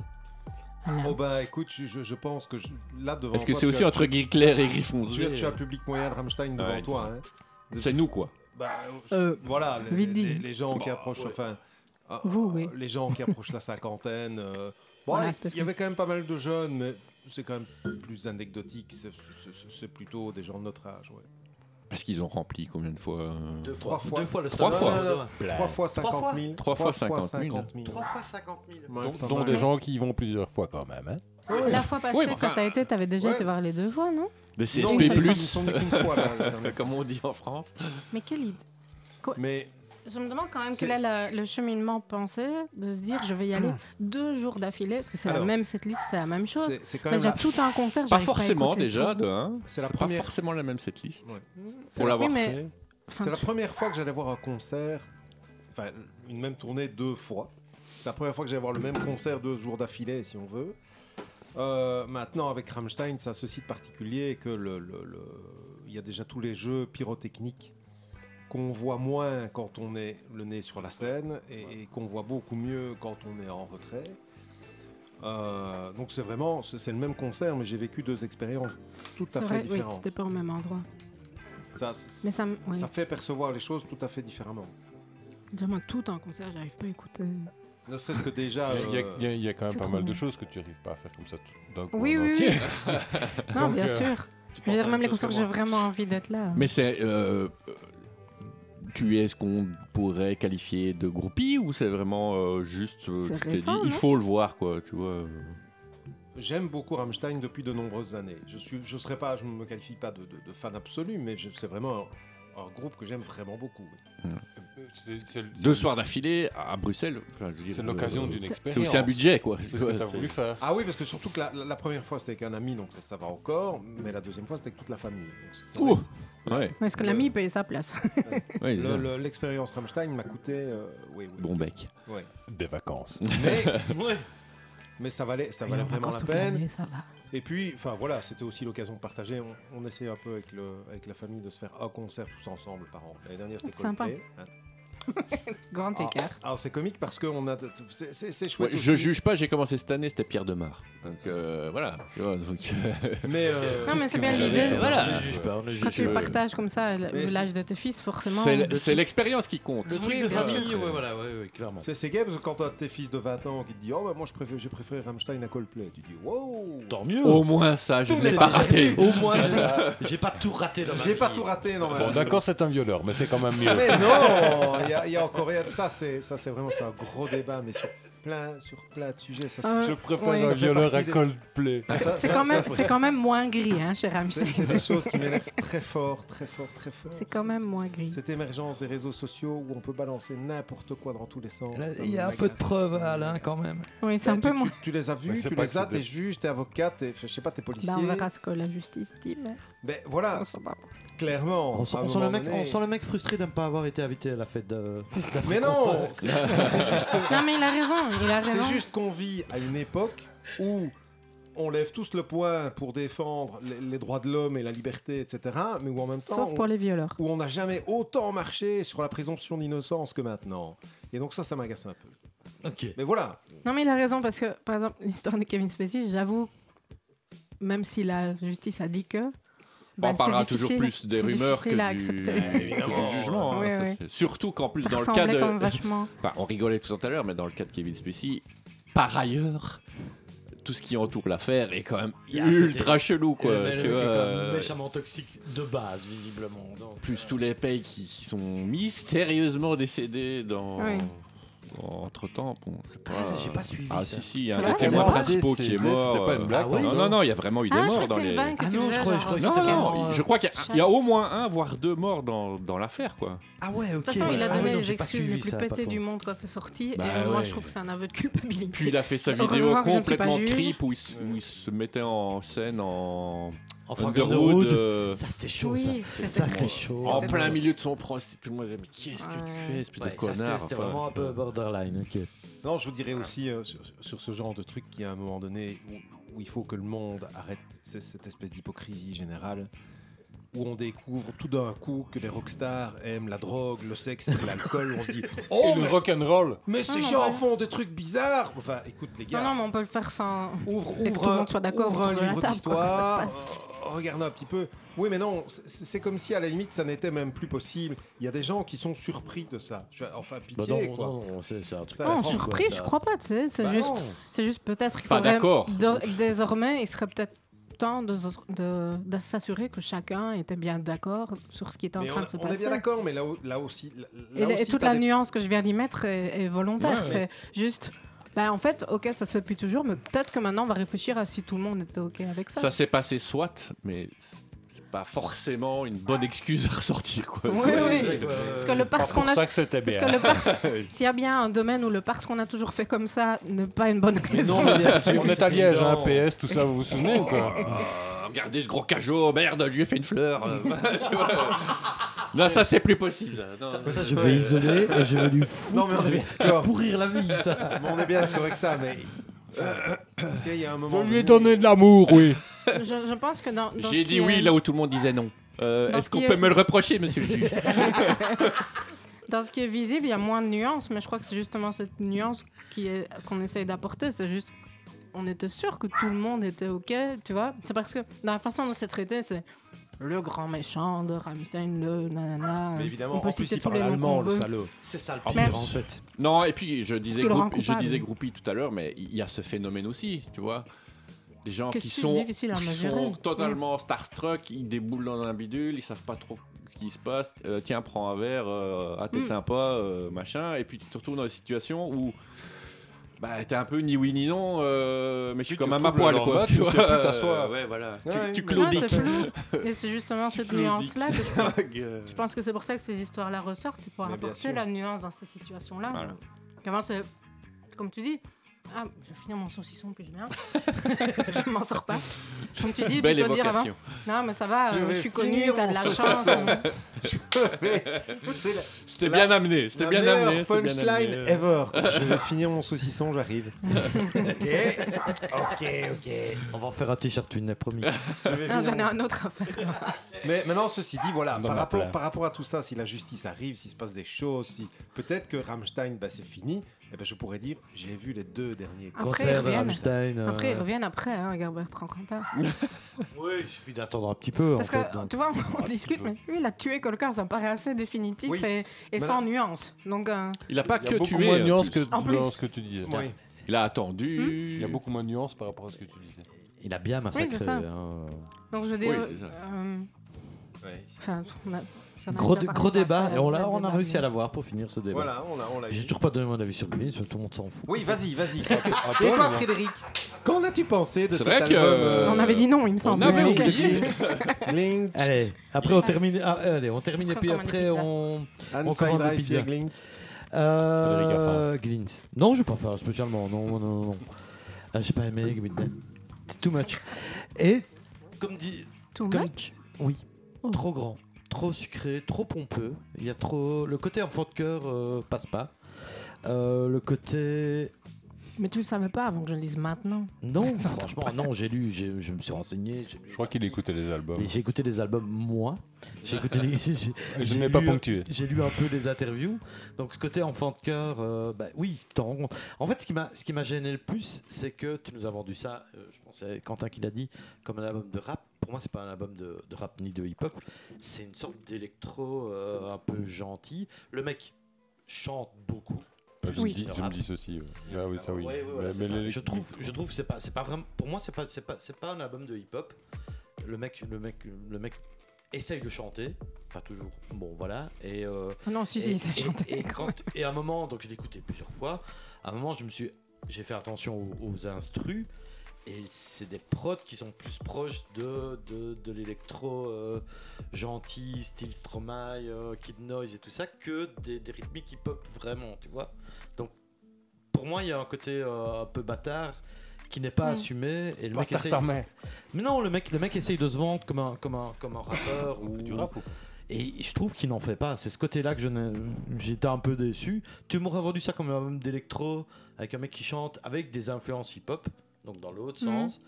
Speaker 7: Voilà.
Speaker 3: Oh bah écoute, je, je- je pense que je- là devant
Speaker 6: Est-ce que
Speaker 3: toi,
Speaker 6: c'est
Speaker 3: tu
Speaker 6: aussi
Speaker 3: as-
Speaker 6: entre Claire et Griffon
Speaker 3: tu as, tu as le public moyen de Rammstein devant
Speaker 6: Ouais,
Speaker 3: toi. Hein.
Speaker 6: C'est nous, quoi.
Speaker 3: Bah,
Speaker 7: Euh,
Speaker 3: voilà, les,
Speaker 7: vite dit.
Speaker 3: les- les gens qui approchent, enfin, euh,
Speaker 7: Vous, oui.
Speaker 3: les gens qui approchent la cinquantaine. euh, bon,
Speaker 7: Voilà,
Speaker 3: il-
Speaker 7: c'est parce
Speaker 3: il y
Speaker 7: que-
Speaker 3: avait quand même pas mal de jeunes, mais c'est quand même plus anecdotique. c'est- c'est- C'est c'est plutôt des gens de notre âge. ouais.
Speaker 6: Parce qu'ils ont rempli combien de fois euh,
Speaker 1: Deux
Speaker 3: Trois fois.
Speaker 1: Deux fois le
Speaker 6: Trois
Speaker 1: stade.
Speaker 6: fois.
Speaker 1: Non, non, non.
Speaker 3: Euh, Trois fois 50 000.
Speaker 6: Trois fois 50 000.
Speaker 3: 000.
Speaker 1: Trois fois 50 000.
Speaker 3: Ouais,
Speaker 8: Donc,
Speaker 3: c'est pas
Speaker 8: dont
Speaker 3: mal.
Speaker 8: des gens qui y vont plusieurs fois quand même. hein.
Speaker 7: La fois passée,
Speaker 6: Ouais, mais enfin,
Speaker 7: quand t'as été, t'avais déjà
Speaker 3: ouais.
Speaker 7: été voir les deux fois, non
Speaker 6: De
Speaker 3: Non,
Speaker 6: CSP+,
Speaker 3: ils sont- ils sont venus qu'une fois,
Speaker 6: <laughs>
Speaker 3: là, la dernière fois.
Speaker 6: comme on dit en France.
Speaker 7: Mais quelle idée
Speaker 3: Mais
Speaker 7: Je me demande quand même
Speaker 3: C'est-
Speaker 7: quel est le, le cheminement pensé de se dire je vais y aller deux jours d'affilée, parce que c'est la
Speaker 3: Alors.
Speaker 7: même setlist, c'est la même chose.
Speaker 3: c'est c'est quand
Speaker 7: Mais
Speaker 3: même
Speaker 7: déjà
Speaker 3: la,
Speaker 7: tout un concert,
Speaker 6: Pas
Speaker 7: j'arrive à
Speaker 6: forcément,
Speaker 7: écouter
Speaker 6: déjà,
Speaker 7: tout.
Speaker 6: de hein.
Speaker 3: c'est la
Speaker 6: Pas
Speaker 3: première
Speaker 6: forcément la même setlist.
Speaker 3: Ouais.
Speaker 6: Pour l'avoir
Speaker 7: Oui, mais-
Speaker 6: fait.
Speaker 7: Enfin,
Speaker 3: C'est la première fois que j'allais voir un concert, enfin une même tournée deux fois. C'est la première fois que j'allais voir le même concert deux jours d'affilée, si on veut. Euh, maintenant, avec Rammstein, ça a ceci de particulier que le, le- le- il y a déjà tous les jeux pyrotechniques qu'on voit moins quand on est le nez sur la scène et, et qu'on voit beaucoup mieux quand on est en retrait. Euh, donc c'est vraiment, c'est c'est le même concert, mais j'ai vécu deux expériences tout
Speaker 7: c'est
Speaker 3: à fait
Speaker 7: vrai, oui,
Speaker 3: différentes.
Speaker 7: c'était pas au même endroit.
Speaker 3: Ça,
Speaker 7: Mais ça m- oui.
Speaker 3: ça fait percevoir les choses tout à fait différemment.
Speaker 7: Déjà, moi, tout un concert, j'arrive pas à écouter.
Speaker 3: Ne serait-ce que déjà.
Speaker 8: Il y a-
Speaker 3: euh,
Speaker 8: il y, a- il y a quand même
Speaker 7: c'est
Speaker 8: pas
Speaker 7: trop
Speaker 8: mal de
Speaker 7: bien.
Speaker 8: choses que tu n'arrives pas à faire comme ça tout- d'un coup.
Speaker 7: Oui,
Speaker 8: en
Speaker 7: oui,
Speaker 8: entier.
Speaker 7: oui. non,
Speaker 8: bah, Donc,
Speaker 7: bien
Speaker 8: euh,
Speaker 7: sûr.
Speaker 3: tu
Speaker 7: Je veux
Speaker 3: penses
Speaker 7: dire,
Speaker 3: à la
Speaker 7: même les
Speaker 3: chose
Speaker 7: concerts,
Speaker 3: que
Speaker 7: j'ai
Speaker 3: moi.
Speaker 7: vraiment envie d'être là.
Speaker 6: Mais c'est. euh, euh, tu es ce qu'on pourrait qualifier de groupie ou c'est vraiment euh, juste. euh,
Speaker 7: C'est
Speaker 6: tu t'es
Speaker 7: récent,
Speaker 6: dit, il
Speaker 7: non
Speaker 6: faut le voir, quoi, tu vois. euh.
Speaker 3: J'aime beaucoup Rammstein depuis de nombreuses années. Je suis, je serais pas, je me qualifie pas de, de- de fan absolu, mais je- c'est vraiment un, un groupe que j'aime vraiment beaucoup. oui.
Speaker 8: Euh, c'est- c'est- c'est-
Speaker 6: Deux soirs d'affilée à Bruxelles. enfin, je veux dire,
Speaker 8: C'est l'occasion
Speaker 6: euh,
Speaker 8: d'une expérience.
Speaker 6: C'est aussi un budget, quoi.
Speaker 8: C'est ce que t'as
Speaker 6: C'est-
Speaker 8: voulu faire.
Speaker 3: Ah oui, parce que surtout que la, la- la première fois c'était avec un ami, donc ça, ça va encore, mais la deuxième fois c'était avec toute la famille. donc ça- ça va
Speaker 6: Ouh.
Speaker 3: être-
Speaker 6: <laughs> Ouais,
Speaker 7: Est-ce que
Speaker 3: Le-
Speaker 7: l'ami paye sa place
Speaker 6: ouais,
Speaker 3: Le-
Speaker 6: c'est-
Speaker 3: le- L'expérience Rammstein m'a coûté. euh, oui, oui.
Speaker 6: Bon bec.
Speaker 3: Ouais.
Speaker 8: Des vacances. <laughs>
Speaker 3: Mais, mais ça valait, ça valait vraiment la peine.
Speaker 7: ça va.
Speaker 3: Et puis, enfin voilà, c'était aussi l'occasion de partager. On, on essayait un peu avec, le, avec la famille de se faire un concert tous ensemble par an. L'année dernière, c'était
Speaker 7: C'est sympa.
Speaker 3: Coldplay, hein.
Speaker 7: Grand
Speaker 3: Ah,
Speaker 7: écart.
Speaker 3: Alors c'est comique parce que on a, c'est- c'est c'est
Speaker 6: Ouais,
Speaker 3: chouette.
Speaker 6: je
Speaker 3: aussi,
Speaker 6: juge pas, j'ai commencé cette année, c'était Pierre Demar. Donc euh, voilà. Tu vois, donc,
Speaker 3: Mais euh,
Speaker 7: Non, mais c'est bien
Speaker 6: vous
Speaker 7: l'idée.
Speaker 6: avez Voilà.
Speaker 1: On ne juge pas, on ne
Speaker 7: Quand
Speaker 6: si
Speaker 1: juge
Speaker 7: tu
Speaker 6: tu veux.
Speaker 7: le partages comme ça,
Speaker 3: Mais
Speaker 7: le-
Speaker 3: c'est-
Speaker 7: l'âge de tes fils, forcément.
Speaker 6: c'est
Speaker 7: le-
Speaker 6: l- c'est l'expérience qui compte.
Speaker 1: Le truc
Speaker 7: Oui,
Speaker 1: de
Speaker 7: bien sûr.
Speaker 1: famille, ouais, voilà, ouais, ouais, clairement.
Speaker 3: c'est c'est gay parce que quand t'as tes fils de 20 ans qui te disent oh bah moi je préfère, j'ai préféré Rammstein à Coldplay, tu dis wow.
Speaker 5: Tant mieux.
Speaker 8: Oh.
Speaker 6: Au moins ça, je ne
Speaker 3: Tout
Speaker 6: l'ai
Speaker 3: est
Speaker 6: pas
Speaker 3: déjà
Speaker 6: raté.
Speaker 5: Au moins,
Speaker 1: C'est
Speaker 5: je-
Speaker 1: ça. j'ai pas tout raté dans ma
Speaker 3: J'ai pas
Speaker 1: vie.
Speaker 3: tout raté normalement.
Speaker 8: Bon, d'accord, c'est un violeur, mais c'est quand même mieux.
Speaker 3: Mais non, il y, a- il y a encore rien de ça. C'est ça, c'est vraiment c'est un gros débat, mais sur plein, sur plein de sujets. Ça,
Speaker 7: Ah,
Speaker 3: c'est-
Speaker 8: Je préfère
Speaker 7: Ouais. Ça
Speaker 8: un
Speaker 3: fait
Speaker 8: violeur
Speaker 3: partie
Speaker 8: à
Speaker 3: des-
Speaker 8: Coldplay.
Speaker 5: Ah,
Speaker 3: ça-
Speaker 7: C'est
Speaker 3: ça-
Speaker 7: quand,
Speaker 3: ça-
Speaker 7: même- c'est quand même moins gris, hein, chez
Speaker 3: c'est-
Speaker 7: Rammstein.
Speaker 3: c'est des choses qui m'énervent très fort, très fort, très fort.
Speaker 7: <laughs> C'est quand même moins gris.
Speaker 3: cette émergence des réseaux sociaux où on peut balancer n'importe quoi dans tous les sens.
Speaker 2: Là,
Speaker 3: ça
Speaker 2: Il y a un
Speaker 3: m'agace,
Speaker 2: peu de preuves,
Speaker 3: ça m'agace.
Speaker 2: Alain, quand même.
Speaker 7: Oui, c'est
Speaker 3: Bah,
Speaker 7: un peu
Speaker 3: tu, tu-
Speaker 7: moins.
Speaker 3: tu les as vus,
Speaker 8: Ouais, c'est
Speaker 3: tu
Speaker 8: pas
Speaker 3: les
Speaker 8: que
Speaker 3: as,
Speaker 8: c'est
Speaker 3: t'es
Speaker 8: des-
Speaker 3: juge, t'es avocat, t'es, je sais pas, t'es policier.
Speaker 7: Bah, on verra ce que la justice dit. Mais...
Speaker 3: Mais voilà,
Speaker 7: on s'en bat.
Speaker 3: clairement.
Speaker 5: On sent,
Speaker 3: à un
Speaker 5: on sent le
Speaker 3: moment
Speaker 5: mec,
Speaker 3: donné-
Speaker 5: on sent le mec frustré de ne pas avoir été invité à la fête de.
Speaker 3: Mais non, c'est c'est juste
Speaker 7: <laughs>
Speaker 3: que-
Speaker 7: Non, mais il a raison. Il a
Speaker 3: Oh. C'est
Speaker 7: raison.
Speaker 3: juste qu'on vit à une époque où on lève tous le poing pour défendre les, les droits de l'homme et la liberté, etc. Mais où en même temps,
Speaker 7: Sauf
Speaker 3: on-
Speaker 7: pour les violeurs.
Speaker 3: où on n'a jamais autant marché sur la présomption d'innocence que maintenant. Et donc ça, ça m'agace un peu.
Speaker 5: Ok.
Speaker 3: Mais voilà.
Speaker 7: Non, mais il a raison parce que, par exemple, l'histoire de Kevin Spacey, j'avoue, même si la justice a dit que. bah,
Speaker 6: on
Speaker 7: c'est
Speaker 6: parlera toujours
Speaker 7: difficile-
Speaker 6: plus des
Speaker 7: c'est
Speaker 6: rumeurs que
Speaker 7: difficile à
Speaker 6: du,
Speaker 7: accepter.
Speaker 6: <laughs> que du jugement. hein,
Speaker 7: Ouais,
Speaker 6: ça,
Speaker 7: ouais.
Speaker 6: c'est- Surtout qu'en plus,
Speaker 7: Ça
Speaker 6: dans le cas
Speaker 7: ressemblait
Speaker 6: de.
Speaker 7: quand même vachement.
Speaker 6: <laughs> Enfin, on rigolait tout à l'heure, mais dans le cas de Kevin Spacey, par ailleurs, tout ce qui entoure l'affaire est quand même
Speaker 5: Il y a un
Speaker 6: ultra chelou, quoi.
Speaker 5: Et le mec
Speaker 6: tu
Speaker 5: est
Speaker 6: vois,
Speaker 5: quand même
Speaker 6: euh,
Speaker 5: méchamment toxique de base, visiblement. donc,
Speaker 6: plus tous les pays qui, qui sont mystérieusement décédés dans.
Speaker 7: Oui.
Speaker 6: Entre temps, bon, c'est pas.
Speaker 2: J'ai pas suivi
Speaker 6: Ah
Speaker 2: ça.
Speaker 6: si si, il y
Speaker 7: C'est
Speaker 6: a un des
Speaker 7: vrai,
Speaker 6: témoins
Speaker 7: c'est
Speaker 6: principaux
Speaker 8: vrai.
Speaker 6: qui est
Speaker 8: C'était
Speaker 6: mort.
Speaker 8: pas une
Speaker 6: euh,
Speaker 8: blague,
Speaker 6: ah ouais,
Speaker 8: pardon.
Speaker 6: non non, il y a vraiment eu des
Speaker 7: Ah, je
Speaker 6: morts
Speaker 7: crois que
Speaker 6: dans
Speaker 7: c'était
Speaker 6: les.
Speaker 7: une vanne que
Speaker 5: Ah
Speaker 7: tu
Speaker 5: non, je
Speaker 7: faisais,
Speaker 5: crois- je
Speaker 7: genre,
Speaker 5: crois que
Speaker 7: juste
Speaker 6: Non,
Speaker 5: c'était
Speaker 7: avant.
Speaker 6: non,
Speaker 5: carrément,
Speaker 6: je crois qu'il y a- il y a
Speaker 7: chasse.
Speaker 6: au moins un, voire deux morts dans, dans l'affaire, quoi.
Speaker 2: Ah ouais, ok.
Speaker 7: De toute façon, il a
Speaker 5: Ah ouais,
Speaker 7: donné
Speaker 5: non,
Speaker 7: les
Speaker 5: j'ai pas
Speaker 7: excuses
Speaker 5: suivi
Speaker 7: les plus
Speaker 5: ça, par
Speaker 7: pétées du
Speaker 5: contre.
Speaker 7: monde quand c'est sorti.
Speaker 6: Bah
Speaker 7: et moi,
Speaker 6: ouais.
Speaker 7: je trouve que c'est un aveu de culpabilité.
Speaker 6: Puis il a fait sa
Speaker 7: Heureusement
Speaker 6: vidéo
Speaker 7: que je ne suis pas
Speaker 6: complètement
Speaker 7: juge.
Speaker 6: creep où il, s- où il se mettait en scène en
Speaker 5: En Frank
Speaker 6: Underwood,
Speaker 5: Underwood.
Speaker 6: euh,
Speaker 5: Ça c'était chaud, ça.
Speaker 7: oui, c'est
Speaker 5: Ça
Speaker 7: ça.
Speaker 5: c'était chaud.
Speaker 6: en
Speaker 7: c'était
Speaker 6: plein
Speaker 7: triste.
Speaker 6: milieu de son procès. Tout le monde disait mais qu'est-ce que
Speaker 7: Ouais.
Speaker 6: tu fais, espèce
Speaker 5: Ouais,
Speaker 6: de
Speaker 5: ça, c'était-
Speaker 6: connard.
Speaker 5: C'était
Speaker 6: enfin,
Speaker 5: vraiment un peu borderline, ok.
Speaker 3: Non, je vous dirais aussi euh, sur, sur ce genre de truc qu'il y a un moment donné où, où il faut que le monde arrête c- cette espèce d'hypocrisie générale où on découvre tout d'un coup que les rockstars aiment la drogue, le sexe et l'alcool.
Speaker 7: <laughs>
Speaker 3: on se dit
Speaker 8: Et
Speaker 3: oh
Speaker 8: le
Speaker 3: mais
Speaker 8: rock'n'roll
Speaker 3: Mais
Speaker 7: Non,
Speaker 3: ces
Speaker 7: non,
Speaker 3: gens
Speaker 7: ouais.
Speaker 3: font des trucs bizarres. Enfin, écoute les
Speaker 7: Non,
Speaker 3: gars,
Speaker 7: non, mais on peut le faire sans.
Speaker 3: ouvre,
Speaker 7: Et que
Speaker 3: ouvre
Speaker 7: tout le
Speaker 3: un-
Speaker 7: monde soit d'accord
Speaker 3: ouvre
Speaker 7: autour
Speaker 3: un
Speaker 7: de la
Speaker 3: livre
Speaker 7: table, quoi, que ça se
Speaker 3: d'histoire,
Speaker 7: passe.
Speaker 3: euh, regarde un petit peu. Oui, mais non, c'est- c'est comme si à la limite ça n'était même plus possible. Il y a des gens qui sont surpris de ça. Je- Enfin,
Speaker 5: Bah
Speaker 3: pitié
Speaker 5: non,
Speaker 3: quoi.
Speaker 5: non, non, c'est c'est un truc.
Speaker 3: Non,
Speaker 7: Non,
Speaker 5: classique,
Speaker 7: surpris,
Speaker 5: quoi,
Speaker 7: je
Speaker 5: ça.
Speaker 7: crois pas, tu sais. C'est
Speaker 3: Bah
Speaker 7: juste,
Speaker 3: non.
Speaker 7: c'est juste peut-être qu'il
Speaker 6: Pas
Speaker 7: faudrait.
Speaker 6: d'accord.
Speaker 7: de- désormais, il serait peut-être temps de, de, de s'assurer que chacun était bien d'accord sur ce qui était en
Speaker 3: Mais
Speaker 7: train
Speaker 3: on,
Speaker 7: de se
Speaker 3: on
Speaker 7: passer.
Speaker 3: est bien d'accord, mais là, au- là aussi, là,
Speaker 7: Et,
Speaker 3: là
Speaker 7: la- et
Speaker 3: aussi,
Speaker 7: toute
Speaker 3: t'as
Speaker 7: la
Speaker 3: des-
Speaker 7: nuance que je viens d'y mettre est, est volontaire.
Speaker 3: Ouais, ouais.
Speaker 7: c'est juste. Bah, en fait, ok, ça se fait depuis toujours, mais peut-être que maintenant on va réfléchir à si tout le monde était ok avec ça.
Speaker 6: Ça s'est passé soit, mais c'est pas forcément une bonne excuse à ressortir, quoi.
Speaker 7: oui, oui.
Speaker 1: Parce
Speaker 7: Parce que le
Speaker 8: Pas
Speaker 7: parce
Speaker 8: pour
Speaker 7: qu'on a.
Speaker 8: ça que c'était
Speaker 7: parce
Speaker 8: bien.
Speaker 7: que le
Speaker 3: <laughs>
Speaker 7: parce- S'il y a bien un domaine où le parce qu'on a toujours fait comme ça n'est pas une bonne raison.
Speaker 5: non, mais bien sûr,
Speaker 8: On est à Liège, hein, PS, tout ça, vous vous souvenez ou quoi <laughs>
Speaker 6: Ah, regardez ce gros cajot, merde, je lui ai fait une fleur. <laughs> euh, tu vois. non, ça c'est plus possible. ça. Non, non.
Speaker 5: Ça, je vais isoler et je vais lui
Speaker 3: Non,
Speaker 5: foutre.
Speaker 3: mais on est bien
Speaker 5: je vais
Speaker 3: d'accord.
Speaker 5: pourrir la vie, ça.
Speaker 3: Mais on est bien d'accord avec ça, mais. Enfin, tu sais, il y a un
Speaker 8: Je
Speaker 3: moment.
Speaker 8: lui ai
Speaker 3: donné-
Speaker 8: donné de l'amour, oui.
Speaker 7: <laughs> Je, je pense que dans. dans
Speaker 6: J'ai
Speaker 7: ce
Speaker 6: dit
Speaker 7: qui
Speaker 6: oui
Speaker 7: est-
Speaker 6: là où tout le monde disait non. Euh,
Speaker 7: Dans
Speaker 6: Est-ce
Speaker 7: ce
Speaker 6: qu'on
Speaker 7: qui
Speaker 6: peut
Speaker 7: est-
Speaker 6: me le reprocher, monsieur
Speaker 7: <laughs>
Speaker 6: le juge
Speaker 7: Dans ce qui est visible, il y a moins de nuances, mais je crois que c'est justement cette nuance qui est- qu'on essaye d'apporter. C'est juste, on était sûr que tout le monde était OK, tu vois. C'est parce que dans la façon dont c'est traité, c'est le grand méchant de Rammstein, le nanana.
Speaker 3: Mais évidemment,
Speaker 7: on peut
Speaker 3: en plus,
Speaker 7: citer
Speaker 3: il
Speaker 7: tous les
Speaker 3: parle
Speaker 7: noms
Speaker 3: allemand,
Speaker 7: qu'on
Speaker 3: le
Speaker 7: veut.
Speaker 3: salaud.
Speaker 5: C'est ça le
Speaker 6: Ah, En
Speaker 5: pire,
Speaker 7: plus.
Speaker 5: en fait.
Speaker 6: Non, et puis je disais,
Speaker 7: Parce que Laurent
Speaker 6: groupe- je
Speaker 7: Coupable.
Speaker 6: disais groupie tout à l'heure, mais il y a ce phénomène aussi, tu vois. Des gens
Speaker 7: Que
Speaker 6: qui
Speaker 7: c'est
Speaker 6: sont,
Speaker 7: difficile à
Speaker 6: qui
Speaker 7: mesurer.
Speaker 6: sont totalement starstruck, ils déboulent dans un bidule, ils savent pas trop ce qui se passe. Euh, tiens, prends un verre, euh, ah t'es
Speaker 7: Mm.
Speaker 6: sympa, euh, machin. Et puis tu te retrouves dans des situations où Bah, t'es un peu ni oui ni non, euh, mais je suis
Speaker 4: Tu
Speaker 6: comme
Speaker 4: te
Speaker 6: un ma
Speaker 4: trouves
Speaker 6: poil,
Speaker 4: le
Speaker 6: quoi.
Speaker 4: lendemain, tu ne sais plus
Speaker 6: t'asseoir.
Speaker 4: t'asseoir.
Speaker 6: Ouais, voilà.
Speaker 3: Ouais,
Speaker 6: tu tu
Speaker 3: mais-
Speaker 7: Non, c'est
Speaker 6: claudiques.
Speaker 7: flou. Et c'est justement cette
Speaker 6: Claudique.
Speaker 7: nuance-là que je,
Speaker 6: Euh,
Speaker 7: je pense que c'est pour ça que ces histoires-là ressortent, c'est pour
Speaker 3: Mais bien
Speaker 7: apporter
Speaker 3: sûr.
Speaker 7: la nuance dans ces situations-là.
Speaker 6: Voilà.
Speaker 7: Donc Avant, c'est comme tu dis. Ah, je finis mon saucisson, puis je viens.
Speaker 3: <laughs>
Speaker 7: je m'en sors pas. Comme tu dis,
Speaker 6: Belle
Speaker 7: plutôt dire hein. avant.
Speaker 6: évocation.
Speaker 7: Non, mais ça va,
Speaker 3: Je
Speaker 7: euh, je,
Speaker 3: vais
Speaker 7: suis
Speaker 3: finir
Speaker 7: connu, t'as de
Speaker 3: mon
Speaker 7: la chance. hein.
Speaker 3: saucisson. <laughs> C'est la,
Speaker 6: C'était
Speaker 3: La-
Speaker 6: bien amené, c'était
Speaker 3: la
Speaker 6: bien
Speaker 3: meilleure
Speaker 6: amené. c'était bien
Speaker 3: punchline
Speaker 6: amené.
Speaker 3: ever. Je vais finir mon saucisson, j'arrive. ok, ok, ok.
Speaker 5: On va en faire un t-shirt Winnet, promis.
Speaker 3: Je vais
Speaker 7: Non,
Speaker 3: finir
Speaker 7: j'en ai
Speaker 3: mon-
Speaker 7: un autre à faire.
Speaker 3: Mais maintenant, ceci dit, voilà,
Speaker 8: Dans
Speaker 3: par
Speaker 8: ma
Speaker 3: rapport,
Speaker 8: plaie.
Speaker 3: par rapport à tout ça, si la justice arrive, s'il se passe des choses, si peut-être que Rammstein, bah, c'est fini, eh ben, je pourrais dire, j'ai vu les deux derniers.
Speaker 7: Après, ils
Speaker 5: Concert de
Speaker 7: reviennent.
Speaker 5: Rammstein. euh,
Speaker 7: Après, ils reviennent après, hein, regarde Bertrand Cantat.
Speaker 1: Oui, il suffit d'attendre.
Speaker 5: Attendre un petit peu,
Speaker 7: Parce
Speaker 5: en fait.
Speaker 7: que,
Speaker 5: donc.
Speaker 7: tu vois, on <laughs> discute, mais lui, il a tué quelqu'un, ça me paraît assez définitif
Speaker 3: Oui.
Speaker 7: et, et
Speaker 3: Mais
Speaker 7: sans nuance. Donc, euh,
Speaker 6: Il a pas
Speaker 8: Il y a
Speaker 6: que
Speaker 8: beaucoup
Speaker 6: tué.
Speaker 8: moins de
Speaker 6: euh,
Speaker 8: nuances que
Speaker 6: plus.
Speaker 7: En plus.
Speaker 8: dans ce que tu disais.
Speaker 3: Oui.
Speaker 6: Il a attendu.
Speaker 8: Il y a beaucoup moins de nuances par rapport à ce que tu disais.
Speaker 5: Il a bien massacré.
Speaker 7: c'est ça.
Speaker 5: hein.
Speaker 7: donc je veux dire.
Speaker 6: Oui, c'est ça.
Speaker 7: euh,
Speaker 3: Ouais.
Speaker 7: enfin, on a- j'en ai
Speaker 5: Gros,
Speaker 7: déjà
Speaker 5: dé-
Speaker 7: parlé
Speaker 5: gros
Speaker 7: dans-
Speaker 5: débat,
Speaker 7: dans
Speaker 5: et on, l'a-
Speaker 7: le
Speaker 5: on a
Speaker 7: débat,
Speaker 5: réussi à
Speaker 7: mais-
Speaker 5: l'avoir pour finir ce débat.
Speaker 3: Voilà, on l'a, on l'a eu.
Speaker 5: J'ai toujours pas donné mon avis sur Glyn, tout le monde s'en fout.
Speaker 3: Oui, vas-y, vas-y. Qu'est-ce que- Et toi, Frédéric, qu'en as-tu pensé de
Speaker 6: C'est
Speaker 3: cet
Speaker 6: vrai que,
Speaker 3: album
Speaker 7: euh, On avait dit non, il me
Speaker 6: On
Speaker 7: semble. mais
Speaker 6: avait
Speaker 3: Link
Speaker 7: ok.
Speaker 3: de
Speaker 6: oublié.
Speaker 3: <laughs> Glintz, Glintz,
Speaker 5: Allez, après on termine, ah, allez, on termine et
Speaker 7: Après, on
Speaker 5: puis
Speaker 7: commande des
Speaker 5: après
Speaker 7: pizzas.
Speaker 5: on.
Speaker 3: Hans
Speaker 5: On commande des
Speaker 3: Seidreich
Speaker 5: pizzas.
Speaker 3: et Glintz.
Speaker 5: Euh,
Speaker 8: Frédéric
Speaker 5: Glint. Non, je vais pas faire spécialement. Non, non, non, non. Ah, j'ai pas aimé Glint. C'est too much. Et comme dit,
Speaker 7: Too
Speaker 5: comme-
Speaker 7: much
Speaker 5: oui,
Speaker 7: Oh.
Speaker 5: trop grand, trop sucré, trop pompeux. Il y a trop le côté enfant de cœur euh, passe pas. Euh, le côté
Speaker 7: Mais tu le savais pas avant que je le dise maintenant. <laughs>
Speaker 5: non, franchement non, j'ai lu, j'ai- je me suis renseigné. j'ai-
Speaker 8: Je crois qu'il écoutait les albums.
Speaker 5: Et J'ai écouté les albums moi. J'ai
Speaker 8: <laughs>
Speaker 5: écouté les. j'ai- j'ai-
Speaker 8: Je
Speaker 5: j'ai
Speaker 8: n'ai pas
Speaker 5: lu-
Speaker 8: ponctué.
Speaker 5: J'ai lu un peu les interviews. Donc ce côté enfant de cœur, euh, bah oui, tu t'en rends compte. En fait, ce qui m'a ce qui m'a gêné le plus, c'est que tu nous as vendu ça. euh, je pense que c'est Quentin qui l'a dit comme un album de rap. Pour moi, c'est pas un album de, de rap ni de hip-hop. C'est une sorte d'électro euh, un peu gentil. Le mec chante beaucoup.
Speaker 8: Bah, Je me
Speaker 5: Oui.
Speaker 8: dis- je me dis ceci. ouais. Ah oui, ça oui.
Speaker 5: Ouais, ouais, voilà,
Speaker 8: Mais-
Speaker 5: c'est
Speaker 8: mais
Speaker 5: ça.
Speaker 8: les-
Speaker 5: Je trouve, je trouve, que c'est pas, c'est pas vraiment. Pour moi, c'est pas, c'est pas, c'est pas un album de hip-hop. Le mec, le mec, le mec essaye de chanter. Enfin, toujours. Bon, voilà. Et euh,
Speaker 7: Ah Non, si,
Speaker 5: et-
Speaker 7: si, ça
Speaker 5: et-
Speaker 7: chantait.
Speaker 5: Et, quand- et à un moment, donc je l'ai écouté plusieurs fois, à un moment, je me suis, j'ai fait attention aux, aux instrus, et c'est des prods qui sont plus proches de, de, de l'électro euh, gentil, style Stromae, euh, Kid Noise et tout ça, que des, des rythmiques hip-hop vraiment, tu vois. Donc, pour moi, il y a un côté euh, un peu bâtard qui n'est pas
Speaker 7: Mm.
Speaker 5: assumé et le mec essaye- mais non le mec le mec essaye de se vendre comme un comme un comme un rappeur ou
Speaker 8: Du rap ou
Speaker 5: et je trouve qu'il n'en fait pas. C'est ce côté-là que je n'ai- j'étais un peu déçu. Tu m'aurais vendu ça comme un album d'électro, avec un mec qui chante, avec des influences hip-hop, donc dans l'autre
Speaker 7: Mhm.
Speaker 5: sens.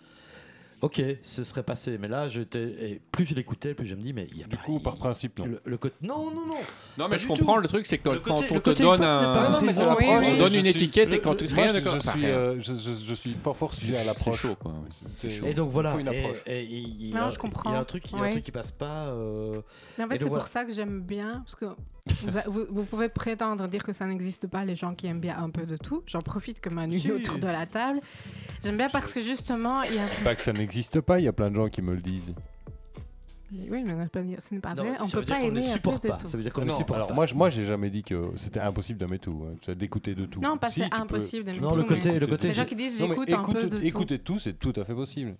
Speaker 5: Ok, ce serait passé. Mais là, j'étais. et Plus je l'écoutais, plus je me dis, mais il y a
Speaker 8: Du
Speaker 5: pas-
Speaker 8: coup,
Speaker 5: il-
Speaker 8: par principe, non.
Speaker 5: Le, le côté. Non, non, non.
Speaker 6: Non,
Speaker 5: Pas
Speaker 6: mais je
Speaker 5: du
Speaker 6: comprends.
Speaker 5: tout.
Speaker 6: Le truc, c'est que
Speaker 5: Le
Speaker 6: quand
Speaker 5: côté-
Speaker 6: on
Speaker 5: le
Speaker 6: te
Speaker 5: côté hip-hop
Speaker 6: donne
Speaker 5: n'est pas
Speaker 6: un.
Speaker 5: Non, mais c'est
Speaker 7: l'approche.
Speaker 6: On
Speaker 7: oui,
Speaker 6: donne
Speaker 8: je
Speaker 6: une
Speaker 8: suis-
Speaker 6: étiquette et
Speaker 8: le-
Speaker 6: quand
Speaker 8: le-
Speaker 6: tu te
Speaker 8: moi,
Speaker 6: rien
Speaker 8: je-
Speaker 6: d'accord.
Speaker 8: Je suis, euh, je, je- je suis fort fort sujet à l'approche.
Speaker 6: chaud, quoi.
Speaker 8: C'est chaud.
Speaker 5: Et donc
Speaker 8: Il
Speaker 5: voilà.
Speaker 8: faut une
Speaker 5: Et-
Speaker 8: approche.
Speaker 5: et- et il y
Speaker 7: Non,
Speaker 5: a-
Speaker 7: je comprends.
Speaker 5: Il y a un truc, il y a un
Speaker 7: Ouais.
Speaker 5: truc qui passe pas. euh,
Speaker 7: Mais en
Speaker 5: Et
Speaker 7: fait, c'est
Speaker 5: donc,
Speaker 7: pour ça que j'aime bien, parce que vous, a- vous- vous pouvez prétendre dire que ça n'existe pas, les gens qui aiment bien un peu de tout. J'en profite que Manu
Speaker 5: Si.
Speaker 7: est autour de la table. J'aime bien parce que justement, il y a...
Speaker 8: Pas que ça n'existe pas, il y a plein de gens qui me le disent.
Speaker 7: Oui, mais on n'a pas dit- ce n'est pas
Speaker 5: non,
Speaker 7: vrai, Ah on
Speaker 5: ça veut
Speaker 7: peut
Speaker 5: dire
Speaker 7: pas
Speaker 5: qu'on ne
Speaker 7: aimer un peu
Speaker 5: supporte
Speaker 7: de
Speaker 5: pas.
Speaker 7: tout.
Speaker 5: Ça veut dire qu'on ne
Speaker 8: Ah Non,
Speaker 5: supporte
Speaker 8: alors
Speaker 5: pas.
Speaker 8: moi, je- moi, j'ai jamais dit que c'était impossible d'aimer tout, hein, c'est d'écouter de tout.
Speaker 7: Non, pas
Speaker 8: Si,
Speaker 7: c'est
Speaker 8: tu peux-
Speaker 7: impossible d'aimer
Speaker 5: Non,
Speaker 7: tout,
Speaker 5: le
Speaker 7: mais
Speaker 5: côté, le
Speaker 8: écoutez,
Speaker 5: côté.
Speaker 7: Les gens qui disent
Speaker 8: Non, mais
Speaker 7: j'écoute un peu
Speaker 8: écoute-
Speaker 7: de tout.
Speaker 8: écouter tout, c'est tout à fait possible.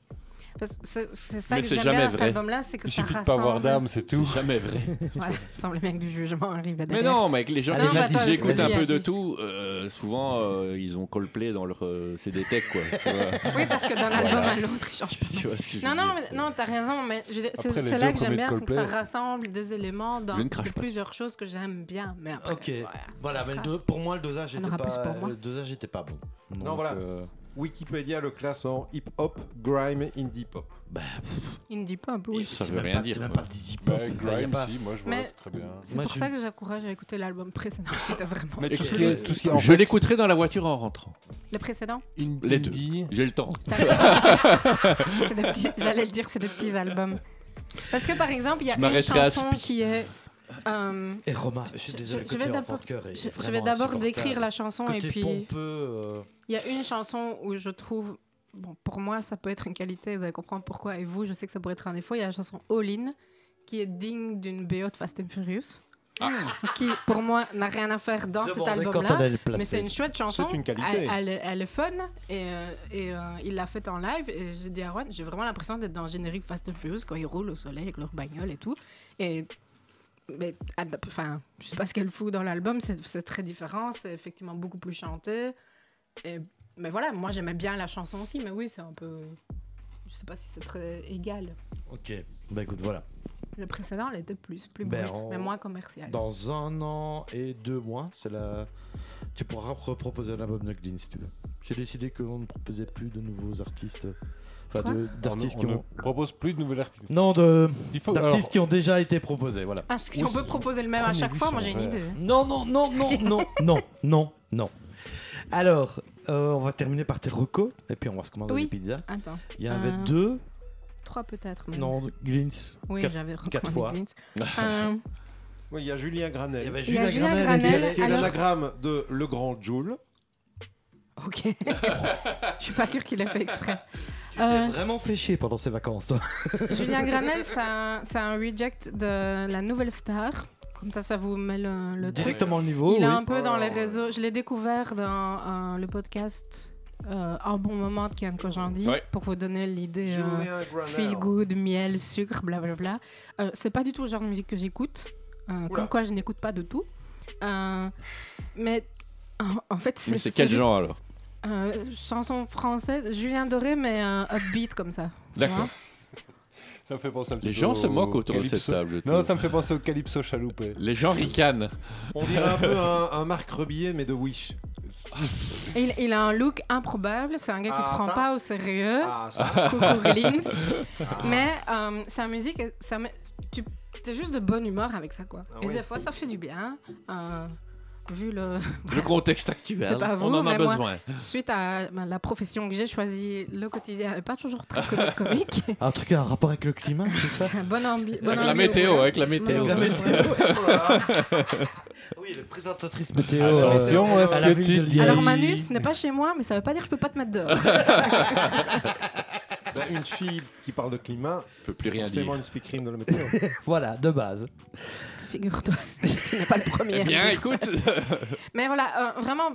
Speaker 7: Parce que C'est c'est ça
Speaker 6: Mais
Speaker 7: que
Speaker 6: c'est
Speaker 7: j'aime
Speaker 6: jamais
Speaker 7: bien à cet
Speaker 6: vrai.
Speaker 7: album-là, c'est que
Speaker 8: Il
Speaker 7: ça
Speaker 8: suffit de
Speaker 7: rassemble.
Speaker 8: pas avoir d'âme, c'est tout.
Speaker 6: Jamais vrai.
Speaker 7: Voilà, il me semble bien que du jugement arrive à
Speaker 6: Mais
Speaker 7: derrière.
Speaker 6: non, mec, les gens
Speaker 5: Allez,
Speaker 6: qui
Speaker 5: vas-y,
Speaker 6: disent
Speaker 5: vas-y,
Speaker 6: j'écoute un
Speaker 7: vas-y,
Speaker 6: peu de
Speaker 7: vas-y.
Speaker 6: tout, euh, souvent euh, ils ont Coldplay dans leur euh, CD tech, quoi. Tu vois-
Speaker 7: Oui, parce que d'un album à l'autre, il change pas.
Speaker 6: tu vois ce que je veux
Speaker 7: Non, non,
Speaker 6: dire,
Speaker 7: mais-
Speaker 6: c'est-
Speaker 7: non, t'as raison, mais je veux dire,
Speaker 8: Après,
Speaker 7: c'est
Speaker 8: les
Speaker 7: c'est
Speaker 8: deux
Speaker 7: là que
Speaker 8: premiers
Speaker 7: j'aime
Speaker 8: de
Speaker 7: bien, c'est que ça
Speaker 8: Coldplay.
Speaker 7: rassemble des éléments dans
Speaker 6: Je ne
Speaker 7: de
Speaker 6: crache pas.
Speaker 7: plusieurs choses que j'aime bien. Mais après,
Speaker 5: Ok,
Speaker 7: voilà, c'est
Speaker 5: Voilà,
Speaker 7: comme
Speaker 5: mais
Speaker 7: ça.
Speaker 5: le do- pour moi, le dosage
Speaker 7: On
Speaker 5: n'était
Speaker 7: aura
Speaker 5: pas,
Speaker 7: plus pour moi.
Speaker 5: le dosage était pas bon.
Speaker 3: Non,
Speaker 5: Donc,
Speaker 3: voilà.
Speaker 5: euh,
Speaker 3: Wikipédia le classe en hip-hop, grime, indie-pop.
Speaker 7: Il ne dit pas,
Speaker 6: Et
Speaker 7: oui.
Speaker 6: ça
Speaker 5: C'est
Speaker 6: veut
Speaker 5: même
Speaker 6: rien
Speaker 5: pas-
Speaker 6: dire, hein.
Speaker 5: C'est même
Speaker 6: quoi.
Speaker 5: pas du hip-hop.
Speaker 8: Bah,
Speaker 5: enfin, y a
Speaker 8: grime,
Speaker 5: pas-
Speaker 8: si, moi je vois,
Speaker 7: Mais-
Speaker 8: c'est très bien.
Speaker 7: C'est
Speaker 5: Moi,
Speaker 7: pour
Speaker 5: je-
Speaker 7: ça que j'encourage à écouter l'album précédent. <laughs> C'était vraiment.
Speaker 8: Mais
Speaker 6: Et
Speaker 8: tout ce
Speaker 6: tout
Speaker 8: qui
Speaker 6: ce-
Speaker 8: est, tout ce qui est en
Speaker 6: Je
Speaker 8: fait
Speaker 6: l'écouterai dans la voiture en rentrant.
Speaker 7: Le
Speaker 6: <laughs>
Speaker 7: précédent
Speaker 6: Les deux.
Speaker 8: indie,
Speaker 6: J'ai le temps.
Speaker 7: T'as raison. C'est des petits- J'allais le dire, c'est des petits albums. Parce que par exemple, il y a
Speaker 6: Je
Speaker 7: une
Speaker 6: m'arrêterai à
Speaker 7: chanson
Speaker 6: Spi.
Speaker 7: qui est. euh,
Speaker 5: Et Roma, je suis
Speaker 7: Je-
Speaker 5: désolé,
Speaker 7: je-
Speaker 5: côté
Speaker 7: je vais
Speaker 5: enfant de
Speaker 7: d'abord-
Speaker 5: cœur est
Speaker 7: je, je vais
Speaker 5: vraiment
Speaker 7: d'abord
Speaker 5: insupportable.
Speaker 7: décrire la chanson et
Speaker 5: Côté
Speaker 7: puis.
Speaker 5: pompeux, euh,
Speaker 7: Il y a une chanson où je trouve, bon, pour moi, ça peut être une qualité, vous allez comprendre pourquoi, et vous, je sais que ça pourrait être un défaut. Il y a la chanson All In, qui est digne d'une BO de Fast and Furious. qui pour moi n'a rien à faire dans cet album-là.
Speaker 1: est
Speaker 7: Mais c'est une chouette chanson.
Speaker 3: C'est une qualité.
Speaker 7: Elle, elle est- elle est fun et, euh, et, euh, il l'a faite en live. Et j'ai dit à Juan, j'ai vraiment l'impression d'être dans le générique Fast and Furious quand ils roulent au soleil avec leur bagnole et tout. Et mais, ad- enfin, je sais pas ce qu'elle fout dans l'album, c'est c'est très différent, c'est effectivement beaucoup plus chanté. Et, mais voilà, moi j'aimais bien la chanson aussi, mais oui, c'est un peu. Je sais pas si c'est très égal.
Speaker 5: Ok, bah écoute, voilà.
Speaker 7: Ah Le précédent, elle était plus, plus
Speaker 5: Ben,
Speaker 7: brute,
Speaker 5: on-
Speaker 7: mais moins commerciale.
Speaker 5: Dans un an et deux mois, c'est la. Tu pourras reproposer un album de Glyn si tu veux. J'ai décidé qu'on ne proposait plus de nouveaux artistes. Enfin,
Speaker 7: Quoi
Speaker 5: de- d'artistes qui
Speaker 8: On ne
Speaker 5: ont.
Speaker 8: propose plus de nouvelles artistes.
Speaker 1: Non, de-
Speaker 8: Il faut.
Speaker 1: d'artistes qui ont déjà été proposés, voilà.
Speaker 7: Ah, parce que si on peut proposer le même à
Speaker 8: prenez-lui
Speaker 7: chaque fois,
Speaker 8: son
Speaker 7: moi j'ai une
Speaker 8: verre.
Speaker 7: idée.
Speaker 1: Non, non, non,
Speaker 7: <laughs>
Speaker 1: non, non, non, non, non. Alors, euh, on va terminer par tes recos, et puis on va se commander
Speaker 7: Oui.
Speaker 1: des pizzas.
Speaker 7: Attends,
Speaker 1: Il y en avait
Speaker 7: Euh,
Speaker 1: deux.
Speaker 7: trois peut-être. même.
Speaker 1: Non, Glintz.
Speaker 7: Oui,
Speaker 1: quatre-
Speaker 7: j'avais
Speaker 1: quatre
Speaker 7: recommandé
Speaker 1: fois.
Speaker 6: <laughs>
Speaker 7: Glint. Euh,
Speaker 3: Oui, il y a Julien Granel.
Speaker 5: Il y avait
Speaker 7: Il y a
Speaker 1: Julien
Speaker 7: Julien
Speaker 1: Granel,
Speaker 7: Granel.
Speaker 3: Quel est
Speaker 7: alors-
Speaker 3: l'anagramme de le grand Joule
Speaker 7: Ok. <laughs> Je suis pas sûre qu'il ait fait exprès.
Speaker 5: Tu
Speaker 7: Euh,
Speaker 5: t'es vraiment fait chier pendant ces vacances, toi.
Speaker 7: Julien Granel, c'est un, c'est un reject de la nouvelle star. Comme ça, ça vous met le, le truc.
Speaker 1: Directement le niveau.
Speaker 7: Il est
Speaker 1: oui.
Speaker 7: un peu dans les
Speaker 3: Oh.
Speaker 7: réseaux. Je l'ai découvert dans euh, le podcast euh, Un bon moment de Kian Kojandi
Speaker 6: Ouais.
Speaker 7: pour vous donner l'idée. euh, Feel good, miel, sucre, blablabla. Euh, c'est pas du tout le genre de musique que j'écoute. Euh,
Speaker 3: Oula.
Speaker 7: comme quoi, je n'écoute pas de tout. Euh, mais en- en fait,
Speaker 6: Mais c'est quel
Speaker 7: juste,
Speaker 6: genre alors
Speaker 7: euh, Chanson française, Julien Doré, mais un upbeat comme ça. tu vois.
Speaker 6: D'accord.
Speaker 8: Ça me fait penser un petit
Speaker 6: Les
Speaker 8: peu
Speaker 6: gens se
Speaker 8: au
Speaker 6: moquent autour de cette
Speaker 8: Calypso.
Speaker 6: table.
Speaker 8: Non,
Speaker 6: tout.
Speaker 8: ça me fait penser au Calypso chaloupé.
Speaker 6: Les gens ricanent.
Speaker 3: On dirait un peu un, un Marc Rebillet, mais de Wish.
Speaker 7: Et il, il a un look improbable. C'est un gars qui se
Speaker 3: Ah,
Speaker 7: prend
Speaker 3: ça.
Speaker 7: pas au sérieux.
Speaker 3: Ah, ça.
Speaker 7: Coucou Glintz. Hein <laughs>
Speaker 3: <laughs>
Speaker 7: Mais euh, sa musique, ça me- tu es juste de bonne humeur avec ça, quoi.
Speaker 3: Ah
Speaker 7: Et
Speaker 3: oui.
Speaker 7: des fois, ça fait du bien. Euh, vu le. <laughs>
Speaker 6: Le contexte actuel,
Speaker 7: C'est pas vous,
Speaker 6: on en a
Speaker 7: mais moi-
Speaker 6: besoin.
Speaker 7: Suite à ben, la profession que j'ai choisie, le quotidien n'est pas toujours très comique-
Speaker 3: <laughs>
Speaker 7: comique.
Speaker 1: Un truc à un rapport avec le climat, c'est
Speaker 7: <laughs>
Speaker 1: ça
Speaker 7: C'est un bon ambi- bonne
Speaker 6: Avec la
Speaker 7: ambiance.
Speaker 6: météo, avec la météo.
Speaker 1: Avec la météo.
Speaker 3: Oh
Speaker 5: oui, le présentatrice.
Speaker 1: Météo, euh,
Speaker 8: Attention à ce
Speaker 1: à la
Speaker 8: que
Speaker 1: ville
Speaker 8: tu
Speaker 1: de
Speaker 8: dis.
Speaker 1: Liège.
Speaker 7: Alors Manu, ce n'est pas chez moi, mais ça ne veut pas dire que je peux pas te mettre
Speaker 6: <laughs>
Speaker 7: dehors.
Speaker 3: Bah, une fille qui parle de climat,
Speaker 6: Je peux plus
Speaker 3: c'est
Speaker 6: rien
Speaker 3: forcément
Speaker 6: dire.
Speaker 3: une speakerine dans le météo.
Speaker 8: <laughs>
Speaker 1: euh, Voilà, de base.
Speaker 7: Figure-toi, <laughs> tu n'es pas le premier.
Speaker 6: Eh
Speaker 7: à
Speaker 6: bien,
Speaker 7: dire ça.
Speaker 6: écoute,
Speaker 7: Mais voilà, euh, vraiment,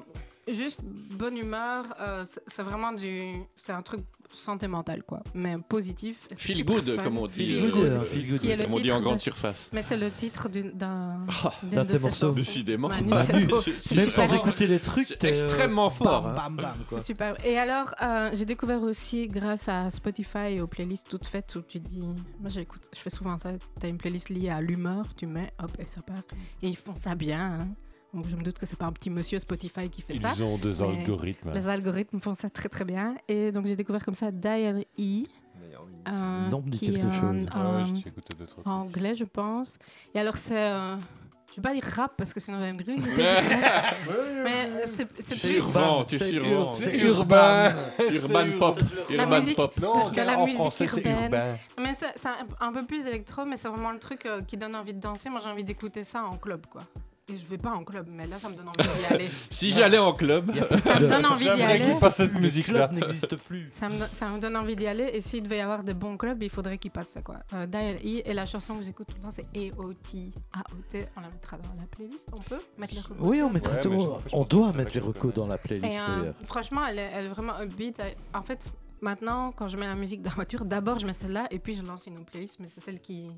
Speaker 7: juste bonne humeur. euh, c'est- c'est vraiment du, c'est un truc santé mentale quoi, mais positif. et c'est
Speaker 6: feel
Speaker 7: super
Speaker 6: good,
Speaker 7: fun.
Speaker 6: comme on dit.
Speaker 7: Feel
Speaker 6: euh,
Speaker 7: good.
Speaker 1: good, feel good.
Speaker 7: Qui est le
Speaker 6: Comme on dit
Speaker 7: titre
Speaker 6: en grande
Speaker 7: de-
Speaker 6: surface.
Speaker 7: Mais c'est le titre d'une- d'un
Speaker 6: Ah,
Speaker 7: d'une
Speaker 1: d'un de ses
Speaker 7: ses
Speaker 1: morceaux.
Speaker 7: chansons.
Speaker 6: Décidément.
Speaker 7: Manu,
Speaker 1: Bah,
Speaker 7: c'est
Speaker 1: lui,
Speaker 7: beau.
Speaker 6: C'est
Speaker 1: Même sans
Speaker 7: super.
Speaker 1: écouter les trucs, t'es. euh,
Speaker 6: extrêmement fort. hein.
Speaker 1: Bam, bam, bam, quoi.
Speaker 7: C'est super. Et alors, euh, j'ai découvert aussi grâce à Spotify et aux playlists toutes faites où tu dis. Moi, j'écoute, je fais souvent ça. T'as une playlist liée à l'humeur, tu mets, hop, et ça part. Et ils font ça bien. hein. Donc, je me doute que c'est pas un petit monsieur Spotify qui fait ça.
Speaker 8: Ils ont deux
Speaker 7: Mais-
Speaker 8: algorithmes.
Speaker 7: Les algorithmes font ça très très bien. Et donc, j'ai découvert comme ça Dial E. euh,
Speaker 1: nom me dit
Speaker 7: qui
Speaker 1: quelque
Speaker 7: est un-
Speaker 1: chose.
Speaker 8: Ah
Speaker 7: un-
Speaker 8: ouais, j'ai écouté deux trucs.
Speaker 7: anglais, je pense. Et alors, c'est. euh, je vais pas dire rap parce que sinon, on va me dire.
Speaker 8: <laughs>
Speaker 7: <laughs> Mais euh, c'est c'est
Speaker 6: Tu es
Speaker 7: plus.
Speaker 6: urbain, tu es urbain.
Speaker 8: C'est urbain.
Speaker 6: Urban pop. Urban
Speaker 7: musique.
Speaker 6: pop.
Speaker 8: Non,
Speaker 7: De- de la
Speaker 8: en
Speaker 7: musique
Speaker 8: français, c'est
Speaker 7: urbaine.
Speaker 8: urbain.
Speaker 7: Mais c'est c'est un, un peu plus électro, mais c'est vraiment le truc euh, qui donne envie de danser. Moi, j'ai envie d'écouter ça en club, quoi. Et je vais pas en club, mais là, ça me donne envie d'y aller.
Speaker 6: Si j'allais en club,
Speaker 7: Ça me donne envie d'y
Speaker 8: Jamais
Speaker 7: aller.
Speaker 8: n'existe pas cette
Speaker 1: Le
Speaker 8: musique-là.
Speaker 1: club n'existe plus.
Speaker 7: Ça me, don- ça me donne envie d'y aller. Et s'il devait y avoir de bons clubs, il faudrait qu'ils passent ça, quoi. Euh, Dial E, et la chanson que j'écoute tout le temps, c'est AOT. AOT, on la mettra dans la playlist. On peut mettre les recos
Speaker 1: Oui, on
Speaker 7: ça
Speaker 1: mettra
Speaker 8: Ouais,
Speaker 1: tout.
Speaker 8: mais je- en fait, je
Speaker 1: on
Speaker 8: pense que
Speaker 1: doit
Speaker 8: ça
Speaker 1: mettre les
Speaker 8: va être
Speaker 1: recos
Speaker 8: open.
Speaker 1: dans la playlist
Speaker 7: Et, euh,
Speaker 1: d'ailleurs.
Speaker 7: franchement, elle est, elle est vraiment upbeat. Elle- En fait, maintenant, quand je mets la musique dans la voiture, d'abord je mets celle-là et puis je lance une playlist, mais c'est celle qui.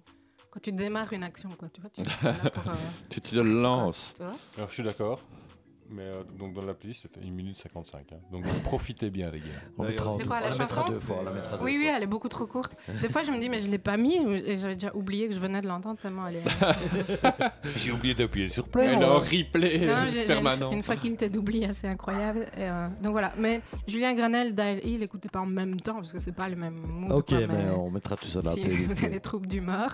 Speaker 7: Quand tu démarres une action, quoi, tu vois, tu, là pour,
Speaker 6: <laughs>
Speaker 7: euh,
Speaker 6: tu te lances.
Speaker 7: tu vois.
Speaker 8: Alors, je suis d'accord. Mais euh, donc dans l'appli, ça fait 1 minute 55. hein. Donc <laughs> profitez bien, les gars.
Speaker 1: On mettra en
Speaker 7: C'est quoi,
Speaker 1: douce.
Speaker 7: la
Speaker 1: On la mettra
Speaker 7: chanson
Speaker 1: deux fois. on la mettra deux
Speaker 7: Oui, oui, elle est beaucoup trop courte. Des fois, je me dis, mais je l'ai pas mis et j'avais déjà oublié que je venais de l'entendre tellement elle est.
Speaker 8: J'ai oublié d'appuyer sur play.
Speaker 6: Mais le replay
Speaker 8: <laughs>
Speaker 7: Non, j'ai- j'ai
Speaker 6: permanent.
Speaker 7: une, une faculté d'oubli assez hein, incroyable. et, euh, donc voilà. Mais Julien Granel, Dial E, l'écoutez pas en même temps parce que c'est pas le même mood.
Speaker 1: Ok,
Speaker 7: quoi,
Speaker 1: mais on mettra tout ça dans la
Speaker 7: Si vous
Speaker 1: playlist.
Speaker 7: avez des
Speaker 1: <laughs>
Speaker 7: troubles d'humeur,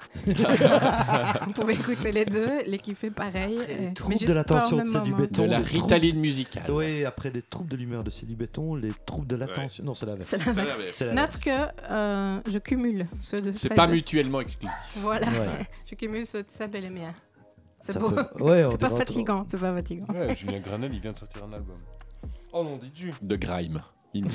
Speaker 7: vous pouvez écouter les deux, les kiffer pareil. euh,
Speaker 1: Les
Speaker 7: mais
Speaker 1: troubles
Speaker 7: juste
Speaker 1: de l'attention,
Speaker 7: pas au
Speaker 1: c'est
Speaker 7: même
Speaker 1: du
Speaker 7: moment.
Speaker 1: béton.
Speaker 6: De la
Speaker 1: les troubles-
Speaker 6: ritaline musicale.
Speaker 1: <laughs> Oui, après les troubles de l'humeur de Céline Béton, les troubles de l'attention. Non, c'est la version.
Speaker 7: C'est la vague.
Speaker 1: C'est la
Speaker 7: Note que euh, je cumule ceux de
Speaker 6: C'est
Speaker 7: Seb.
Speaker 6: pas mutuellement exclusif.
Speaker 7: Voilà,
Speaker 1: Ouais.
Speaker 7: je cumule ceux de Seb et les miens. C'est
Speaker 1: Ça
Speaker 7: <laughs> beau.
Speaker 1: fait- ouais, on
Speaker 7: C'est pas
Speaker 1: dirait-
Speaker 7: fatigant, c'est pas fatigant.
Speaker 8: Ouais, Julien Granel, il vient de sortir un album.
Speaker 3: Oh non, dit
Speaker 6: De grime. Indie.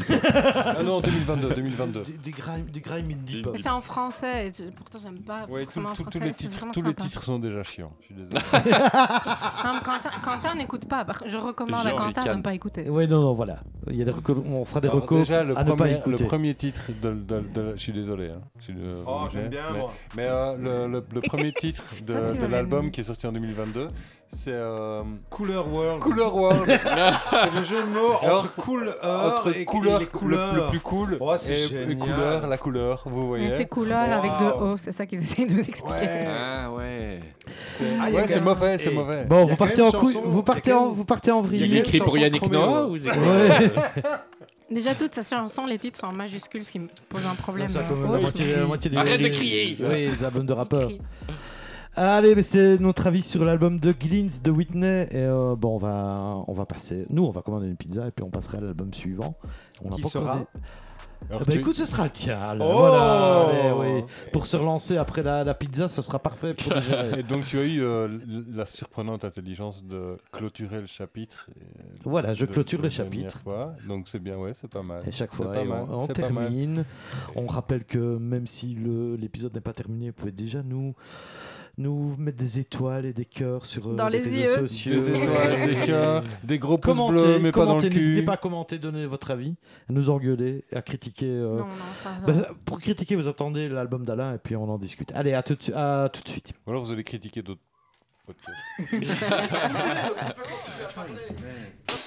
Speaker 8: Ah non, 2022, 2022.
Speaker 5: Du, du grime, du grime indie
Speaker 6: Du-
Speaker 5: pop.
Speaker 7: Mais c'est en français, et tu- pourtant j'aime pas
Speaker 8: Ouais, tout-
Speaker 7: forcément en
Speaker 8: tout-
Speaker 7: français.
Speaker 8: tous les
Speaker 7: c'est
Speaker 8: titres,
Speaker 7: vraiment
Speaker 8: tous les
Speaker 7: sympa.
Speaker 8: titres sont déjà chiants. Je suis désolé.
Speaker 7: Non, mais Quentin, Quentin n'écoute pas. par- Je recommande à
Speaker 6: Jean
Speaker 7: Quentin de
Speaker 6: Ricane.
Speaker 7: ne pas écouter.
Speaker 5: Ouais, non, non, voilà. Il y a des recos- on fera des
Speaker 8: Alors,
Speaker 5: recos
Speaker 8: déjà, le
Speaker 5: à ne pas
Speaker 8: premier, le
Speaker 5: écouter.
Speaker 8: premier titre de, de- de- je suis désolé. hein. Je suis, euh,
Speaker 3: Oh,
Speaker 8: mais-
Speaker 3: j'aime bien,
Speaker 8: mais,
Speaker 3: moi.
Speaker 8: mais, euh, le, le- le <laughs> premier titre de,
Speaker 7: Toi, tu
Speaker 8: de
Speaker 7: vas
Speaker 8: l'album
Speaker 7: l'aimer.
Speaker 8: qui est sorti en 2022, c'est euh,
Speaker 3: Cooler World.
Speaker 8: Cooler World.
Speaker 3: C'est le jeu de mots
Speaker 8: Alors,
Speaker 3: entre cool
Speaker 8: entre
Speaker 3: Oh, et, et
Speaker 8: couleur,
Speaker 3: les
Speaker 8: Le, le
Speaker 3: couleurs.
Speaker 8: plus cool,
Speaker 3: Oh, c'est
Speaker 8: et,
Speaker 3: génial.
Speaker 8: et couleur, la couleur, vous voyez.
Speaker 7: Mais c'est couleur avec
Speaker 3: Wow.
Speaker 7: deux O, c'est ça qu'ils <laughs> essayent de nous expliquer.
Speaker 8: Ouais,
Speaker 6: Ah ouais.
Speaker 3: Ah,
Speaker 8: c'est
Speaker 3: il y a
Speaker 8: ouais, c'est
Speaker 3: quand même-
Speaker 8: mauvais, c'est
Speaker 3: et-
Speaker 8: mauvais.
Speaker 5: Bon,
Speaker 3: Il y a
Speaker 5: vous
Speaker 3: quand
Speaker 5: partez,
Speaker 3: même
Speaker 5: en
Speaker 3: une
Speaker 5: couille,
Speaker 3: chanson,
Speaker 5: vous,
Speaker 3: il
Speaker 5: partez
Speaker 3: y a quand
Speaker 5: en,
Speaker 3: même-
Speaker 5: vous partez en
Speaker 6: Il y a
Speaker 5: vrille.
Speaker 6: des
Speaker 3: une
Speaker 6: cris pour
Speaker 3: chanson de
Speaker 6: Yannick
Speaker 3: Roméo.
Speaker 6: Noah ou c'est quoi
Speaker 5: Ouais.
Speaker 7: Déjà, toutes ces chansons, les titres sont en majuscules, ce qui me pose un problème.
Speaker 5: Ça, quand même,
Speaker 7: euh,
Speaker 5: la
Speaker 7: autre.
Speaker 5: moitié- la moitié des-
Speaker 6: Arrête de
Speaker 5: des-
Speaker 6: crier
Speaker 5: Oui, les albums de rappeurs.
Speaker 7: Écrit.
Speaker 5: Allez, mais c'est notre avis sur l'album de Glintz de Whitney. Et euh, bon, on va, on va passer. Nous, on va commander une pizza et puis on passera à l'album suivant. On a
Speaker 3: Qui
Speaker 5: pas encore
Speaker 3: sera
Speaker 5: dit-
Speaker 8: Alors,
Speaker 5: Ah bah
Speaker 8: tu-
Speaker 5: écoute, ce sera le tien. alors,
Speaker 3: Oh
Speaker 5: voilà, allez, oui. Pour se relancer après la, la pizza, ce sera parfait
Speaker 8: <laughs>
Speaker 5: pour digérer.
Speaker 8: Et donc tu as eu euh, l- la surprenante intelligence de clôturer le chapitre. euh,
Speaker 5: Voilà, je
Speaker 8: de-
Speaker 5: clôture
Speaker 8: de
Speaker 5: le
Speaker 8: la dernière
Speaker 5: chapitre.
Speaker 8: fois. donc c'est bien, ouais, c'est pas mal.
Speaker 5: Et chaque
Speaker 8: C'est
Speaker 5: fois,
Speaker 8: pas
Speaker 5: et
Speaker 8: mal,
Speaker 5: on, on
Speaker 8: c'est pas mal.
Speaker 5: termine. On rappelle que même si le- l'épisode n'est pas terminé, vous pouvez déjà nous, nous mettre des étoiles et des cœurs sur euh,
Speaker 7: Dans les
Speaker 5: réseaux
Speaker 7: yeux.
Speaker 5: sociaux.
Speaker 8: Des étoiles, des cœurs, des gros pouces
Speaker 5: Commentez,
Speaker 8: bleus, mais pas dans le
Speaker 5: commentez, n'hésitez
Speaker 8: cul.
Speaker 5: pas à commenter, donner votre avis, à nous engueuler, à critiquer. euh,
Speaker 7: Non, non, ça va.
Speaker 5: bah, pour critiquer, vous attendez l'album d'Alain et puis on en discute. Allez, à tout, de su- à tout de suite.
Speaker 8: Ou alors vous allez critiquer d'autres podcasts.
Speaker 3: Ouais.